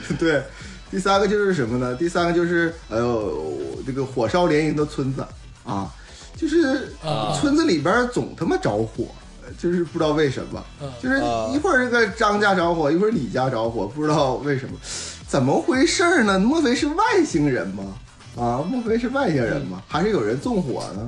[LAUGHS] 对，第三个就是什么呢？第三个就是哎呦，这个火烧连营的村子啊，就是
啊
村子里边儿总他妈着火，就是不知道为什么
嗯，
就是一会儿这个张家着火，一会儿李家着火，不知道为什么，怎么回事儿呢？莫非是外星人吗？啊，莫非是外星人吗？还是有人纵火呢？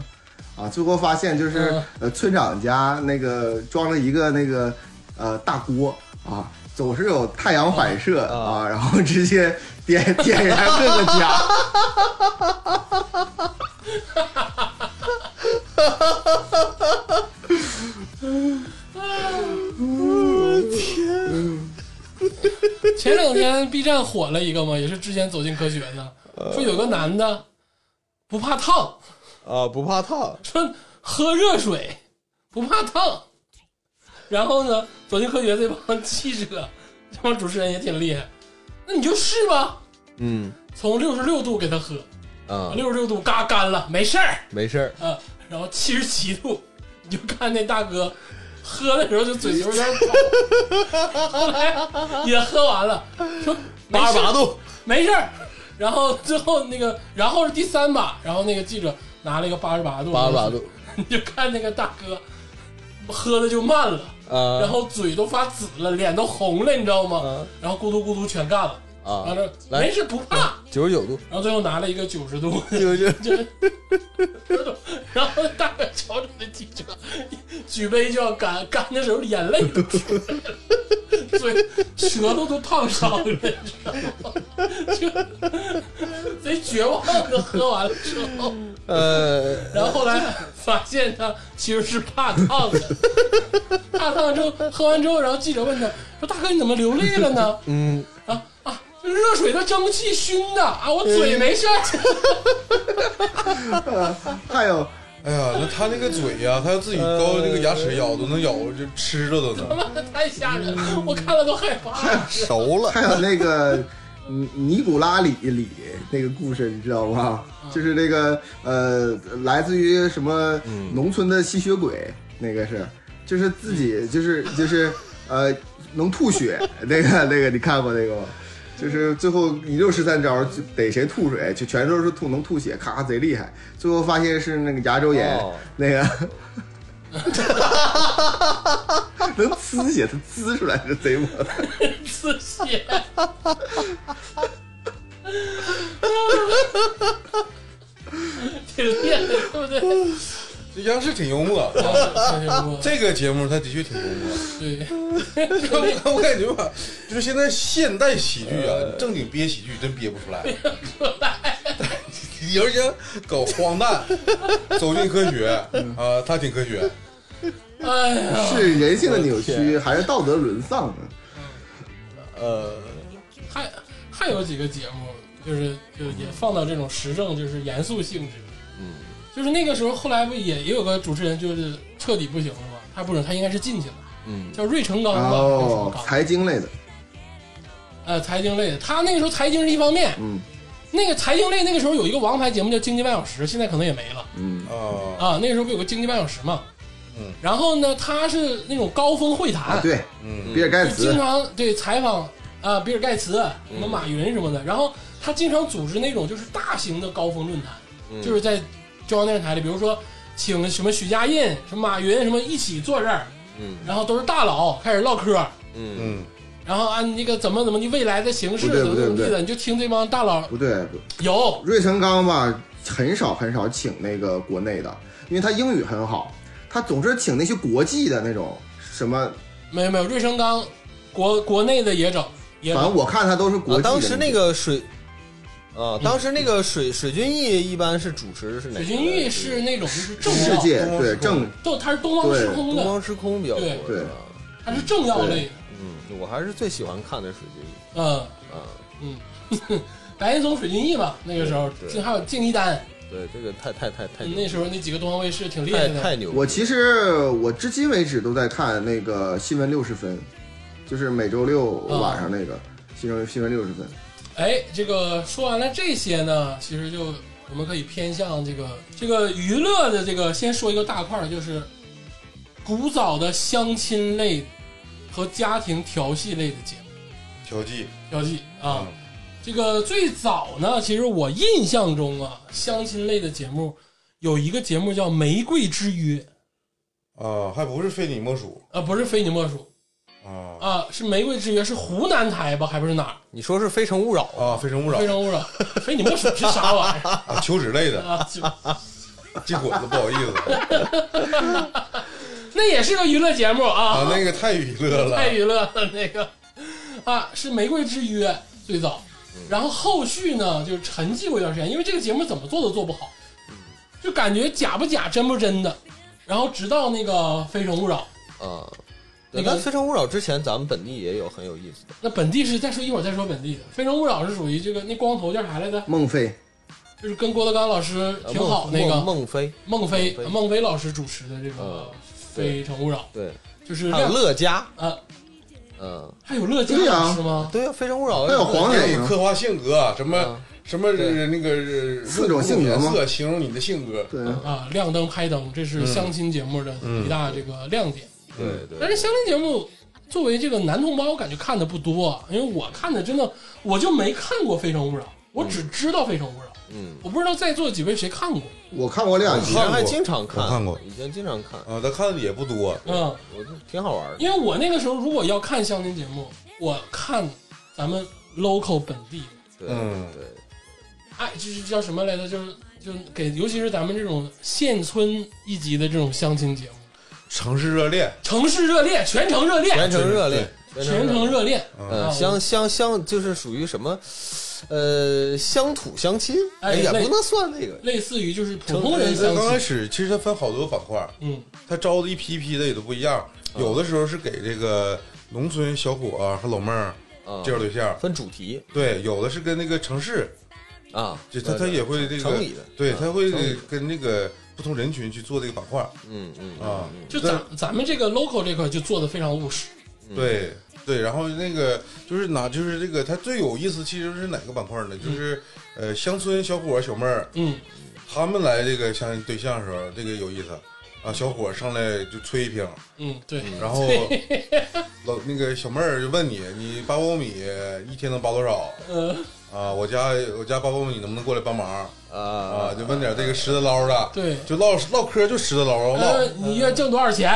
啊，最后发现就是
嗯
呃，村长家那个装了一个那个呃大锅啊，总是有太阳反射啊，然后直接点点燃各个家。
前两天 B 站火了一个嘛，也是之前《走进科学》的，说有个男的不怕烫，
啊，不怕烫，
说喝热水不怕烫。然后呢，《走进科学》这帮记者、这帮主持人也挺厉害，那你就试吧，
嗯
从六十六度给他喝，
啊，
六十六度嘎干了，没事儿，
没事儿，
啊，然后七十七度，你就看那大哥喝的时候就嘴有点跑，后来也喝完了，说没
八
事
十八度，
没事儿。然后最后那个，然后是第三把，然后那个记者拿了一个八十八度，
八十八，度
你 [LAUGHS] 就看那个大哥喝的就慢了，
啊，
然后嘴都发紫了，脸都红了，你知道吗？
啊
然后咕嘟咕嘟全干了，完
啊，
了
来嗯
没事不怕，
九十九度，
然后最后拿了一个九十度， [LAUGHS]
九十
就然后大概瞧着那记者举杯就要干，干的时候眼泪都出来了，嘴舌头都烫伤了，你知道吗？ [LAUGHS] 就贼绝望的喝完了之后，
呃，
然后后来发现他其实是怕烫的，怕烫之后喝完之后，然后记者问他说：“大哥，你怎么流泪了呢？”
嗯，
啊啊，这热水的蒸汽熏的啊，我嘴没事儿。
还有
哎呀，那他那个嘴呀、他要自己高那个牙齿咬都能咬，就吃着都能。
妈的 [LAUGHS] 太吓人了，我看了都害
[LAUGHS]
怕。
熟了
还有那个尼尼古拉里里那个故事，你知道吗？就是那个呃，来自于什么农村的吸血鬼，那个是，就是自己就是就是呃能吐血那个那个，你看过那个吗？就是最后一溜十三招，就逮谁吐水，就全都是吐能吐血，咔贼厉害。最后发现是那个牙周炎，
哦
[LAUGHS] 那个能呲血，它呲出来是贼猛。
刺血。 [LAUGHS] 挺厉害的，对不对？哎
这央视挺幽默
[LAUGHS]
啊，这个节目他的确挺幽默。
对， [LAUGHS]
我我感觉吧，就是现在现代喜剧啊，正经憋喜剧真憋不出来，有些搞荒诞，走进科学啊，他挺科学。
哎呀，
是人性的扭
我的
曲，还是道德沦丧呢？
呃，
还还有几个节目，就是就也放到这种时政，就是严肃性质。嗯，就是那个时候，后来不也也有个主持人就是彻底不行了嘛？他不是，他应该是进去了，
嗯，
叫芮成钢吧？
然后
还是什么
哦财经类的，
钢呃，财经类的。他那个时候财经是一方面，
嗯
那个财经类那个时候有一个王牌节目叫《经济半小时》，现在可能也没了
嗯
啊，
啊。那个时候不有个《经济半小时》嘛？
嗯。
然后呢，他是那种高峰会谈，
啊，对，
嗯，
比尔盖
就经
茨，嗯
常对采访啊，比尔盖茨、什么马云什么的。然后他经常组织那种就是大型的高峰论坛，
嗯
就是在中央电视台里，比如说请什么许家印、什么马云什么一起坐这儿，
嗯
然后都是大佬开始唠嗑，
嗯
嗯，
然后按那个怎么怎么的未来的形势
不对
怎么
不对
怎么地
不
的，你就听这帮大佬
不对，不
有
芮成钢吧，很少很少请那个国内的，因为他英语很好，他总是请那些国际的那种什么，
没有没有，芮成钢国国内的也整也
反正
整，
我看他都是国
啊，
际的。嗯
当时那个水。啊，当时那个水水军义一般是主持是
水
哪个来着？
军毅是那种就是政
世
要，
界
东方
对
时空
正
都他是东方时空
东
的，
方时空比较多，
对
是吧
他是政要类的，
嗯，我还是最喜欢看的水军义
嗯
啊，
嗯，白岩松、水军毅嘛，那个时候
对对
就还有敬一丹，
对，这个太太太太
那时候那几个东方卫视挺厉害
太
的，
太牛了，
我其实我至今为止都在看那个新闻六十分，就是每周六
啊
晚上那个新闻新闻六十分，
哎，这个说完了这些呢，其实就我们可以偏向这个这个娱乐的这个，先说一个大块儿，就是古早的相亲类和家庭调戏类的节目
调剂
调戏啊。
嗯
这个最早呢，其实我印象中啊，相亲类的节目有一个节目叫《玫瑰之约》，
啊，还不是非你莫属
啊，不是非你莫属
啊
啊，是《玫瑰之约》，是湖南台吧，还不是哪儿？
你说是《非诚勿扰》
啊，非诚勿扰
非诚勿扰，非你莫属是啥玩意儿
啊，求职类的，
啊？就
这滚子不好意思
那也是个娱乐节目啊
啊，那个太娱乐
太
了，
娱乐了那个。啊，是《玫瑰之约》最早，然后后续呢就是沉寂过一段时间，因为这个节目怎么做都做不好，就感觉假不假真不真的，然后直到那个《非诚勿扰》，
啊。
那
你
个
看《非诚勿扰》之前，咱们本地也有很有意思的，
那本地是再说一会儿再说本地的，《非诚勿扰》是属于这个那光头叫啥来着？
孟非，
就是跟郭德纲老师
呃
挺好
孟
那个
孟孟非，
孟非
孟非
孟非老师主持的这个
呃
《非诚勿扰
对，》，
就是
还有
亮
乐嘉，
啊，
嗯，
还有乐嘉
对呀
老师吗？
对啊，《非诚勿扰》
还有黄磊
电影刻画性格，啊什么
嗯
什么
对
呃那个呃
四种性格吗
五颜色形容你的性格，
对，
啊，亮灯拍灯，这
嗯
是相亲节目的一大这个亮点。
对
但
对，
是相亲节目作为这个男同胞，我感觉看的不多，因为我看的真的我就没看过《非诚勿扰》，我只知道《非诚勿扰》，
嗯，
我不知道在座几位谁看过。
我看过两
以
集，
前还经常看，
我看过
以前经常看，
啊，他看的也不多，
嗯，
我就挺好玩的。
因为我那个时候如果要看相亲节目，我看咱们 local 本地的
对
嗯
对，
哎，就是叫什么来着？就是就给，尤其是咱们这种县村一级的这种相亲节目，
城市热恋，
城市热恋，全城热恋，
全程热恋，
全程热恋，
嗯
呃，乡乡乡就是属于什么，呃，乡土相亲，
哎
也
类
不能算那个，
类似于就是普
成
通人相
呃刚开
亲，
始其实它分好多板块，
嗯，
他招的一批一批的也都不一样，
嗯
有的时候是给这个农村小伙儿和老妹儿
啊，
介绍对象，
分主题
对，有的是跟那个城市，
啊，
就他
对
他
对
也会这
城
个
里的，
对，
啊
他会
城里的
跟那个不同人群去做这个板块
嗯嗯
啊，
就
但
咱咱们这个 local 这块就做的非常务实，
对对，然后那个就是哪就是这个，它最有意思其实是哪个板块呢？就是
嗯
呃乡村小伙儿小妹儿
嗯，
他们来这个相亲对象的时候，这个有意思啊，小伙儿上来就吹一瓶，
嗯，对，
然后老那个小妹儿就问你，你扒苞米一天能扒多少
呃，
啊？我家我家扒苞米能不能过来帮忙啊？
啊
就问点这个实在唠的，
嗯对
就唠唠嗑就实在唠唠
呃
唠。，
你要挣多少钱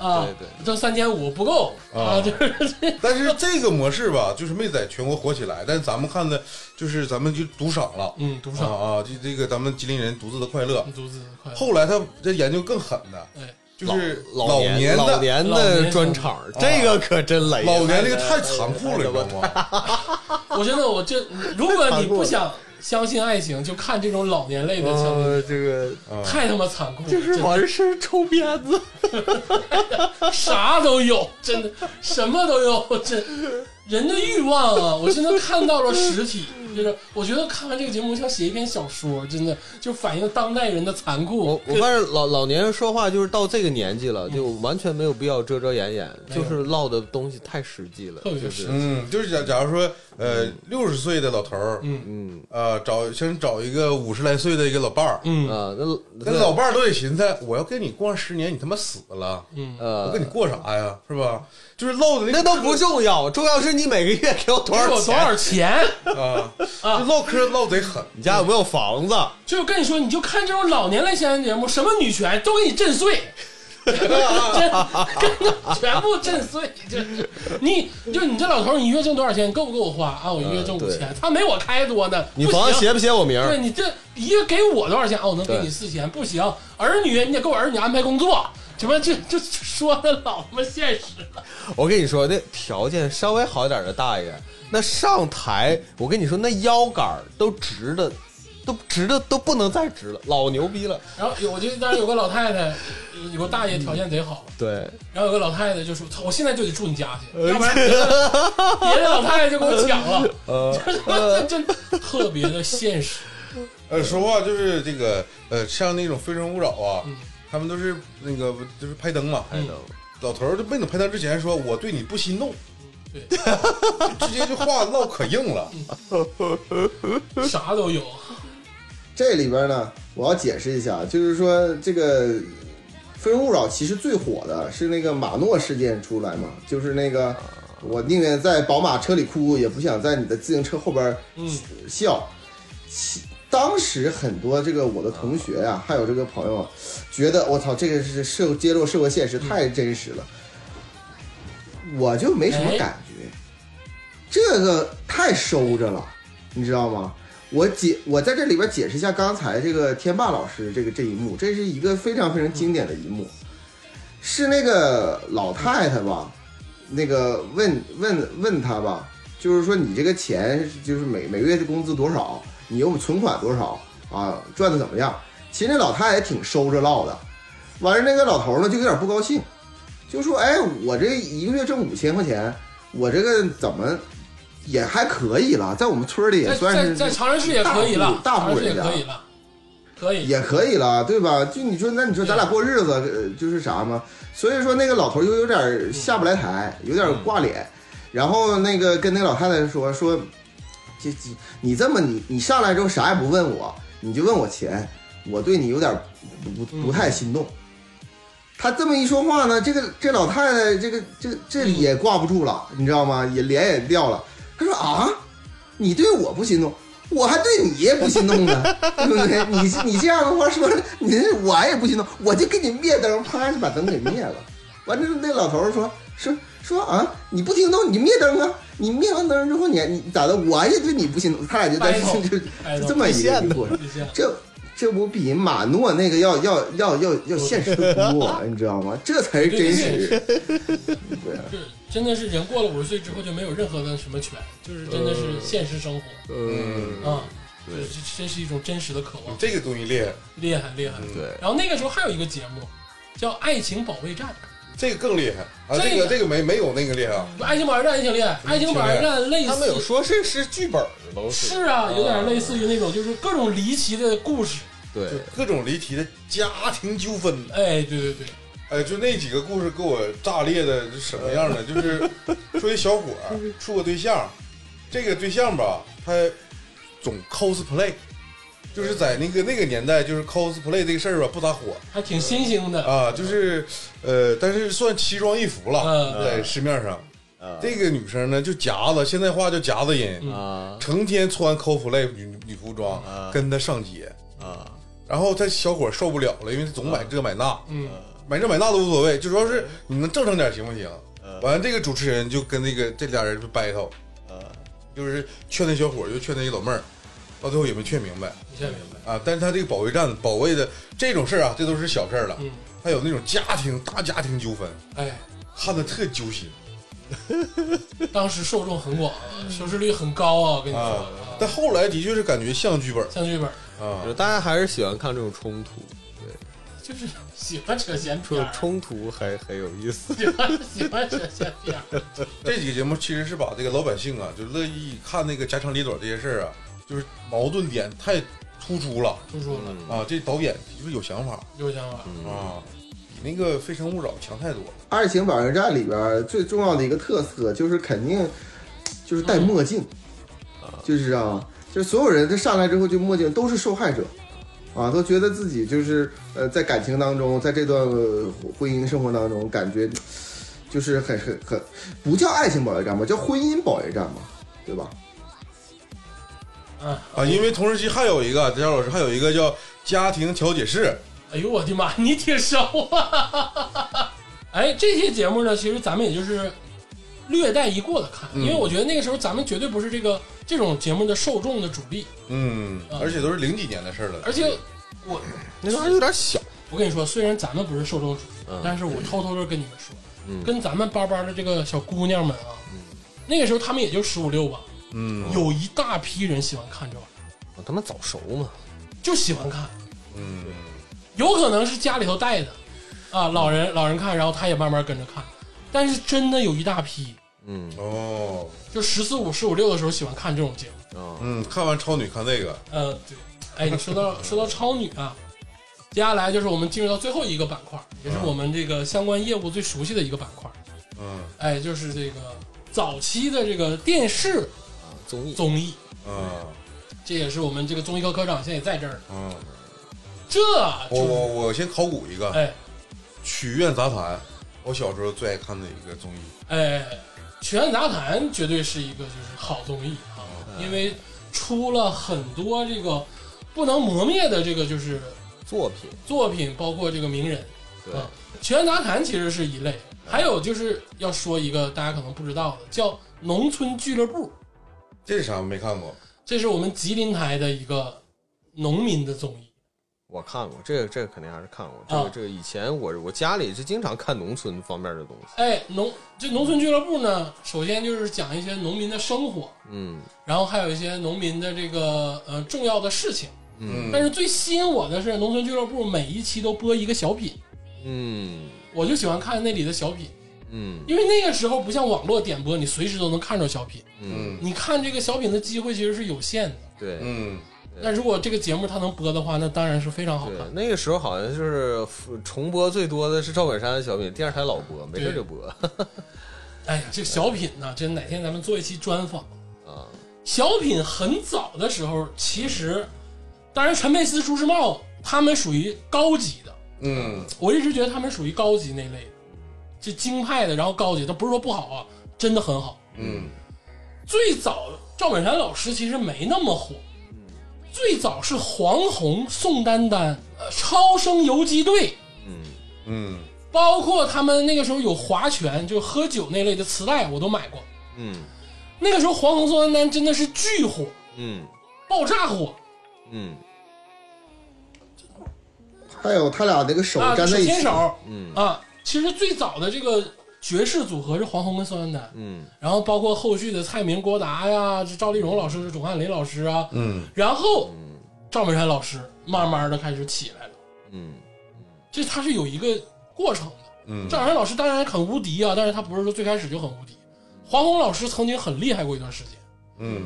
啊
对？对
挣三千五不够
嗯啊
啊，就是
[LAUGHS]
[LAUGHS]
但是这个模式吧，就是没在全国火起来，但是咱们看的，就是咱们就独赏了。
嗯，独
啊
上
啊，这这个咱们吉林人独自的快乐。
独自快乐，
后来他这研究更狠的，
哎，
就是
老
老
年老
的
年
老
的
年
专
相
场，这个可真哎雷
老
了。
年这个太残酷了，你知道吗？
我真的我这，如果你不想相信爱情，就看这种老年类的相亲节目。
嗯
呃，这个
太他妈残酷了，
就是
真的
完事儿抽鞭子，
啥都有，真的什么都有，真人的欲望啊！我真的看到了实体，就是我觉得看完这个节目我想写一篇小说，真的就反映当代人的残
我
酷。
我发现老老年人说话就是到这个年纪了，就完全没有必要遮遮掩掩，
没有
就是唠的东西太实际了，
特别
就是
实
嗯，就是假假如说，呃，六十岁的老头儿，
嗯
呃，找想找一个五十来岁的一个老伴儿，
嗯
啊，那
那老伴儿都得寻思，我要跟你逛十年，你他妈死了，我
呃
跟你过啥呀？是吧？就是唠的
那
个
都不重要，重要是你每个月给我多
给
少
我多
钱，
少钱？
啊，就唠嗑唠得狠。
你家有没有房子？
就是跟你说，你就看这种老年类相亲节目，什么女权都给你震碎， [LAUGHS] 真的全部震碎。就是你，就你这老头儿，你一月挣多少钱？你够不够我花啊？我一月挣五
嗯对
千，他没我开多呢。
你
不
房子
行
写不写我名儿？
对你这一个给我多少钱啊？我能给你
对
四千，不行。儿女你得给我儿女安排工作，什么这这说的老他妈现实了。
我跟你说，那条件稍微好一点的大爷，那上台，我跟你说，那腰杆儿都直的，都直的都不能再直了，老牛逼了。
[LAUGHS] 然后有我记得当时有个老太太，有个大爷条件贼好，
对，
然后有个老太太就说：“操，我现在就得住你家去，要不然别的 [LAUGHS] 别的老太太就给我抢了。”
呃，
[LAUGHS] 这真特别的现实，
呃，说话就是这个，呃，像那种《非诚勿扰》啊，他们都是那个就是拍灯嘛，
嗯
老头儿就没等拍灯之前说我对你不心动，
对，
[LAUGHS] 直接就话唠可硬了。
啥都有，
这里边呢，我要解释一下，就是说这个《非诚勿扰》其实最火的是那个马诺事件出来嘛，就是那个我宁愿在宝马车里哭，也不想在你的自行车后边
嗯
笑。其当时很多这个我的同学呀、还有这个朋友啊，觉得我操，这个是社揭露社会现实
嗯
太真实了，我就没什么
哎
感觉，这个太收着了，你知道吗？我解我在这里边解释一下刚才这个天霸老师这个这一幕，这是一个非常非常经典的一幕，是那个老太太吧，那个问问问他吧，就是说你这个钱就是每每个月的工资多少，你有存款多少啊，赚的怎么样？其实那老太太挺收着唠的，完了那个老头呢就有点不高兴，就说：“哎，我这一个月挣五千块钱，我这个怎么也还可以了，在我们村儿里也
在
算
[LAUGHS]
是
在在长安市也可以了，
大
长
户
安
大户
市也
人啊家
可以了，可以。嗯
也可以了，对吧？就你说，那你说咱俩过日子，呃就是啥嘛？所以说那个老头儿又有点儿下不来台，
嗯
有点儿挂脸，然后那个跟那个老太太说说，这这你这么你你上来之后啥也不问我，你就问我钱，我对你有点儿不不不太心动。他这么一说话呢，这个这老太太这个这这里也挂不住了，你知道吗？也脸也掉了。他说啊，你对我不心动，我还对你也不心动呢，对不对？你你这样的话说，你我也不心动，我就给你灭灯，啪就把灯给灭了。完之后，那老头儿说说说啊，你不听动，你灭灯啊！你灭完灯之后你，你咋的？我也对你不心动，他俩就在
Battle
[LAUGHS] 就就就这么一
现
个
的
过程。
就这样
这这不比马诺那个要要要要要现实的多，啊
[LAUGHS]
你知道吗？这才是真实。
是真的是人过了五十岁之后就没有任何的什么权，就是真的是现实生活
嗯，
啊，这这真是一种真实的渴望，
这个东西厉害，
厉害厉害。
对，
然后那个时候还有一个节目叫《爱情保卫战》，
这个更厉害啊！
这个
这
嗯
个这个没没有那个厉害啊，
《爱情保卫战》也挺厉害，《爱情保卫战》类
他们有
似
说是是剧本儿都是
是啊，有点类似于那种就是各种离奇的故事。
对
就各种离题的家庭纠纷，
哎，对对对，
哎，就那几个故事给我炸裂的是什么样呢？就是说一小伙儿
嗯
处个对象，这个对象吧，他总 cosplay，就是在那个那个年代，就是 cosplay 这个事儿吧不咋火
还挺新兴的。
啊，就是呃，但是算奇装异服了，
嗯
在市面上。
啊
这个女生呢，就夹子，现在话叫夹子
嗯
人，
啊
成天穿 cosplay 女女服装
啊，
跟他上街。
啊，
然后他小伙儿受不了了，因为他总买这买那，
嗯，
买这买那都无所谓，就主要是你能正常点行不行
嗯？
完了，这个主持人就跟那个这俩人就 battle，就是劝那小伙儿，就劝那老妹儿，到最后也没劝明白
你现在明白？
啊。但是他这个保卫战保卫的这种事儿啊，这都是小事儿了，
嗯，
还有那种家庭大家庭纠纷，
哎，
看的特揪心
当时受众很广，收视率很高啊，我跟你
啊
说。。
但后来的确是感觉像剧本
像剧本
啊
就是，大家还是喜欢看这种冲突，
就是喜欢扯闲
这
篇
种
儿，
冲突还很有意思。
喜欢喜欢扯闲篇儿。
这几个节目其实是把这个老百姓啊，就乐意看那个家长里短这些事儿啊，就是矛盾点太突出了。
突出了，
啊，这导演就是有想法
有想法。
啊，比那个《非诚勿扰》强太多了。
《爱情保卫战》里边儿最重要的一个特色就是肯定就是戴墨镜，
嗯
就是啊，就是所有人他上来之后就墨镜都是受害者，啊，都觉得自己就是呃在感情当中，在这段呃婚姻生活当中，感觉就是很很很不叫爱情保卫战吧，叫婚姻保卫战吧，对吧？
嗯，
啊，因为同时期还有一个，贾老师还有一个叫家庭调解室，
哎呦我的妈，你挺熟啊！哎，这些节目呢，其实咱们也就是略带一过的看，
嗯
因为我觉得那个时候咱们绝对不是这个这种节目的受众的主力，
嗯，而且都是零几年的事儿了。
而且
嗯
我
那时候还有点小，
我跟你说，虽然咱们不是受众主力，
嗯
但是我偷偷的跟你们说，
嗯
跟咱们班班的这个小姑娘们啊，那个时候她们也就十五六吧，
嗯
有一大批人喜欢看这玩意儿，
我他妈早熟嘛，
就喜欢看，
嗯，
有可能是家里头带的啊，老人老人看，然后他也慢慢跟着看，但是真的有一大批，
嗯
哦，
就十四五、十五六的时候喜欢看这种节目。
啊，
嗯，看完超女看这个，
嗯，对。哎，你说到说到超女啊，接下来就是我们进入到最后一个板块，也是我们这个相关业务最熟悉的一个板块。
嗯
哎，就是这个早期的这个电视
综艺
综艺，
啊
这也是我们这个综艺科科长现在也在这儿呢。
嗯，
这
我
就是
我我先考古一个《
哎
曲苑杂谈》，我小时候最爱看的一个综艺。
哎，《曲苑杂谈》绝对是一个就是好综艺啊，因为出了很多这个不能磨灭的这个就是
作品，
作品，包括这个名人。
对，
啊，《全杂谈》其实是一类，还有就是要说一个大家可能不知道的，叫《农村俱乐部》，
这是啥？没看过。
这是我们吉林台的一个农民的综艺。
我看过，这个这个肯定还是看过。这个、
啊
这个以前我我家里是经常看农村方面的东西。
哎，农这农村俱乐部呢，首先就是讲一些农民的生活，
嗯
然后还有一些农民的这个呃重要的事情。
嗯
但是最吸引我的是，农村俱乐部每一期都播一个小品，
嗯
我就喜欢看那里的小品，
嗯
因为那个时候不像网络点播，你随时都能看着小品。
嗯，
嗯
你看这个小品的机会其实是有限的。
对
嗯
那如果这个节目它能播的话，那当然是非常好
对
看。，
那个时候好像就是重播最多的是赵本山的小品，电视台老播，没事就播 [LAUGHS]
哎呀，这小品呢，真哪天咱们做一期专访。
嗯
啊。
小品很早的时候，其实，当然陈佩斯、朱时茂他们属于高级的，
嗯
我一直觉得他们属于高级那类的，就京派的，然后高级，但不是说不好啊，真的很好。
嗯
最早赵本山老师其实没那么火，
嗯
最早是黄宏、宋丹丹、呃超生游击队，
嗯
嗯
包括他们那个时候有划拳，就喝酒那类的磁带，我都买过。
嗯
那个时候黄宏、宋丹丹真的是巨火，
嗯
爆炸火
嗯
还有他俩那个手
啊！
粘在
手
一
牵
起，
手
嗯
啊，其实最早的这个爵士组合是黄宏跟宋丹丹，
嗯
然后包括后续的蔡明、郭达呀、这赵丽蓉老师、钟汉林老师啊，
嗯
然后赵本山老师慢慢的开始起来了，
嗯
这他是有一个过程的。
嗯
赵本山老师当然很无敌啊，但是他不是说最开始就很无敌。黄宏老师曾经很厉害过一段时间，
嗯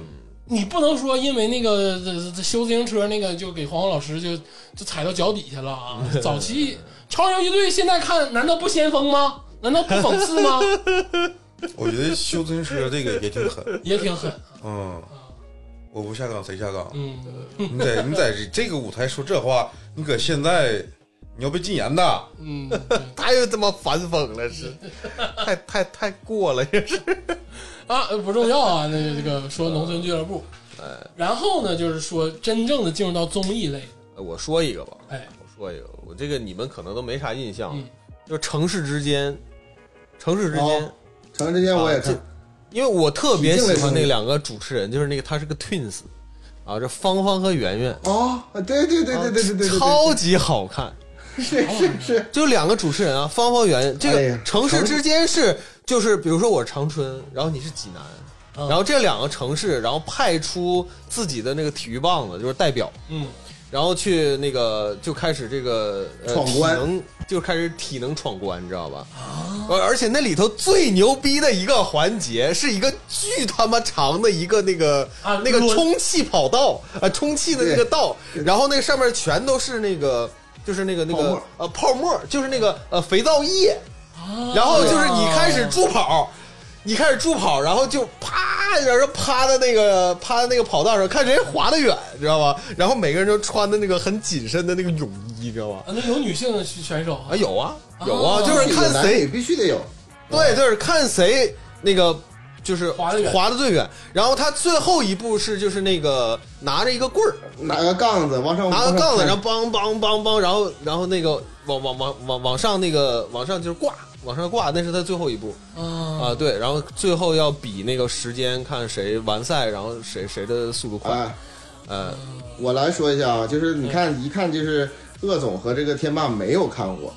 你不能说因为那个这这修自行车那个就给黄宏老师就就踩到脚底下了啊！早期超人游击队现在看难道不先锋吗？难道不讽刺吗？
我觉得修自行车这个也挺狠，
也挺狠，
嗯，我不下岗谁下岗？
嗯，
你在你在这这个舞台说这话，你搁现在你要被禁言的。
嗯，
太他妈反讽了，是
[LAUGHS]
太太太过了，也是。 [LAUGHS]
啊，不重要啊。那这个说农村俱乐部，然后呢，就是说真正的进入到综艺类，
我说一个吧，
哎，
我说一个，我这个你们可能都没啥印象，
嗯
就是城市之间，城市之间，
哦城市之间我也看
啊，因为我特别喜欢那两个主持人，就是那个他是个 twins，啊，这芳芳和圆圆，
哦，对对对对对对对对，
啊超级好看，
是是是，
就两个主持人啊，芳芳圆圆，这
哎
个
呀
城市之间是就是，比如说我是长春，然后你是济南。
嗯
然后这两个城市，然后派出自己的那个体育棒子，就是代表，
嗯，
然后去那个就开始这个、呃、
闯关啊
体能就开始体能闯关，你知道吧？而而且那里头最牛逼的一个环节是一个巨他妈长的一个那个、
啊
那个
轮
充气跑道啊、呃充气的那个道，然后那个上面全都是那个就是那个那
泡
个
沫
呃泡沫，就是那个呃肥皂液，
啊
然后就是你开始助跑。你开始助跑，然后就啪，然后趴在那个趴在那个跑道上，看谁滑得远，知道吧？然后每个人都穿的那个很紧身的那个泳衣，知道吧？
啊，那有女性的选手啊
啊，，有啊，有啊，
哦
就是看
男
谁
女必须得有，
对，就是看谁那个就是
滑得远
滑得最远。然后他最后一步是就是那个拿着一个棍儿，
拿个杠子往上
拿个啊杠子，然
上
后梆梆梆梆，然后然后那个往往往往往上那个往上就是挂，往上挂，那是他最后一步
啊
嗯
啊。对，然后最后要比那个时间，看谁完赛，然后谁谁的速度快。
哎，
呃，
我来说一下啊，就是你看一看就是鄂总和这个天霸没有看过，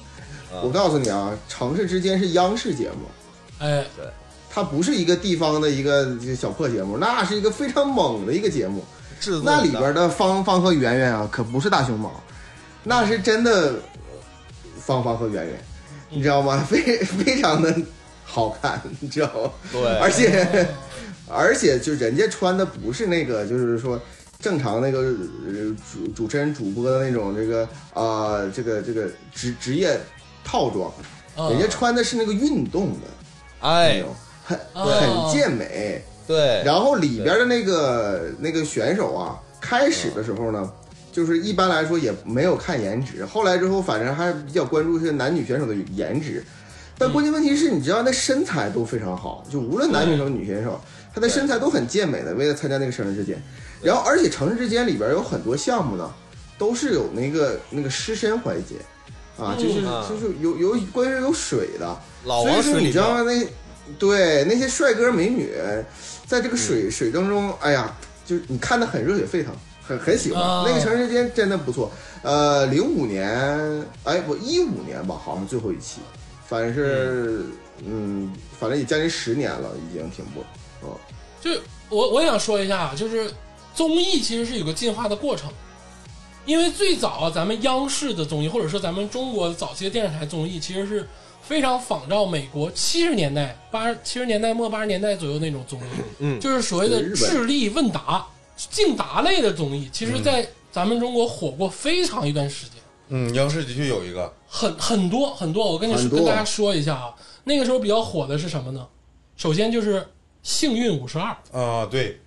我告诉你啊，城市之间是央视节目。
哎，
它不是一个地方的一个小破节目，那是一个非常猛的一个节目。
制作
那里
的
边的芳芳和圆圆啊，可不是大熊猫，那是真的呃芳芳和圆圆，你知道吗？非非常的好看， [LAUGHS] 你知道吗？
对
而且而且就人家穿的不是那个，就是说正常那个呃主主持人主播的那种这个啊、这个这个职职业套装，
啊
人家穿的是那个运动的，
哎，
很
哦
很健美。
对，
然后里边的那个那个选手啊，开始的时候
嗯
呢，就是一般来说也没有看颜值，后来之后反正还比较关注一些男女选手的颜值。但关键问题是，你知道那身材都非常好，就无论男选手女选
嗯
手，他的身材都很健美的。为了参加那个城市之间，然后而且城市之间里边有很多项目呢，都是有那个那个湿身环节，啊，就是
嗯
就是有有关于有水的，
老
所以
王
说
水
你
里
知道吗
边，
那对那些帅哥美女，在这个水、水当中，哎呀，就是你看的很热血沸腾，很很喜欢、
啊
那个长时间真的不错。呃，零五年，哎，不，一五年吧，好像最后一期，反正是，嗯，反正也将近十年了，已经停播。哦，
就我我也想说一下，就是综艺其实是有个进化的过程，因为最早啊咱们央视的综艺，或者说咱们中国早期的电视台综艺，其实是非常仿照美国七十年代八七十年代末八十年代左右那种综艺，
嗯
就是所谓的
日本
智力问答、竞答类的综艺，其实在咱们中国火过非常一段时间。
嗯，央视的确有一个，
很很多很多，我跟你说
很多
跟大家说一下啊，那个时候比较火的是什么呢？首先就是《幸运五十二》，
啊，对，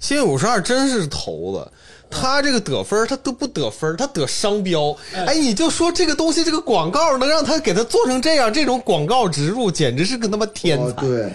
幸运五十二真是头子，
嗯
他这个得分儿他都不得分儿，他得商标。哎，你就说这个东西，这个广告能让他给他做成这样，这种广告植入简直是个他妈天
哦，
才。
对，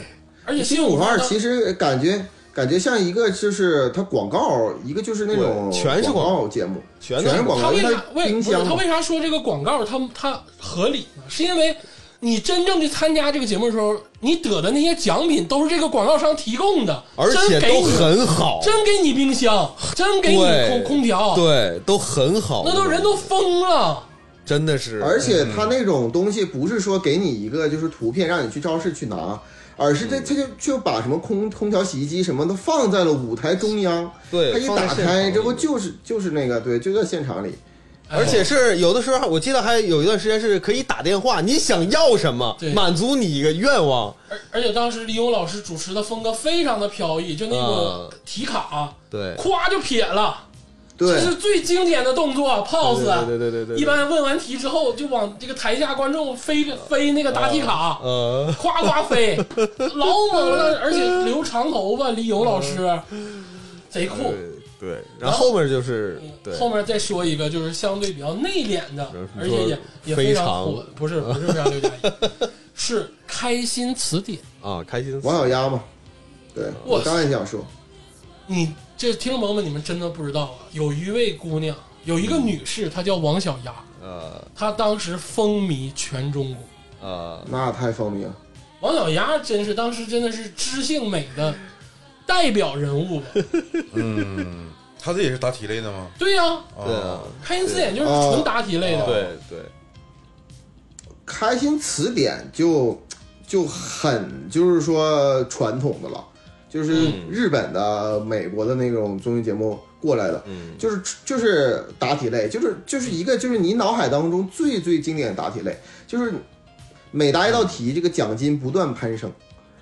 而且《幸
新
运
五
十
二
二》
其实感觉感觉像一个就是它广告，一个就是那种
对全是广
广
告
告节目，
全
全
是
是
广
广
他
告，
为
因
啥为
为它冰
不是
箱
他
嘛
为。啥说这个广告它它合理呢？是因为你真正去参加这个节目的时候，你得的那些奖品都是这个广告商提供的，
而且
真给
都
你
很好，
真给你冰箱，真给你
对
空空调，
对，都很好，
那都人都疯了。
真的是，
而且它那种东西不是说给你一个就是图片让你去超市去拿，而是这
嗯
它就就把什么空空调、洗衣机什么都放在了舞台中央。
对
它一
放在
打
现场
开，这不
里
就是就是那个对，就在现场里。
哎
而且是有的时候，我记得还有一段时间是可以打电话，你想要什么
对，
满足你一个愿望。
而而且当时李勇老师主持的风格非常的飘逸，就那个
啊
题卡，
对
咵就撇了，
对
这，是最经典的动作 pose。
对对对对对，
啊一般问完题之后，就往这个台下观众飞飞那个答题卡，
呃，
夸夸飞，老猛了，而且留长头发，李勇老师贼酷。
嗯对，然后后面就是对，
嗯后面再说一个，就是相对比较内敛的，而且也也
非
非
常
常火，不是不是非常刘佳
[LAUGHS]
怡，是开心词典。
啊，开心死
王小丫嘛。对，我刚才想说，
你这听众朋友们，你们真的不知道啊，有一位姑娘，有一个女士，她叫王小丫，
呃
她当时风靡全中国。
呃，
那太风靡了。
王小丫真是当时真的是知性美的代表人物吧？
嗯，他这也是答题类的吗？
对呀、
啊
对啊，
开心字典就是纯答题类的。
对嗯对，
开心词典就就很就是说传统的了，就是
嗯
日本的、美国的那种综艺节目过来的，
嗯
就是就是答题类，就是就是一个就是你脑海当中最最经典的答题类，就是每答一道题，这个奖金不断攀升。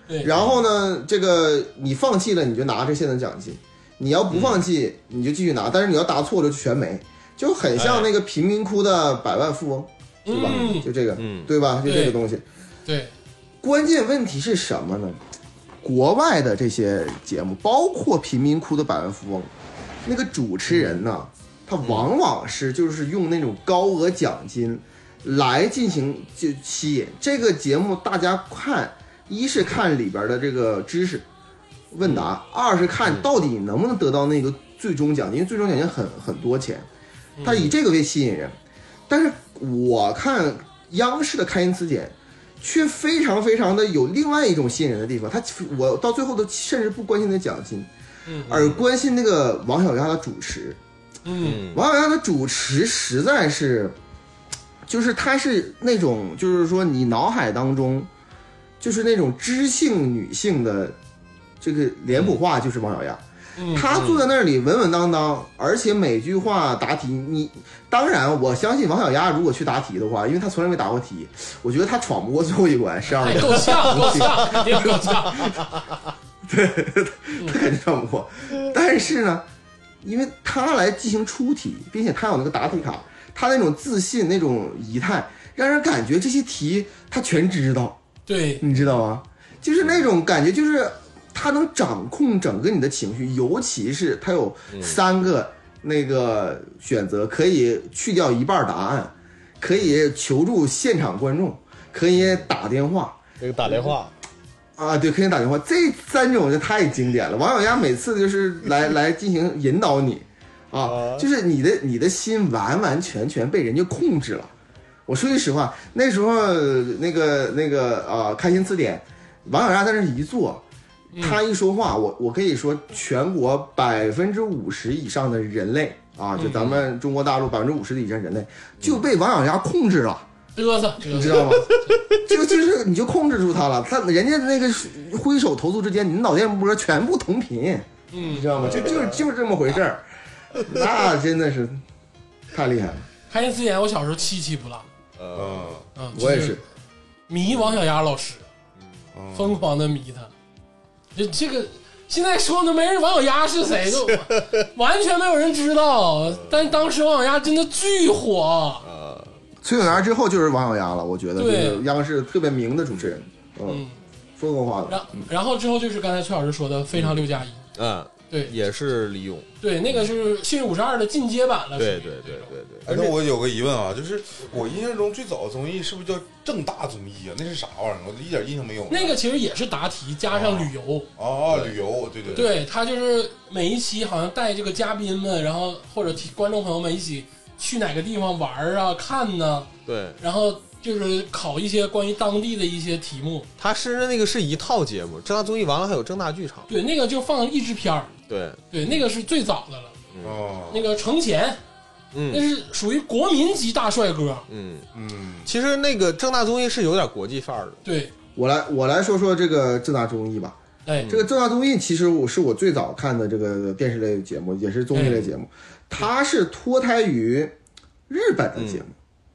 对
然后呢，这个你放弃了，你就拿着现在奖金；你要不放弃，你就继续拿。但是你要答错了就全没，就很像那个贫民窟的百万富翁，对吧？
哎嗯，
就这个，
嗯
对吧？就这
对
个东西。
对，
关键问题是什么呢？国外的这些节目，包括《贫民窟的百万富翁》，那个主持人呢，他往往是就是用那种高额奖金来进行就吸引这个节目。大家看，一是看里边的这个知识问答，二是看到底你能不能得到那个最终奖金，因为最终奖金很很多钱，他以这个为吸引人。但是我看央视的开心词典。却非常非常的有另外一种吸引人的地方。他我到最后都甚至不关心那奖金，而关心那个王小丫的主持。
嗯，
王小丫的主持实在是，就是她是那种就是说你脑海当中就是那种知性女性的这个脸谱化，就是王小丫。
嗯
她坐在那里稳稳当当，而且每句话答题，你当然我相信王小丫如果去答题的话，因为她从来没答过题，我觉得她闯不过最后一关，是这样
哎，
的。
够呛，够呛，肯定够呛。
他肯定上不过。 [LAUGHS] 但是呢，因为他来进行出题，并且他有那个答题卡，他那种自信、那种仪态，让人感觉这些题他全知道，
对，
你知道吗？就是那种感觉，就是他能掌控整个你的情绪，尤其是他有三个那个选择，可以去掉一半答案，可以求助现场观众，可以打电话。
这个打电话，
啊，对，可以打电话，这三种就太经典了。王小丫每次就是来来进行引导你，啊，就是你的你的心完完全全被人家控制了。我说句实话，那时候呃那个那个啊，开心词典，王小丫在那儿一坐，他一说话，我我可以说全国百分之五十以上的人类啊，就咱们中国大陆百分之五十的以上人类就被王小丫控制了。
嘚瑟嘚
你
瑟
知道吗？ [LAUGHS] 就就是你就控制住他了，他人家那个挥手投足之间，你脑电波全部同频，
嗯
你知道吗？就就是就是这么回
[LAUGHS]
事儿，那真的是太厉害了，
开心之前，我小时候七七不落，
嗯，
嗯，
我也，
就是
嗯
迷王小丫老师，疯狂的迷他。这这个现在说呢，没人王小丫是谁
[LAUGHS]
都完全没有人知
嗯
道，但当时王小丫真的巨火，
啊崔永元之后就是王小丫了，我觉得就
对
是央视特别明的主持人，嗯，
嗯，
说过话的，
然然后之后就是刚才崔老师说的非常六加一，
嗯，
对
也是李咏，
对，那个是《幸运五十二》的进阶版了，
对
属于
对对对对，
哎，那我有个疑问啊，就是我印象中最早的综艺是不是叫正大综艺啊？那是啥玩意儿？我一点印象没有。
那个其实也是答题加上旅游，
啊，旅游，对对，
对他就是每一期好像带这个嘉宾们，然后或者提观众朋友们一起去哪个地方玩儿啊、看呢、
对，
然后就是考一些关于当地的一些题目。
他是那个是一套节目，正大综艺完了还有正大剧场，
对，那个就放译制片儿，
对，
对，那个是最早的了。
啊，
那个程前，那
嗯
是属于国民级大帅哥。
嗯，
嗯，
其实那个正大综艺是有点国际范儿的，
对，
我来我来说说这个正大综艺吧，
哎，
这个正大综艺其实我是我最早看的这个电视类节目，也是综艺
嗯
类节目，它是脱胎于日本的节目。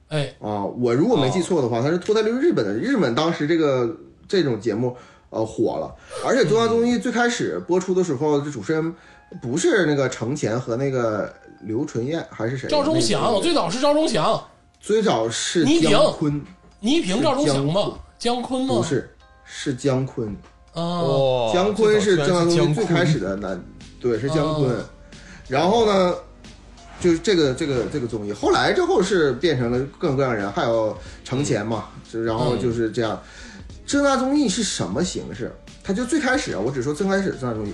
哎，
啊，我如果没
哦
记错的话，它是脱胎于日本的。日本当时这个这种节目呃火了，而且《中
嗯
央综艺》最开始播出的时候，这主持人不是那个程前和那个刘纯燕还是谁？
赵忠
那
祥
个
最早是赵忠祥，
最早是
倪萍嗯
姜昆，
倪萍、赵忠祥
是
嘛，啊姜昆嘛，
不是是姜昆，
哦
啊，
哇
哦姜昆是正
正大
大综艺
综
最开始的男，对，是姜昆
哦。
[LAUGHS] 然后呢，就是这个这个这个综艺，后来之后是变成了各种各样的人，还有程前嘛，就然
嗯
后就是这样。正大综艺是什么形式？它就最开始啊，我只说最开始正大综艺，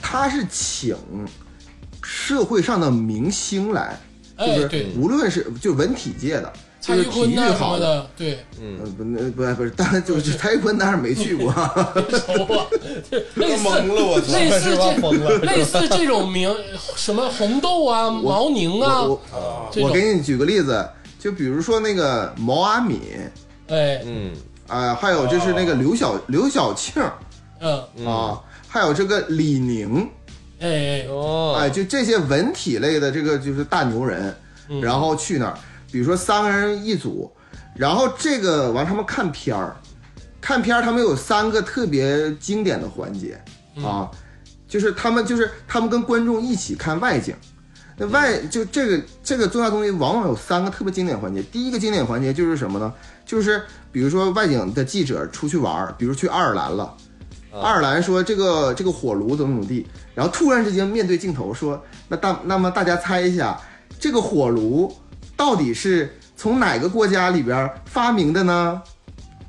它是请社会上的明星来，就
哎，
是
对，
无论是就文体界的，就
蔡
是
徐
体
坤
育
呐什
好
么，的，对，
呃不那不不是，当然就是蔡徐坤当然没去过。
瞅我，类似
懵了我操
类
[LAUGHS]
[LAUGHS]
似 [LAUGHS]
疯了
这类似这种名什么红豆啊、毛宁啊
我， [LAUGHS] 我
这
我
种，
给你举个例子，就比如说那个毛阿敏，
哎，
嗯
啊、还有就是那个刘晓、
哦
刘晓庆啊、
嗯，
还有这个李宁，
哎哎，
哦，
哎、就这些文体类的这个就是大牛人，然后去那儿，比如说三个人一组，然后这个完他们看片儿，看片儿他们有三个特别经典的环节啊，就是他们就是他们跟观众一起看外景。那外就这个这个重要东西，往往有三个特别经典环节。第一个经典环节就是什么呢？就是比如说外景的记者出去玩儿，比如去爱尔兰了，爱尔兰说这个这个火炉怎么怎么地，然后突然之间面对镜头说，那大那么大家猜一下，这个火炉到底是从哪个国家里边儿发明的呢？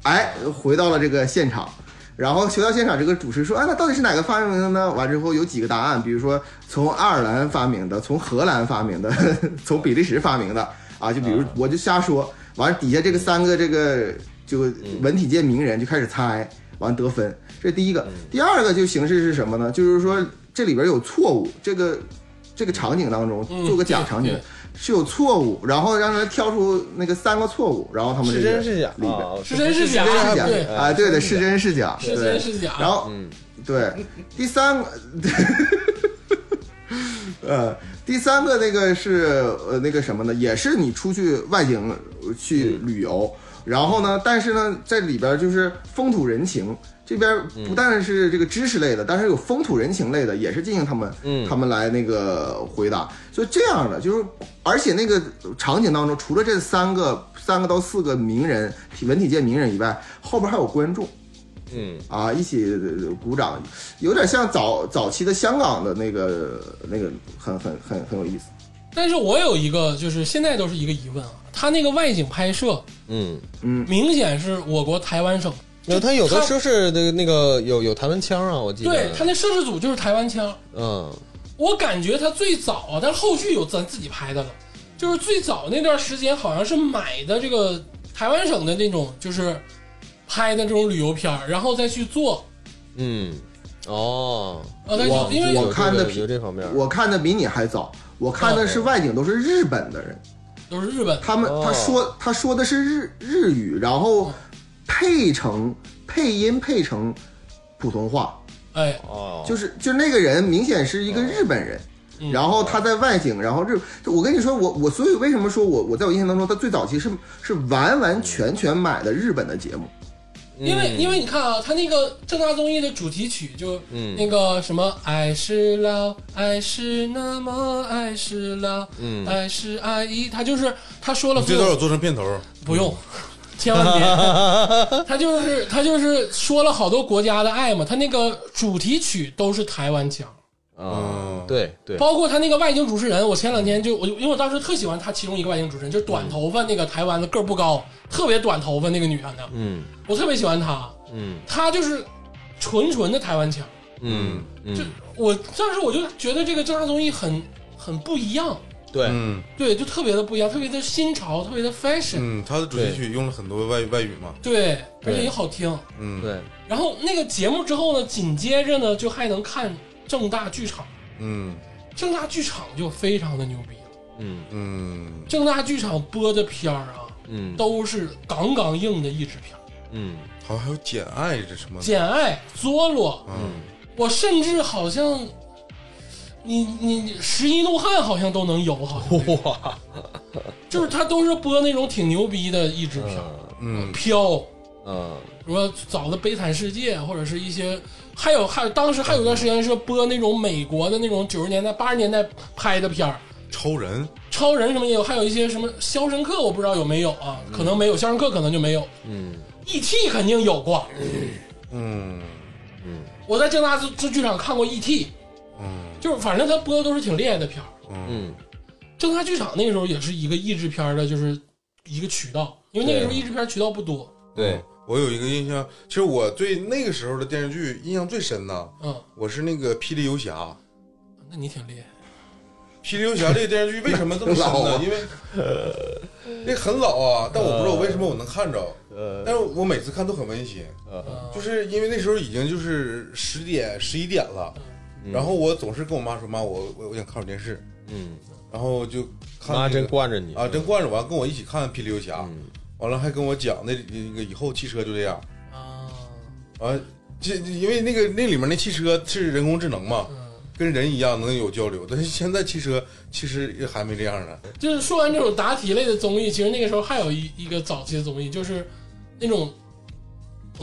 哎，回到了这个现场，然后回到现场，这个主持说：“哎，那到底是哪个发明的呢？”完之后有几个答案，比如说从爱尔兰发明的，从荷兰发明的， [LAUGHS] 呵呵从比利时发明的啊，就比如我就瞎说，完了底下这个三个这个就文体界名人就开始猜，完得分，这是第一个。
嗯
第二个就形式是什么呢？就是说这里边有错误，这个这个场景当中
嗯
做个假场景
对对
是有错误，然后让人挑出那个三个错误，然后他们
是
这
真
个
是假
里边。
啊
是真是假
真哦是假
对
啊，对的，是真是假，
是
对
真是假
然后，对，第三个， [LAUGHS] 呃，第三个那个是呃那个什么呢？也是你出去外景呃去旅游，然后呢，但是呢，在里边就是风土人情。这边不但是这个知识类的，但是有风土人情类的，也是进行他们、他们来那个回答，所以这样的就是，而且那个场景当中，除了这三个三个到四个名人体文体界名人以外，后边还有观众，
嗯
啊，一起呃鼓掌，有点像早早期的香港的那个那个很很很很有意思。
但是我有一个，就是现在都是一个疑问啊，他那个外景拍摄
嗯，
明显是我国台湾省，
那他有的
他
时候是那个那个有有台湾腔啊，我记得，
对他那摄制组就是台湾腔。
嗯
我感觉他最早啊，但是后续有咱自己拍的了，就是最早那段时间好像是买的这个台湾省的那种，就是拍的这种旅游片儿，然后再去做
嗯啊，哦，
啊，他有
我
因为
我
有这
看的
个
片
有这方面，
我看的比你还早，我看的是外景，都是日本的人，
都是日本
他们
哦
他说他说的是日日语，然后配成配音配成普通话，
哎，
哦，
就是就那个人明显是一个日本人，
嗯
然后他在外景，然后日，我跟你说，我我所以为什么说我我在我印象当中，他最早期是是完完全全买的日本的节目，
因为因为你看啊，他那个正大综艺的主题曲就
嗯
那个什么爱是老，爱是那么爱是老，
嗯
爱是爱意，他就是他说了
你
所
这
有
段有做成片头，
不用， [LAUGHS] 千万别。他就是他就是说了好多国家的爱嘛，他那个主题曲都是台湾腔，
哦
啊，对对，
包括他那个外景主持人，我前两天就我就因为我当时特喜欢他其中一个外景主持人，就是短头发那个台湾的个儿不高，特别短头发那个女的，
嗯
我特别喜欢她，
嗯
她就是纯纯的台湾腔。
嗯
就
嗯，
我当时我就觉得这个正大综艺很很不一样，
对，
嗯
对，就特别的不一样，特别的新潮，特别的 fashion，、
嗯，他的主题曲用了很多外外语嘛，
对，而
对
且也好听。
嗯，
对，
然后那个节目之后呢，紧接着呢就还能看正大剧场，
嗯
正大剧场就非常的牛逼了。
嗯
嗯
正大剧场播的片儿啊，
嗯
都是杠杠硬的译制片儿，
嗯
好像还有《简爱》这什么
《
的，
简爱》《佐罗》，
嗯
我甚至好像你你《十一怒汉》好像都能有，好像
哇，
就是他都是播那种挺牛逼的译制片儿，
嗯
飘。
嗯
什么早的《悲惨世界》，或者是一些，还有还有当时还有段时间是播那种美国的那种九十年代八十年代拍的片儿，
超人，
超人什么也有，还有一些什么《肖申克》，我不知道有没有啊？可能没有，《肖申克》可能就没有，《
嗯
E.T.》肯定有过。
嗯
我在正大这这剧场看过《E.T.》，
嗯
就是反正他播的都是挺厉害的片儿。
嗯
嗯
正大剧场那个时候也是一个译制片儿的，就是一个渠道，因为那个时候
啊
对
译制片儿渠道不多。
对，
嗯我有一个印象，其实我对那个时候的电视剧印象最深呢，
嗯，
我是那个《霹雳游侠》。
那你挺厉害。
《霹雳游侠》这个电视剧为什么这么深
[LAUGHS]
老
呢
啊？
因为那很老啊，但我不知道为什么我能看着，
呃
但是我每次看都很温馨，
嗯
就是因为那时候已经就是十点十一点了，
嗯
然后我总是跟我妈说妈，我我我想看会儿电视，
嗯，
然后就看
妈
那个
真惯着你
啊，真惯着，完跟我一起看《霹雳游侠》
嗯，
完了还跟我讲那那个以后汽车就这样，
啊，
完这因为那个那里面那汽车是人工智能嘛。
嗯，
跟人一样能有交流，但是现在汽车其实还没这样呢。
就是说完这种答题类的综艺，其实那个时候还有一一个早期的综艺，就是那种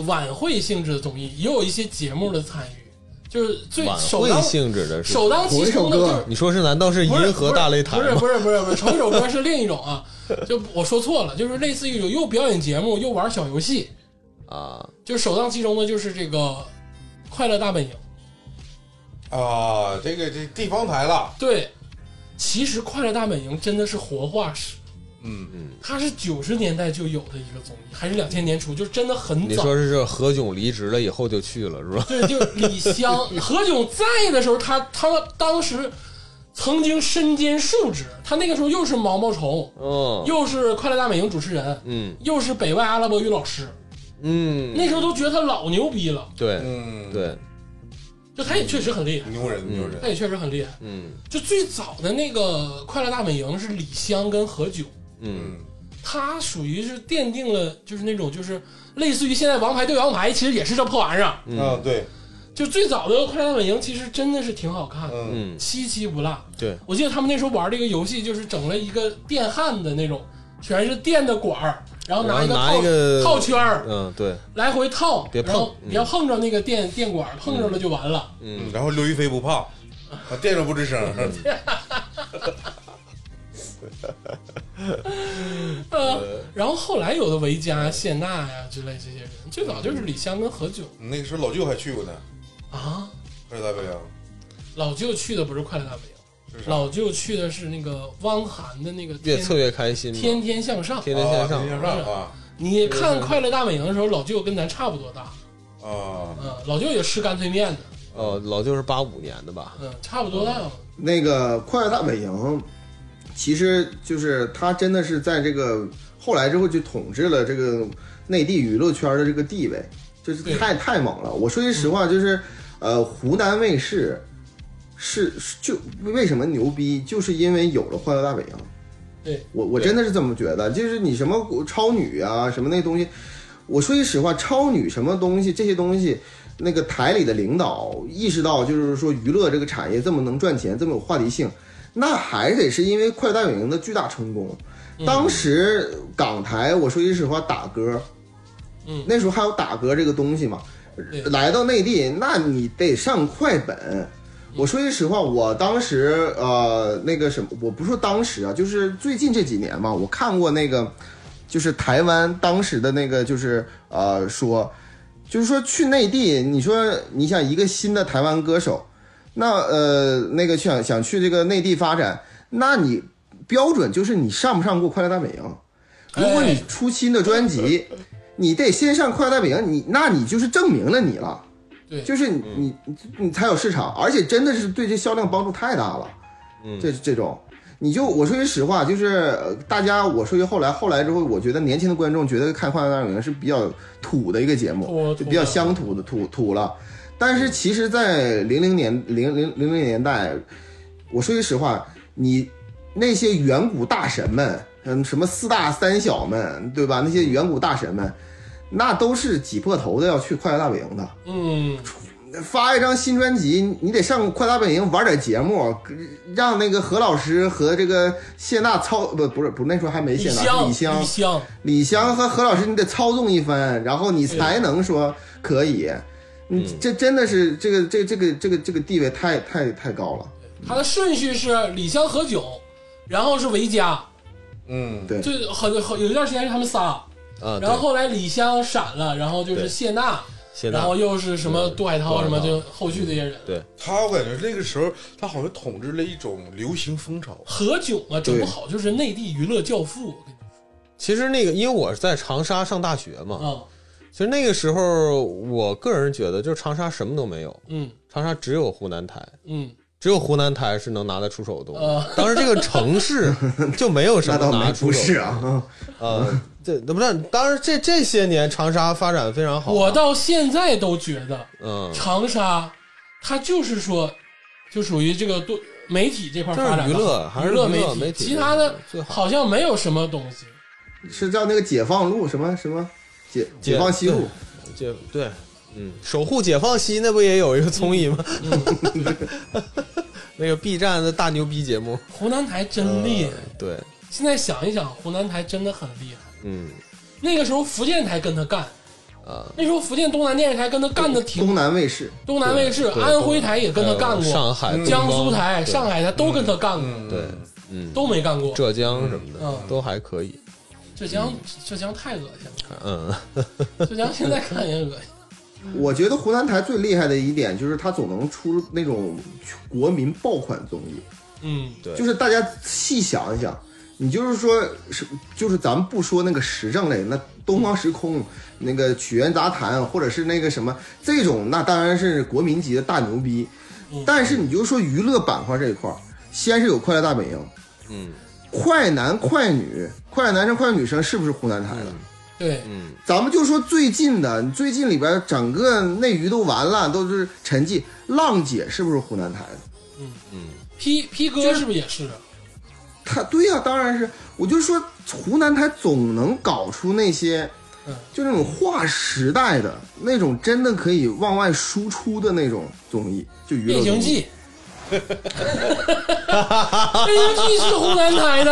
晚会性质的综艺，也有一些节目的参与，就是最
晚
首
会
当
性质的是，
首当其冲的就
同一首
是
歌
你说是？难道是
不是
银河大擂台
不是
吗？
不是不是不是，同一首歌是另一种啊，就我说错了，就是类似于有又表演节目又玩小游戏，
啊，
就是首当其冲的就是这个《快乐大本营》。
啊，这个这地方台了，
对，其实《快乐大本营》真的是活化石，
嗯，
它是九十年代就有的一个综艺，还是两千年初，就是真的很
你
早。
说是这何炅离职了以后就去了是吧？
对，就是李
[LAUGHS]
湘、何炅在的时候，他他当时曾经身兼数职，他那个时候又是毛毛虫，
嗯
又是《快乐大本营》主持人，
嗯
又是北外阿拉伯语老师，
嗯，
那时候都觉得他老牛逼了，
对
嗯，，
对，
就他也确实很厉害，
牛人
嗯
牛
他
人，
也确实很厉害。
嗯
就最早的那个《快乐大本营》是李湘跟何炅。
嗯
嗯
他属于是奠定了，就是那种就是类似于现在王牌对王牌，其实也是这破玩意儿。
嗯
啊，对，
就最早的《快乐大本营》，其实真的是挺好看，的，
嗯
嗯
七七不落。
对，
我记得他们那时候玩这个游戏，就是整了一个电焊的那种，全是电的管儿，然后拿一个
然后
套
拿一个
套圈儿
嗯对，
来回套，
别碰
然后
嗯
别碰着那个电电管儿，碰着了就完了。
嗯，然后刘亦菲不
[LAUGHS]
怕，啊，电着不吱声，
嗯
呃，然后后来有的维嘉、谢娜呀之类这些人，最早就是李湘跟何炅
[LAUGHS] 那个时候老舅还去过呢，
啊。
二大北洋，
老舅去的不是快乐大本营。
是啥？
老舅去的是那个汪涵的那个天
越测越开心嘛，
天天向上。
天天
啊
向
天天
上，
向上啊
你看《快乐大本营》的时候，老舅跟咱差不多大，
啊，
嗯，老舅也吃干脆面的，
哦，老舅是八五年的吧？
嗯，差不多大嘛。
那个《快乐大本营》，其实就是他真的是在这个后来之后就统治了这个内地娱乐圈的这个地位，就是
对
太太猛了。我说句实话，就是呃，湖南卫视是是就为什么牛逼，就是因为有了《欢乐大本营》。
对，
我我真的是这么觉得，就是你什么超女啊，什么那东西，我说句实话，超女什么东西这些东西，那个台里的领导意识到，就是说娱乐这个产业这么能赚钱，这么有话题性，那还得是因为《快乐大本营》的巨大成功。当时港台，我说句实话，打歌，
嗯
那时候还有打歌这个东西嘛
对，嗯
来到内地，那你得上快本。我说句实话，我当时呃那个什么，我不是说当时啊，就是最近这几年嘛，我看过那个，就是台湾当时的那个，就是呃说，就是说去内地，你说你想一个新的台湾歌手，那呃那个想想去这个内地发展，那你标准就是你上不上过《快乐大本营》，如果你
哎
出新的专辑，你得先上《快乐大本营》，你那你就是证明了你了。
对
就是你你你嗯才有市场，而且真的是对这销量帮助太大了。
嗯
这这种，你就我说句实话，就是呃大家我说句后来后来之后，我觉得年轻的观众觉得看《快乐大本营》是比较土的一个节目，
土
就
土
比较
的
乡土的土土了。但是其实，在零零年零零零零年代，我说句实话，你那些远古大神们，嗯，什么四大三小们，对吧？那些远古大神们，那都是挤破头的要去《快乐大本营》的。
嗯，
发一张新专辑，你得上《快乐大本营》玩点节目，让那个何老师和这个谢娜操不不是不是那时候还没谢娜，是
香，
李
李
湘，
湘，
李湘和何老师你得操纵一番，然后你才能说可以。你这真的是这个这这个这个这个地位太太太高了，
他的顺序是李湘何炅，然后是维嘉，
嗯，
对
就很很有一段时间是他们仨，
啊，
然后
对
后来李湘闪了，然后就是
对
谢娜，
谢娜
然后又是什么
对
杜海涛什么，
杜海
就
涛
后续这些人。
对
他我感觉那个时候他好像统治了一种流行
[LAUGHS]
风潮，
何炅啊，整不
对
好就是内地娱乐教父，我跟你
其实那个，因为我在长沙上大学嘛，
说啊，
其实那个时候，我个人觉得，就是长沙什么都没有，
嗯
长沙只有湖南台，
嗯，
只有湖南台是能拿得出手的东西。
啊
当时这个城市就没有什
[LAUGHS]
么
那倒
拿得
没不
出手
是啊，嗯
啊、这不是，当然这这些年长沙发展非常好啊、
我到现在都觉得
嗯，
长沙，它就是说，就属于这个多媒体这块
就
发展
是
的
娱乐
好
还是
娱乐
娱乐
媒
媒体
其他的
最好
好像没有什么东西。
[LAUGHS] 是叫那个解放路什么什么解
解
解放西路，
解对，嗯，守护解放西那不也有一个综艺吗？ [LAUGHS] 那个 B 站的大牛逼节目，
湖南台真厉害，
对，
现在想一想，湖南台真的很厉害。
嗯
那个时候福建台跟他干，
啊，
那时候福建东南电视台跟他干的挺，
东南卫视，
东南卫视、
对
安徽台也跟他干
还有
过，
上海、
江苏
东方
台、
对
上海台都跟他干过，
对，嗯，
都没干过。
浙江什么的、
嗯
都还可以，
浙江浙江太恶心了，
嗯，
浙江现在看也恶心。
我觉得湖南台最厉害的一点就是它总能出那种国民爆款综艺，
嗯，
对，
就是大家细想一想，你就是说是，就是咱们不说那个时政类，那东方时空、那个曲苑杂谈，或者是那个什么这种，那当然是国民级的大牛逼。
嗯
但是你就说娱乐板块这一块儿，先是有《快乐大本营》，
嗯
快男、快女、快男生、快女生是不是湖南台的？
对，
嗯
咱们就说最近的，你最近里边整个内娱都完了，都是沉寂。浪姐是不是湖南台的？
嗯，
P P 哥是不是也是？
他对呀、当然是，我就说湖南台总能搞出那些
嗯，
就那种划时代的那种，真的可以往外输出的那种综艺，就娱
变
乐
形
综 [LAUGHS] 艺。
记。变形记是湖南台的，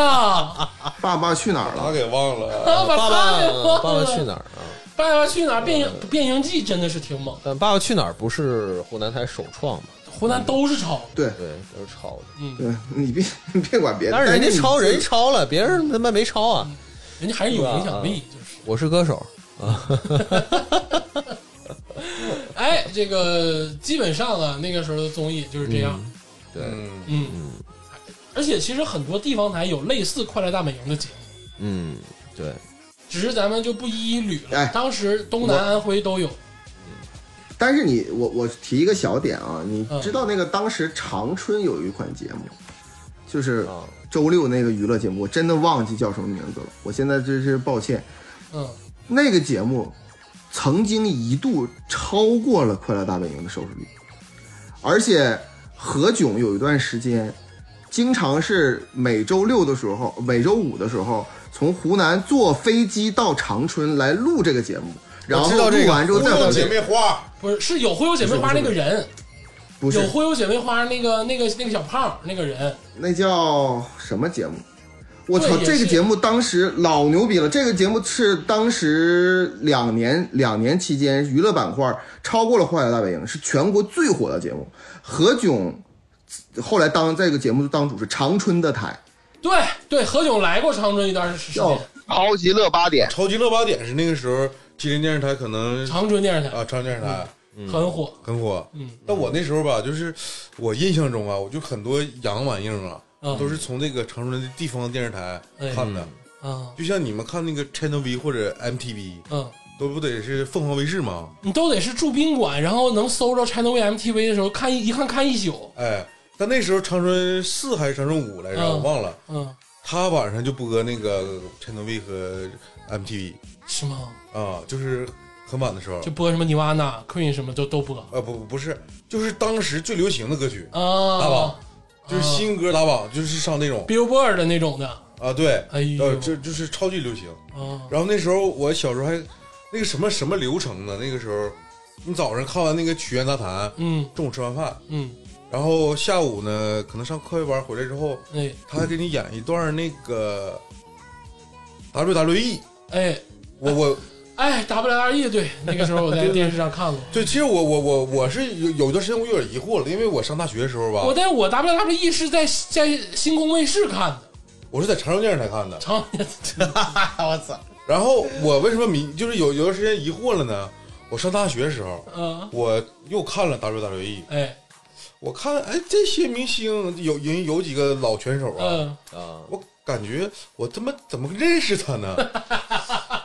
爸爸去哪儿
他
了？
给忘
[LAUGHS]
了。
爸
爸爸
给忘了
嗯爸爸去哪儿啊？
爸爸去哪儿？变形变形记真的是挺猛，
但《爸爸去哪儿》不是湖南台首创嘛？
湖南都是抄。
对
对，都是抄的。
对，你别你别管别的，
但是人家
你
抄，人家抄了，别人他妈没抄啊！
人家还是有影响力，就是。
我是歌手啊，
哎，这个基本上啊，那个时候的综艺就是这样。
对，
嗯，
嗯，而且其实很多地方台有类似《快乐大本营》的节目，
嗯，对，
只是咱们就不一一捋了。
哎
当时东南、安徽都有。
但是你我我提一个小点啊，你
嗯
知道那个当时长春有一款节目，就是
啊
周六那个娱乐节目，我真的忘记叫什么名字了，我现在真是抱歉。
嗯，
那个节目曾经一度超过了《快乐大本营》的收视率，而且何炅有一段时间，经常是每周六的时候、每周五的时候，从湖南坐飞机到长春来录这个节目，然后
知道这个
录完之后再
忽悠
回
姐
去。
妹花，
不是是有忽悠姐妹花那个人，
不是
有忽悠姐妹花那个那个那个小胖那个人，
那叫什么节目？我操，
对也
这个
是
节目当时老牛逼了！这个节目是当时两年两年期间娱乐板块超过了《快乐大本营》，是全国最火的节目。何炅后来当这个节目当主持，长春的台
对对，何炅来过长春一段时
叫
间，
超级乐八点，
超级乐八点是那个时候吉林电视台可能
长春电视台
啊，长春电视台
很火，
很火。
嗯，
但我那时候吧，就是我印象中啊，我就很多洋玩意儿啊，
嗯
都是从那个长春的地方电视台
哎
看的，
啊
就像你们看那个 Channel V 或者 MTV，
嗯，
都不得是凤凰卫视吗？
你都得是住宾馆，然后能搜着 Channel V MTV 的时候看一一看看一宿，
哎，但那时候长春四还是长春五来着，
嗯
我忘了。
嗯，
他晚上就播那个 Channel V 和 MTV
是吗？
啊，就是很晚的时候。
就播什么尼瓦娜、Queen 什么都都播
啊不不是，就是当时最流行的歌曲，打
啊
榜，就是新歌打榜，就是上那种
Billboard 的那种的，
啊，对，
哎呦
呃，这就是超级流行。
啊，
然后那时候我小时候还那个什么什么流程呢？那个时候你早上看完那个曲苑杂谈，
嗯
中午吃完饭，
嗯，
然后下午呢可能上课外班回来之后，
哎
他还给你演一段那个 WWE。
哎
我我
哎，WWE 对，那个时候我在电视上看过。
对，其实我我我我是有有一段时间我有点疑惑了，因为我上大学的时候吧
我，但是我 WWE 是在在星空卫视看的，
我是在长城电视台看的，
长
我操！
然后我为什么迷就是有有段时间疑惑了呢？我上大学的时候，
嗯，
我又看了 WWE，
哎
我看哎这些明星有人有几个老拳手啊，
嗯，
啊，
我感觉我他妈怎么认识他呢？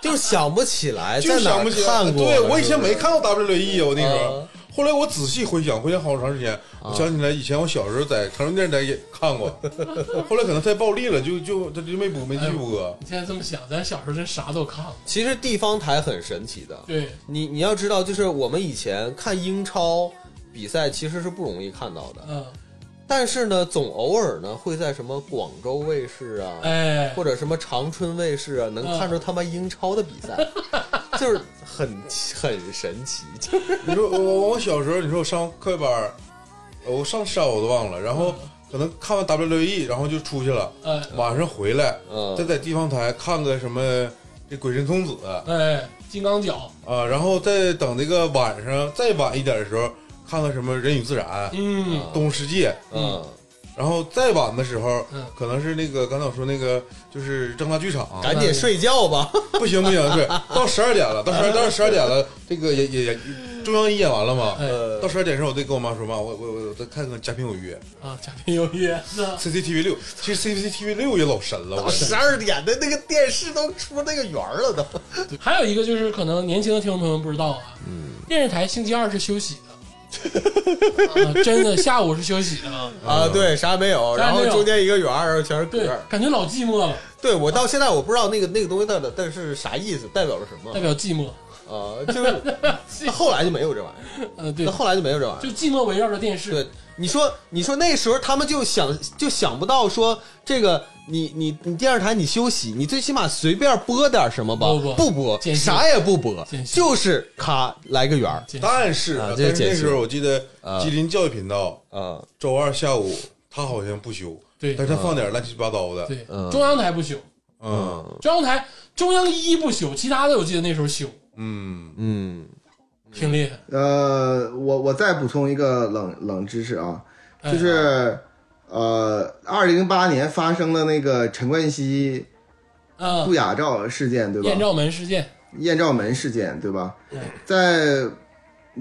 就是想不起来，
就
哎在哪
想
儿
不起来哎
看过？
对我以
是
前
不是
没看过 WWE 啊，我那时候
啊。
后来我仔细回想，回想好长时间，
嗯
我想起来以前我小时候在长春电视台也看
[LAUGHS]
过，后来可能太暴力了，就就他就没播，没继续播。
哎
你现在这么想，咱小时候真啥都看过，
其实地方台很神奇的，
对，
你你要知道，就是我们以前看英超比赛其实是不容易看到的，
嗯，
但是呢，总偶尔呢会在什么广州卫视啊，
哎，
或者什么长春卫视啊，能
嗯
看出他妈英超的比赛，就是很很神奇。就是
你说我我我小时候，你说我上课外班儿，呃我上啥我都忘了，然后
嗯
可能看完 WWE，然后就出去了，
哎
晚上回来
嗯
再在地方台看个什么这《鬼神童子》
哎，金刚脚，
啊，然后再等那个晚上再晚一点的时候看看什么《人与自然》
嗯，
东世界，
嗯，
然后再晚的时候，
嗯
可能是那个刚才我说那个就是正大剧场，
赶紧睡觉吧。
不行不行，对，到十二点了，到十二到十二点了，这个也也也中央一演完了嘛，呃
哎
[LAUGHS]
到十二点的时候我得跟我妈说妈，我我我我再看看《家庭有约
啊，嘉宾有约，那》
CCTV 六，其实 CCTV 六也老神了，我
哦十二点的那个电视都出那个圆儿了都。
还有一个就是可能年轻的听众朋友们不知道啊，电视台星期二是休息的，啊真的下午是休息的啊，
啊，对，啥也没有，
啥也
然
没
后
有
中间一个圆儿，然后全是
对
格儿，。
感觉老寂寞了，
对我到现在我不知道那个那个东西到底但是啥意思，代表着什么
代
[LAUGHS]
表寂寞，
啊？就是那后来就没有这玩意儿，
嗯，对
那，后来就没有这玩意
就
儿。
寂寞围绕着电视，
对，你说你说那时候他们就想就想不到说这个。你你你电视台你休息，你最起码随便播点什么吧，
不不
播
间隙
啥也不播
间，隙
就是咔来个圆儿，
但是
啊这
但
是
是
解
那
释
时候我记得
啊
吉林教育频道
啊
周二下午他好像不休，
对
但是他放点乱七八糟的，
对
嗯，
中央台不休，
嗯
中央台中央一不休，其他的我记得那时候休，
嗯，
嗯，
挺厉害，
呃，我我再补充一个冷冷知识啊，
哎
就是呃，二零零八年发生了那个陈冠希
啊
不，雅照事件，对吧？
艳照门事件，
艳照门事件，对吧？在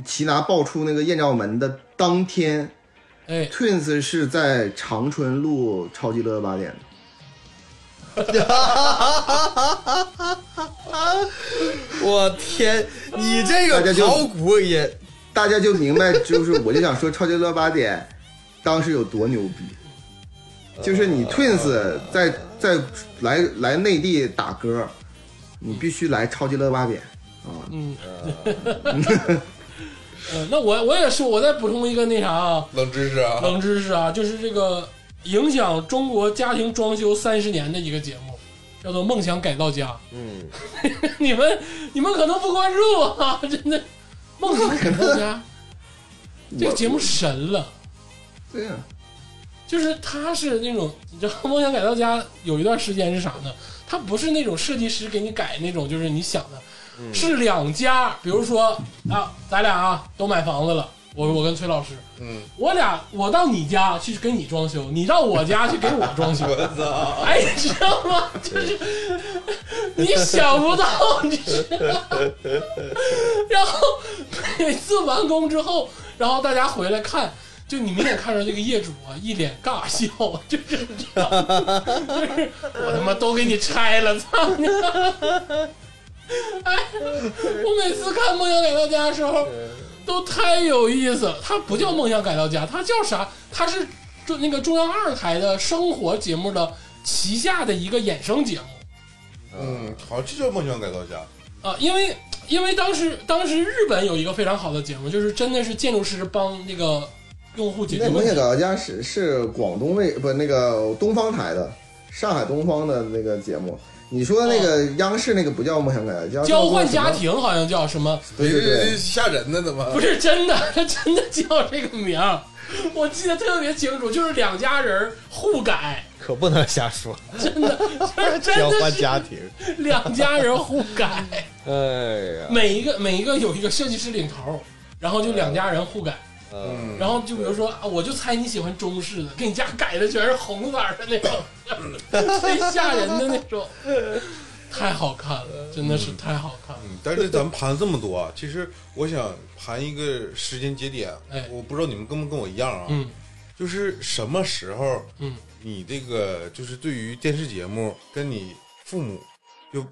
齐拿爆出那个艳照门的当天
哎，
，Twins 是在长春路超级乐乐八点的。
我天，你这
大家
个
就
考古也
大家就明白，就是我就想说，超级乐八点当时有多牛逼，
[LAUGHS]
就是你
呃
Twins 在在来来内地打歌，你必须来超级乐八点啊！
嗯，嗯，那我我也说，我再补充一个那啥啊，
冷知识啊，
冷知识啊，就是这个影响中国家庭装修三十年的一个节目，叫做《梦想改造家》。
嗯，
[LAUGHS] 你们你们可能不关注啊，真的，《梦想改造家》这个节目神了，
对呀、
就是它是那种 [LAUGHS] 你知道，《梦想改造家》有一段时间是啥呢？它不是那种设计师给你改那种，就是你想的，
嗯
是两家，比如说啊，咱俩啊都买房子了，我我跟崔老师。
嗯，
我俩我到你家去给你装修，你到我家去给我装修。
[LAUGHS] 我操，
哎，你知道吗？就是
[LAUGHS]
你想不到，你知道吗。然后每次完工之后，然后大家回来看，就你明显看着这个业主啊，一脸尬笑，就是你知道吗，就是我他妈都给你拆了，操你妈！哎，我每次看《梦想改造家》的时候，都太有意思了。它不叫《梦想改造家》，它叫啥？它是中那个中央二台的生活节目的旗下的一个衍生节目。
嗯，好，这就是梦想改造家，
啊，因为因为当时当时日本有一个非常好的节目，就是真的是建筑师帮那个用户解决
那
问
梦想
题。
改造家是是广东卫不那个东方台的，上海东方的那个节目。你说那个央视那个不叫梦想改造家，
哦交换
叫什么
家，庭好像叫什么？
对对
这这
对，
吓人的怎么？
啊
不是真的，他真的叫这个名儿，我记得特别清楚，就是两家人儿互改，
可不能瞎说，
真的，
[LAUGHS]
就是真
交
的
换
是
家庭。
两家人互改，
哎呀，
每一个每一个有一个设计师领头，然后就两家人互改。
嗯，
然后就比如说啊，我就猜你喜欢中式的，给你家改的全是红色儿的那种，最吓人的那种，太好看了，真的是太好看了。
嗯，但是咱们盘这么多啊，其实我想盘一个时间节点
哎，
我不知道你们跟不跟我一样啊，
嗯
就是什么时候，
嗯，
你这个就是对于电视节目跟你父母就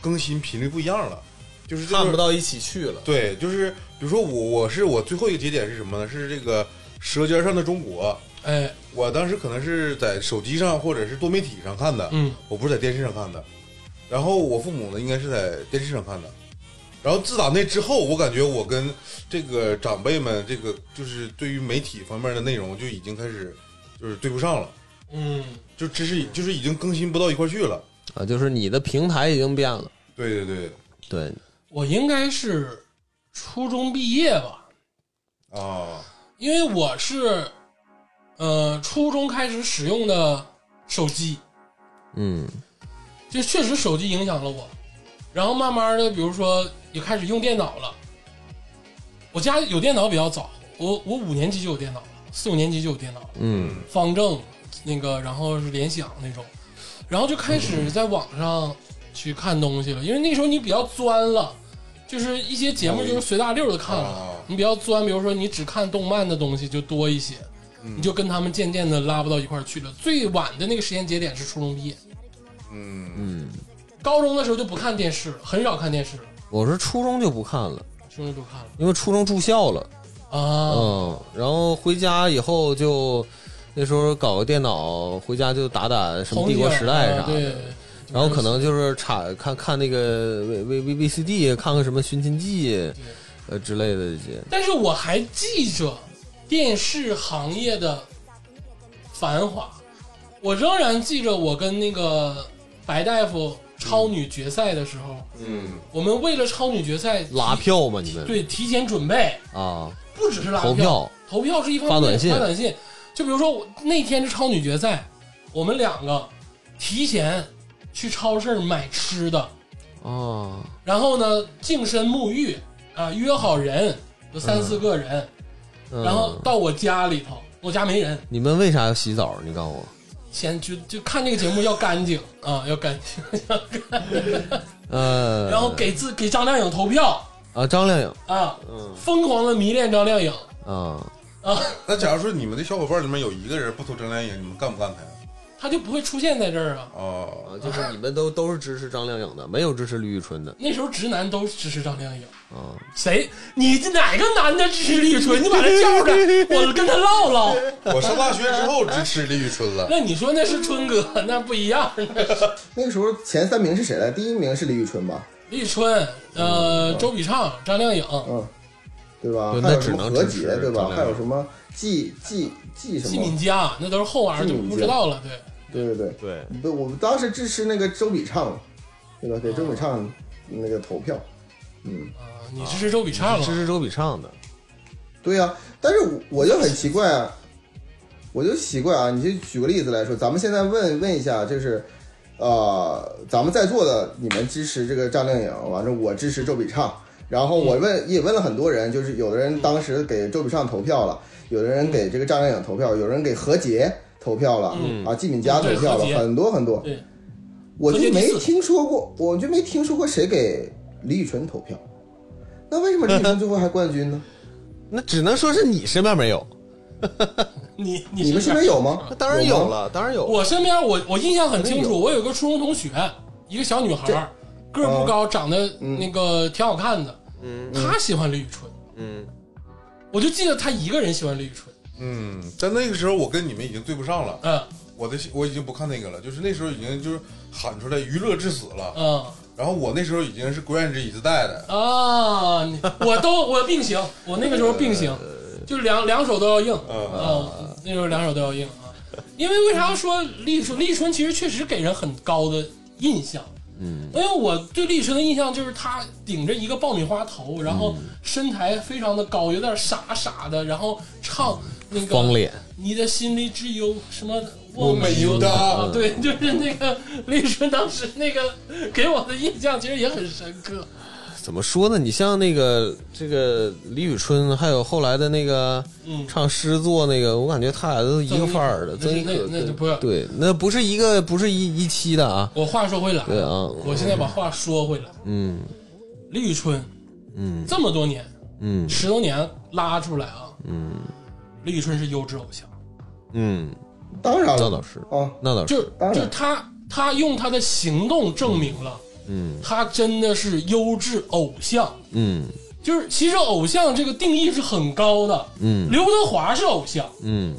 更新频率不一样了，就是这个
看不到一起去了。
对，就是比如说我我是我最后一个节点是什么呢？是这个《舌尖上的中国》，
哎，
我当时可能是在手机上或者是多媒体上看的，
嗯，
我不是在电视上看的。然后我父母呢，应该是在电视上看的。然后自打那之后，我感觉我跟这个长辈们，这个就是对于媒体方面的内容就已经开始就是对不上了，
嗯，
就知识就是已经更新不到一块儿去了。
啊，就是你的平台已经变了。
对对对，
对，
我应该是初中毕业吧，
啊，
因为我是呃初中开始使用的手机，
嗯，
就确实手机影响了我，然后慢慢的，比如说也开始用电脑了。我家有电脑比较早，我我五年级就有电脑了，四五年级就有电脑了，
嗯，
方正那个，然后是联想那种，然后就开始在网上去看东西了，因为那时候你比较钻了，就是一些节目就是随大溜的看了
哦，
你比较钻，比如说你只看动漫的东西就多一些，你就跟他们渐渐的拉不到一块儿去了。最晚的那个时间节点是初中毕业。
嗯，
高中的时候就不看电视了，很少看电视了，
我是初中就不看了，
初中就不看了
因为初中住校了。
啊。
嗯，然后回家以后就那时候搞个电脑，回家就打打什么
红
帝
警
国时代
啊
啥
对
的。，然后可能就是查看看那个 V V V V C D，看看什么《寻秦记》呃之类的这些。
但是我还记着电视行业的繁华，我仍然记着我跟那个白大夫超女决赛的时候，
嗯，
我们为了超女决赛
拉，票嘛，你们
对，提前准备，
啊，
不只是拉
投票
投票是一方面，
发短信
发短信。就比如说我那天是超女决赛，我们两个提前去超市买吃的，
啊，
然后呢净身沐浴啊，约好人有三四个人，
嗯
然后到我家里头，我家没人，
你们为啥要洗澡？你告诉我。
先就就看这个节目要干净啊，要干净，
呃，
然后给自给张靓颖投票
啊，张靓颖
啊，疯狂的迷恋张靓颖。
啊，
[LAUGHS]
那假如说你们的小伙伴里面有一个人不投张靓颖，你们干不干他呀？
她就不会出现在这儿啊！
[LAUGHS]
哦，
啊就是你们都都是支持张靓颖的，没有支持李宇春的
那时候直男都支持张靓颖，
啊。
谁？你这哪个男的支持李宇春？你把他叫来，我跟他唠唠。
我上大学之后支持李宇春了。
那你说那是春哥， [LAUGHS] 那不一样。
那个时候前三名是谁来？第一名是李宇春吧？
李宇春，呃，周笔畅，张靓颖，
嗯，对吧
对？
还有
那只
什么
能
和
支持
解，对吧
张？良
还有什么季季季什
季
么
敏？佳那都是后玩就
季敏佳
不知道了，对，
对对对，
对，
对，我们当时支持那个周笔畅，对吧？给周笔畅那个投票，嗯，
啊，你支持周笔畅
支
了，
持周笔畅的，
对呀、但是我我就很奇怪啊，我就奇怪啊，你就举个例子来说，咱们现在问问一下，就是，呃，咱们在座的你们支持这个张靓颖，完了我支持周笔畅，然后
嗯
我问、也问了很多人，就是有的人当时给周笔畅投票了，有的人给这个张靓颖投票，有人给何洁投票了，
嗯
啊，季敏佳投
对
票
何
了，
洁
很多很多，
对，
我就没
何洁第四
听说过，我就没听说过谁给李宇春投票，那为什么李宇春最后还冠军呢？
那只能说是你身边没有，
你 [LAUGHS] 你
你们身边有吗？
那当然
有
有
吗
了，当然有。
我身边我我印象很清
肯定
楚，
有
我有一个初中同学，一个小女孩
这
儿，个儿不高，长得
嗯
那个挺好看的，她喜欢李宇春，
嗯，
我就记得她一个人喜欢李宇春，
嗯，但那个时候我跟你们已经对不上了，
嗯
我的我已经不看那个了，就是那时候已经就是喊出来娱乐至死了，
嗯
然后我那时候已经是国愿之以自带的，
啊，你我都我并行，我那个时候并行，就两两手都要硬，
嗯，
嗯，那时候两手都要硬啊，因为为啥说李宇春？李宇春其实确实给人很高的印象，嗯，因为我对李宇春的印象就是她顶着一个爆米花头，然后身材非常的高，有点傻傻的，然后唱那个
方脸，
你的心里只有什么
我没有的
啊，对，就是那个李宇春当时那个给我的印象其实也很深刻，
怎么说呢？你像那个这个李宇春，还有后来的那个
嗯
唱诗作那个，我感觉他俩都一个范儿的，曾
曾
轶
轶可
可
那那就不要
对，那不是一个不是一一期的啊，
我话说回来，
对啊，
我现在把话说回来，
嗯
李宇春
嗯
这么多年。
嗯
十多年拉出来啊，嗯，李宇春是优质偶像，
嗯，
当然
那
了
倒是，
啊，
那倒是，
就
当然
就他他用他的行动证明了，
嗯
他真的是优质偶像。
嗯
就是其实偶像这个定义是很高的，
嗯
刘德华是偶像，
嗯，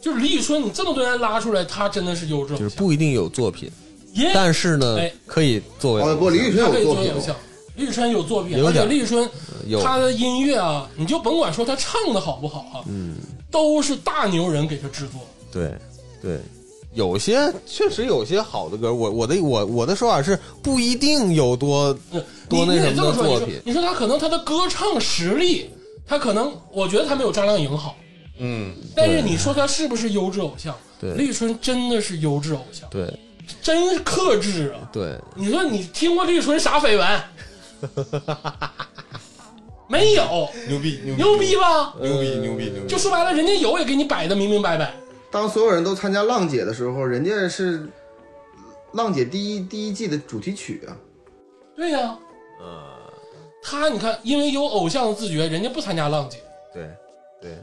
就是李宇春，你这么多年拉出来，他真的是优质
就
偶
是
像，
不一定有作品，
也
但是呢
哎，
可以作为
哦不，李宇春
他可
有
以
作
做
品
偶，像。李宇春有作品，
有
而且
点
李宇春
有
他的音乐啊，你就甭管说他唱的好不好啊，嗯，都是大牛人给他制作。
对对，有些确实有些好的歌，我我的我我的说法是不一定有多
嗯你
多那
你得
什
这
么
么
的
说你
作
说
品，
你说他可能他的歌唱实力，他可能我觉得他没有张靓颖好，
嗯，
但是你说他是不是优质偶像？
对
李宇春真的是优质偶像，
对
真是克制啊！
对，
你说你听过李宇春啥绯
[LAUGHS]
闻？没有，
牛逼牛逼
牛逼吧？
牛逼牛逼牛逼
就，说白了，人家有也给你摆的明明白白。
当所有人都参加浪姐的时候，人家是浪姐第一第一季的主题曲啊，
对呀、嗯，他你看，因为有偶像的自觉，人家不参加浪姐。
对对，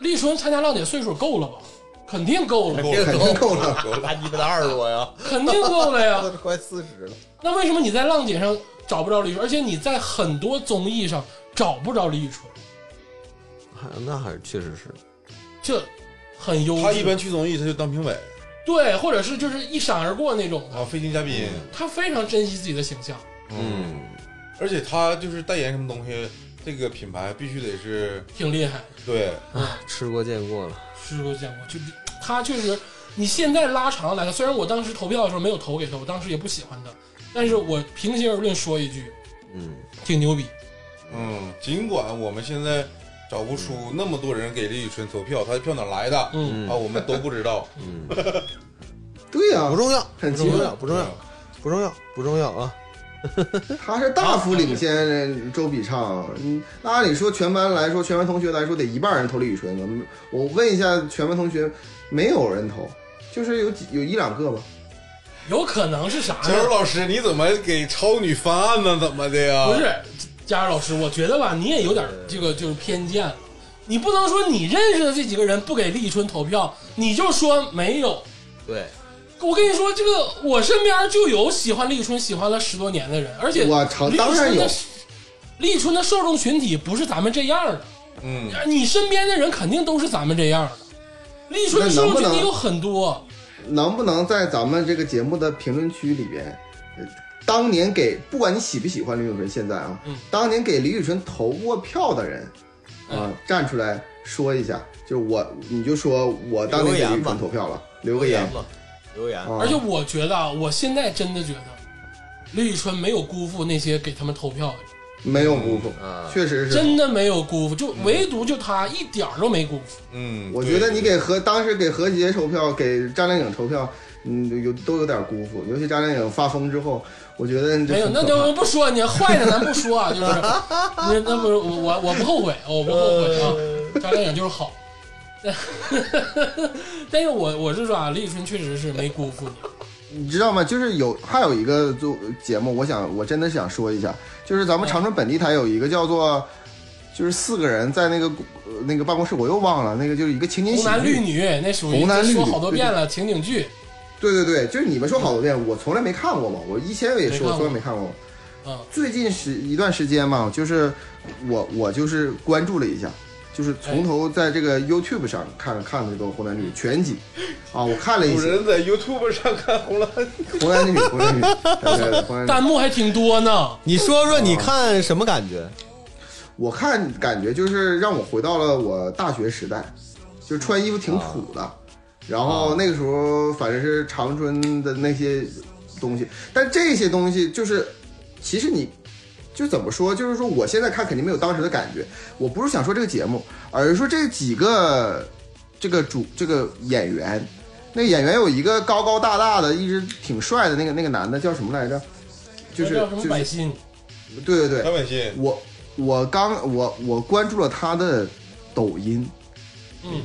李宇春参加浪姐岁数够了吧？肯定够了，
够了
肯定够了，
大鸡巴的二十多呀，
肯定够了呀。
快四十了，
那为什么你在浪姐上找不着李宇春，而且你在很多综艺上找不着李宇春？
还那还确实是，
这很优质。
[LAUGHS] 他一般去综艺他就当评委
对，或者是就是一闪而过那种的。
啊，飞行嘉宾，
他非常珍惜自己的形象，
嗯，
而且他就是代言什么东西，这个品牌必须得是
挺厉害，
对，
吃过见过了，
师傅见过。就他确实，你现在拉长来了。虽然我当时投票的时候没有投给他，我当时也不喜欢他，但是我平心而论说一句，
嗯，
挺牛逼。
嗯，尽管我们现在找不出那么多人给李宇春投票，他的票哪来的？
嗯
啊，我们都不知道。
对呀、
不重要，
很
不
奇
重
怪
要，，不重要，不重要，不重要啊，
他是大幅领先周笔畅。嗯，那按理说全班来说，全班同学来说得一半人投李宇春吧？我问一下全班同学，没有人投，就是有几有一两个吧。
有可能是啥
佳茹
呢？
老师，你怎么给超女翻案呢？怎么的呀？
不，是，佳老师，我觉得吧，你也有点这个就是偏见了。你不能说你认识的这几个人不给立春投票，你就说没有。
对，
我跟你说，这个我身边就有喜欢立春喜欢了十多年的人，而且
我操
立春的
当然有
立春的受众群体不是咱们这样的，
嗯，
你身边的人肯定都是咱们这样的。立春的
那
受
能不
众群体
能
有很多，
能不能在咱们这个节目的评论区里边，呃当年给不管你喜不喜欢李宇春，现在啊，
嗯
当年给李宇春投过票的人啊、站出来说一下，就是我，你就说我当年给李宇春投票了，留个言。
吧，留言。
啊
而且我觉得啊，我现在真的觉得李宇春没有辜负那些给他们投票的人。
没有辜负，
啊
确实
嗯
是。
真的没有辜负，就唯独就他一点儿都没辜负。
嗯，
我
对
觉得你给何当时给何洁投票，给张靓颖投票，嗯，有都有点辜负，尤其张靓颖发疯之后，我觉得这
[LAUGHS] 没有，
很
那
可
就
怕
不说你坏的，咱不说
[LAUGHS]
啊，就是，那那不是我我我不后悔，我不后悔啊，
呃
张靓颖就是好。 [LAUGHS] 但是我我是说啊，李宇春确实是没辜负你，
你知道吗？就是有还有一个做节目，我想我真的想说一下，就是咱们长春本地台有一个叫做，就是四个人在那个呃那个办公室，我又忘了那个就是一个情景喜
红男绿
剧，
女那属于
红男绿女
说好多遍了情景剧，
对对对，就是你们说好多遍，我从来没看过嘛，我以前
没
也
看
说
过
从来没看过，
嗯
最近时一段时间嘛，就是我我就是关注了一下，就是从头在这个 YouTube 上看看的这个《湖南女》全集啊，我看了一
有
些《
人在 YouTube 上看红蓝，
湖南女》《湖南女》对对对《湖南女》，
弹幕还挺多呢。
你嗯说说你看什么感觉？
我看感觉就是让我回到了我大学时代，就是穿衣服挺土的，
啊
然后那个时候反正是长春的那些东西，但这些东西就是，其实你就怎么说，就是说我现在看肯定没有当时的感觉。我不是想说这个节目，而是说这几个这个主这个演员，那演员有一个高高大大的，一直挺帅的那个那个男的叫什么来着？就是
叫什么
就
百
是
心，
对对对，
张本新，
我我刚我我关注了他的抖音
嗯，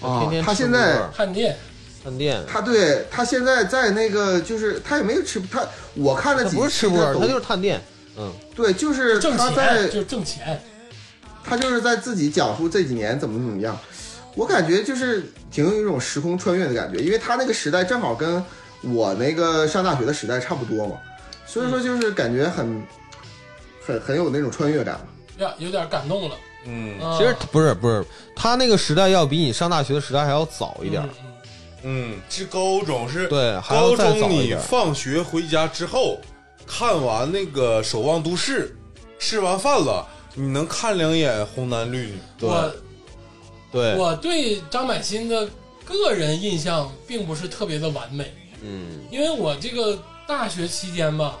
啊，
天天
他
吃
现
不
在
惯
探店，
饭店，
他对他现在在那个就是他也没有吃他，我看了
他
几
不是吃不
期
惯，
抖
他就是探店。嗯，
对，就是
挣
他在
钱就是挣钱，
他就是在自己讲述这几年怎么怎么样，我感觉就是挺有一种时空穿越的感觉，因为他那个时代正好跟我那个上大学的时代差不多嘛，所
嗯
以说就是感觉很很很有那种穿越感。
呀，有点感动了。
嗯
啊
其实不是不是，他那个时代要比你上大学的时代还要早一点儿
嗯，嗯
嗯，是高中是
对，还要
高
再早
中
一
你
点儿。
放学回家之后，看完那个《守望都市》，吃完饭了，你能看两眼红男绿女。
对
我
对，
我对张柏芝的个人印象并不是特别的完美，
嗯
因为我这个大学期间吧，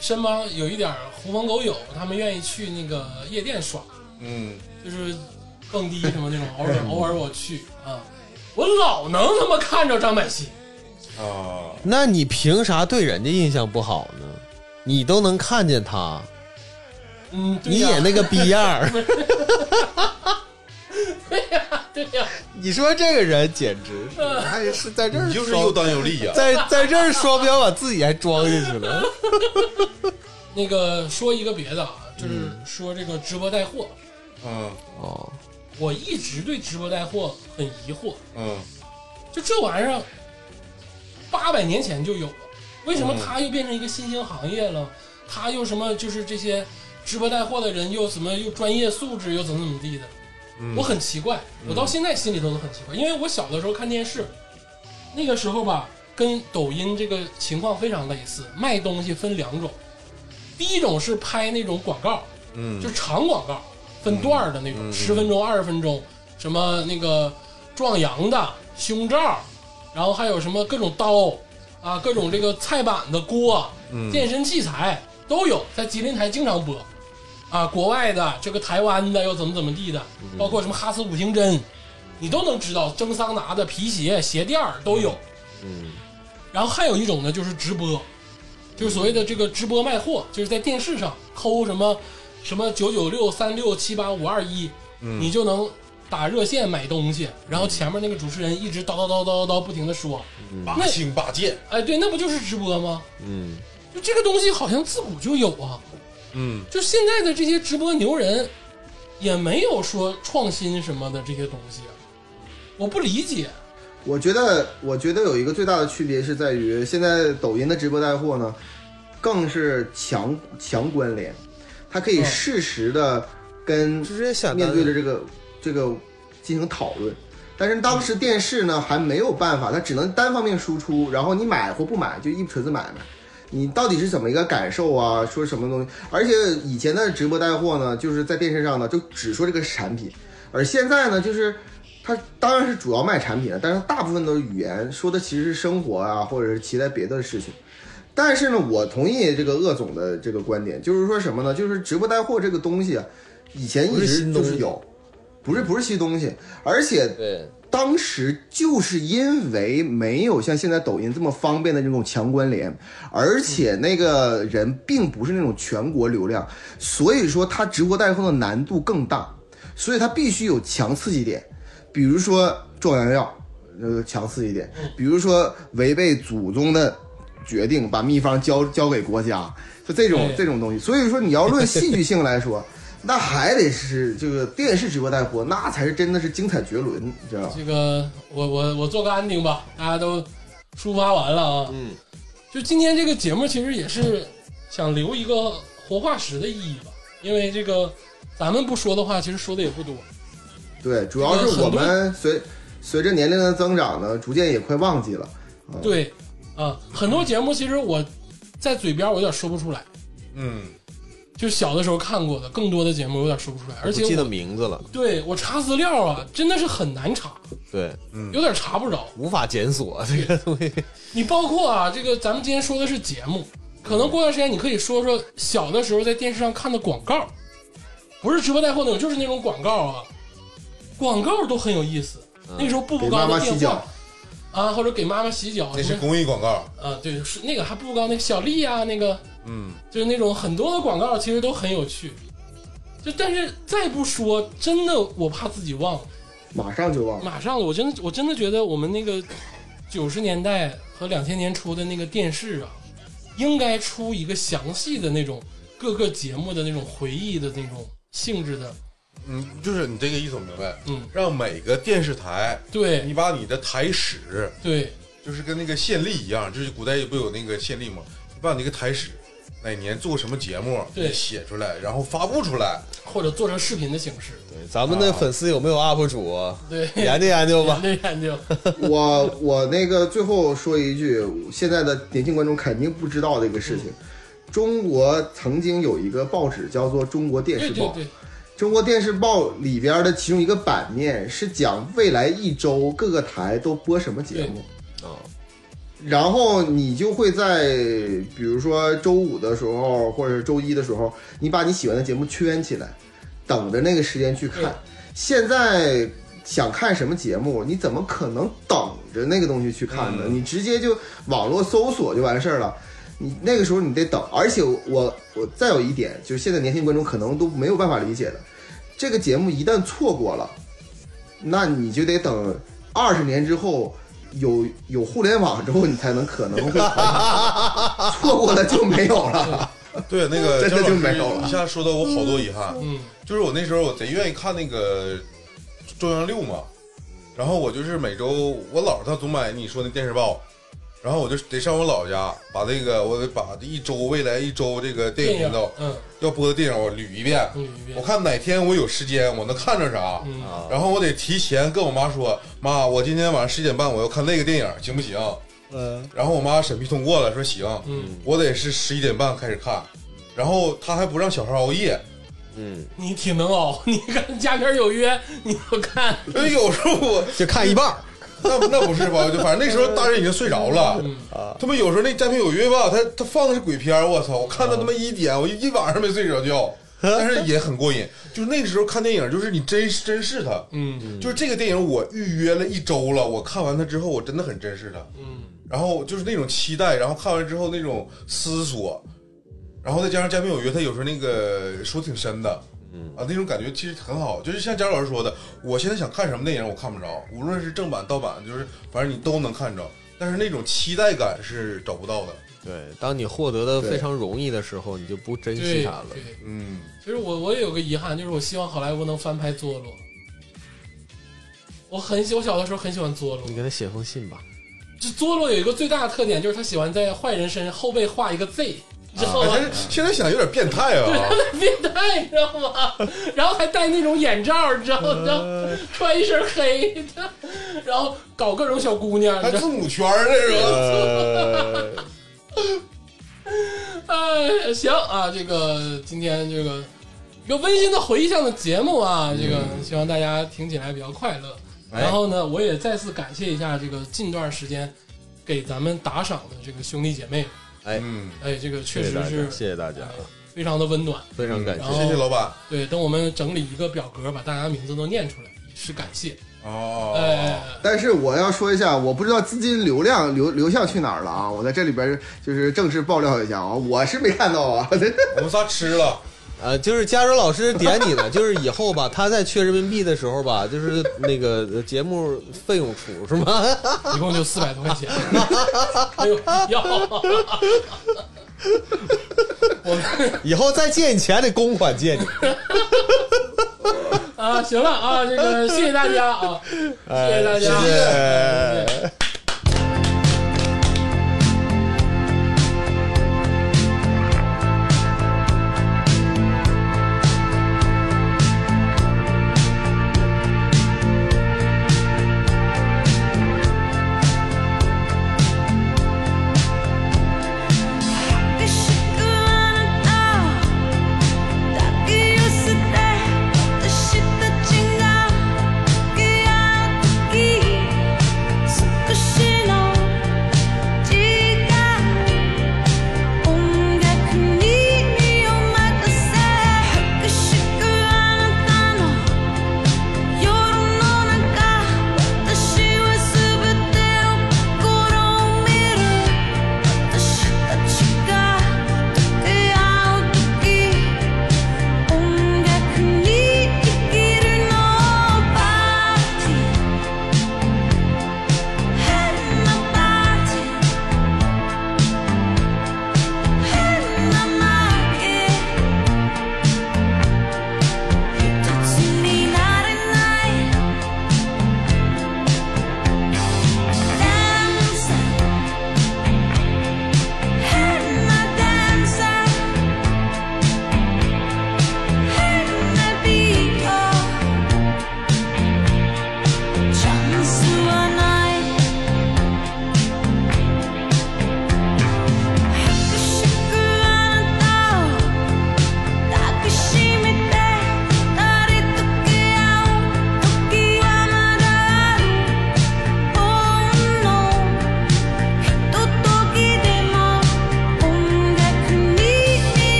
身帮有一点儿狐朋狗友，他们愿意去那个夜店耍，
嗯，
就是蹦迪什么那种，偶尔偶尔我去啊，我老能他妈看着张柏芝，
啊，
那你凭啥对人家印象不好呢？你都能看见他，
嗯，对
你
呀、
演那个逼样儿，
对呀、对呀、
你说这个人简直是，还哎是在这儿
你就是
双
又当又立呀、
在在这儿双标，把自己还装进去了。
那个说一个别的啊，就是
嗯
说这个直播带货，
嗯
哦，
我一直对直播带货很疑惑，
嗯，
就这玩意儿，八百年前就有了，为什么它又变成一个新兴行业了？它又什么就是这些直播带货的人又什么又专业素质又怎么怎么地的？
嗯
我很奇怪，我到现在心里都是很奇怪，因为我小的时候看电视，那个时候吧，跟抖音这个情况非常类似，卖东西分两种，第一种是拍那种广告，
嗯
就长广告，分段儿的那种，
嗯
十、分钟、二十分钟，什么那个壮阳的胸罩，然后还有什么各种刀啊，各种这个菜板子、锅、
嗯
健身器材都有，在吉林台经常播。啊，国外的这个台湾的又怎么怎么地的，
嗯
包括什么哈斯五行针，你都能知道。蒸桑拿的皮鞋、鞋垫儿都有。
嗯，
然后还有一种呢，就是直播，就是所谓的这个直播卖货，就是在电视上抠什么什么九九六三六七八五二一，
嗯
你就能打热线买东西，然后前面那个主持人一直叨叨叨叨叨不停的说，
八星八剑，
哎，对，那不就是直播吗？
嗯，
就这个东西好像自古就有啊，
嗯
就现在的这些直播牛人，也没有说创新什么的这些东西啊，我不理解。
我觉得，我觉得有一个最大的区别是在于，现在抖音的直播带货呢，更是强强关联，它可以
嗯
适时的跟
直接下单
面对着这个这个进行讨论。但是当时电视呢还没有办法，它只能单方面输出，然后你买或不买就一锤子买卖。你到底是怎么一个感受啊？说什么东西？而且以前的直播带货呢，就是在电视上呢，就只说这个产品，而现在呢，就是它当然是主要卖产品了，但是大部分都是语言说的其实是生活啊，或者是其他别的事情。但是呢，我同意这个鄂总的这个观点，就是说什么呢？就是直播带货这个东西啊，以前一
不是
直
新
就
东西
是有，不是不是新东西，而且
对，
当时就是因为没有像现在抖音这么方便的这种强关联，而且那个人并不是那种全国流量，所以说他直播带货的难度更大，所以他必须有强刺激点，比如说壮阳药，呃，强刺激点，比如说违背祖宗的决定，把秘方交交给国家，就这种
对
这种东西。所以说你要论戏剧性来说。那还得是这个电视直播带货，那才是真的是精彩绝伦，你知道吧？
这个我我我做个安定吧，大家都抒发完了啊。
嗯，
就今天这个节目其实也是想留一个活化石的意义吧，因为这个咱们不说的话，其实说的也不多。
对，主要是我们随随着年龄的增长呢，逐渐也快忘记了。
对，啊，很多节目其实我在嘴边我有点说不出来，
嗯，
就小的时候看过的更多的节目有点说不出来，而
不
且
记得
我
名字了，
对我查资料啊，真的是很难查，
对，
有点查不着。
无法检索这个东西。
你包括啊，这个咱们今天说的是节目，可能过段时间你可以说说小的时候在电视上看的广告，不是直播带货那种，就是那种广告啊，广告都很有意思。那时候步步
嗯给妈
高
妈
的
洗
电
脚
话啊，或者给妈妈洗脚，
那
什
是
么
公益广告，
啊，对，是那个还步步高那个小丽啊，那个
嗯，
就是那种很多的广告其实都很有趣。就但是再不说，真的我怕自己忘了。
马上就忘了，
马上了，我真的我真的觉得我们那个九十年代和两千年初的那个电视啊，应该出一个详细的那种各个节目的那种回忆的那种性质的，
嗯，就是你这个意思我明白，
嗯，
让每个电视台，
对
你把你的台史，
对
就是跟那个县历一样，就是古代不有那个县历吗？你把你那个台史，哪年做什么节目，
对
你写出来，然后发布出来，
或者做成视频的形式，
对咱们的粉丝有没有 UP 主啊？
对，
研究啊研究吧。
研究研究，
我我那个最后说一句，现在的年轻观众肯定不知道的一个事
嗯
情。中国曾经有一个报纸叫做《中国电
对
视
对
报》，
对，
中国电视报里边的其中一个版面是讲未来一周各个台都播什么节目。
哦
然后你就会在，比如说周五的时候，或者是周一的时候，你把你喜欢的节目圈起来，等着那个时间去看
对。
现在想看什么节目，你怎么可能等着那个东西去看呢？你直接就网络搜索就完事儿了。你那个时候你得等，而且我我再有一点，就是现在年轻观众可能都没有办法理解的，这个节目一旦错过了，那你就得等二十年之后有有互联网之后，你才能可能会传承错过了就没有了。
对，那个
[LAUGHS] 真
姜老
的就
师
没有了
一下说到我好多遗憾，
嗯，
就是我那时候我贼愿意看那个中央六嘛，然后我就是每周我姥儿她总买你说那电视报，然后我就得上我姥儿家把那个我得把这一周未来一周这个电
电
影
影
频道，
嗯，
要播的电影我捋一遍，
捋一遍
我看哪天我有时间我能看着啥，
嗯
啊
然后我得提前跟我妈说，妈，我今天晚上十点半我要看那个电影，行不行？
嗯，
然后我妈审批通过了，说行，
嗯，
我得是十一点半开始看，然后她还不让小孩熬夜，
嗯，
你挺能熬，你看《家片有约》，你都看，
哎，有时候我
就看一半儿。
[LAUGHS] 那那不是吧？就反正那时候大人已经睡着了。
嗯
他们有时候那《家庭有约》吧，他他放的是鬼片儿，我操！我看到他
嗯
妈一点，我一晚上没睡着觉，但是也很过瘾。就是那时候看电影，就是你真真是他，
嗯
就是这个电影我预约了一周了，我看完它之后，我真的很珍视它。
嗯，
然后就是那种期待，然后看完之后那种思索，然后再加上《嘉宾有约》，他有时候那个说挺深的，啊，那种感觉其实很好。就是像贾老师说的，我现在想看什么电影我看不着，无论是正版盗版，就是反正你都能看着，但是那种期待感是找不到的。
对，当你获得的非常容易的时候，你就不珍惜
对
它了。
对。
嗯，
其实我我也有个遗憾，就是我希望好莱坞能翻拍《佐罗》。我很喜，我小的时候很喜欢佐罗。
你给他写封信吧。
这佐罗有一个最大的特点，就是他喜欢在坏人身上后背画一个 Z，你知道
哎
啊
吗
但？是现在想有点变态啊。
[LAUGHS] 变态，你知道吗？然后还戴那种眼罩，你知道吗？
呃
穿一身黑的，然后搞各种小姑娘，你
还
知道
字母圈儿那时候，
呃，
呃，行啊，这个今天这个一个温馨的回忆向的节目啊，这个希望大家听起来比较快乐。
嗯哎
然后呢，我也再次感谢一下这个近段时间给咱们打赏的这个兄弟姐妹，
嗯，
哎，这个确
谢谢
实
大家，
是
谢谢大家啊
哎，非常的温暖。
非常感谢
然后
谢谢老板
对，等我们整理一个表格，把大家名字都念出来，以示感谢。
哦，
哎，
但是我要说一下，我不知道资金流量流流向去哪儿了啊！我在这里边就是正式爆料一下啊，我是没看到啊。 [LAUGHS]
我们仨吃了，
呃，就是佳茹老师点你的， [LAUGHS] 就是以后吧，他在缺人民币的时候吧，就是那个呃节目费用出是吗？ [LAUGHS]
一共就四百多块钱。哎呦，要！我们
以后再借你钱得公款 [LAUGHS] 借你。
啊，行了啊，这个谢谢大家啊，谢谢大家，
哎谢谢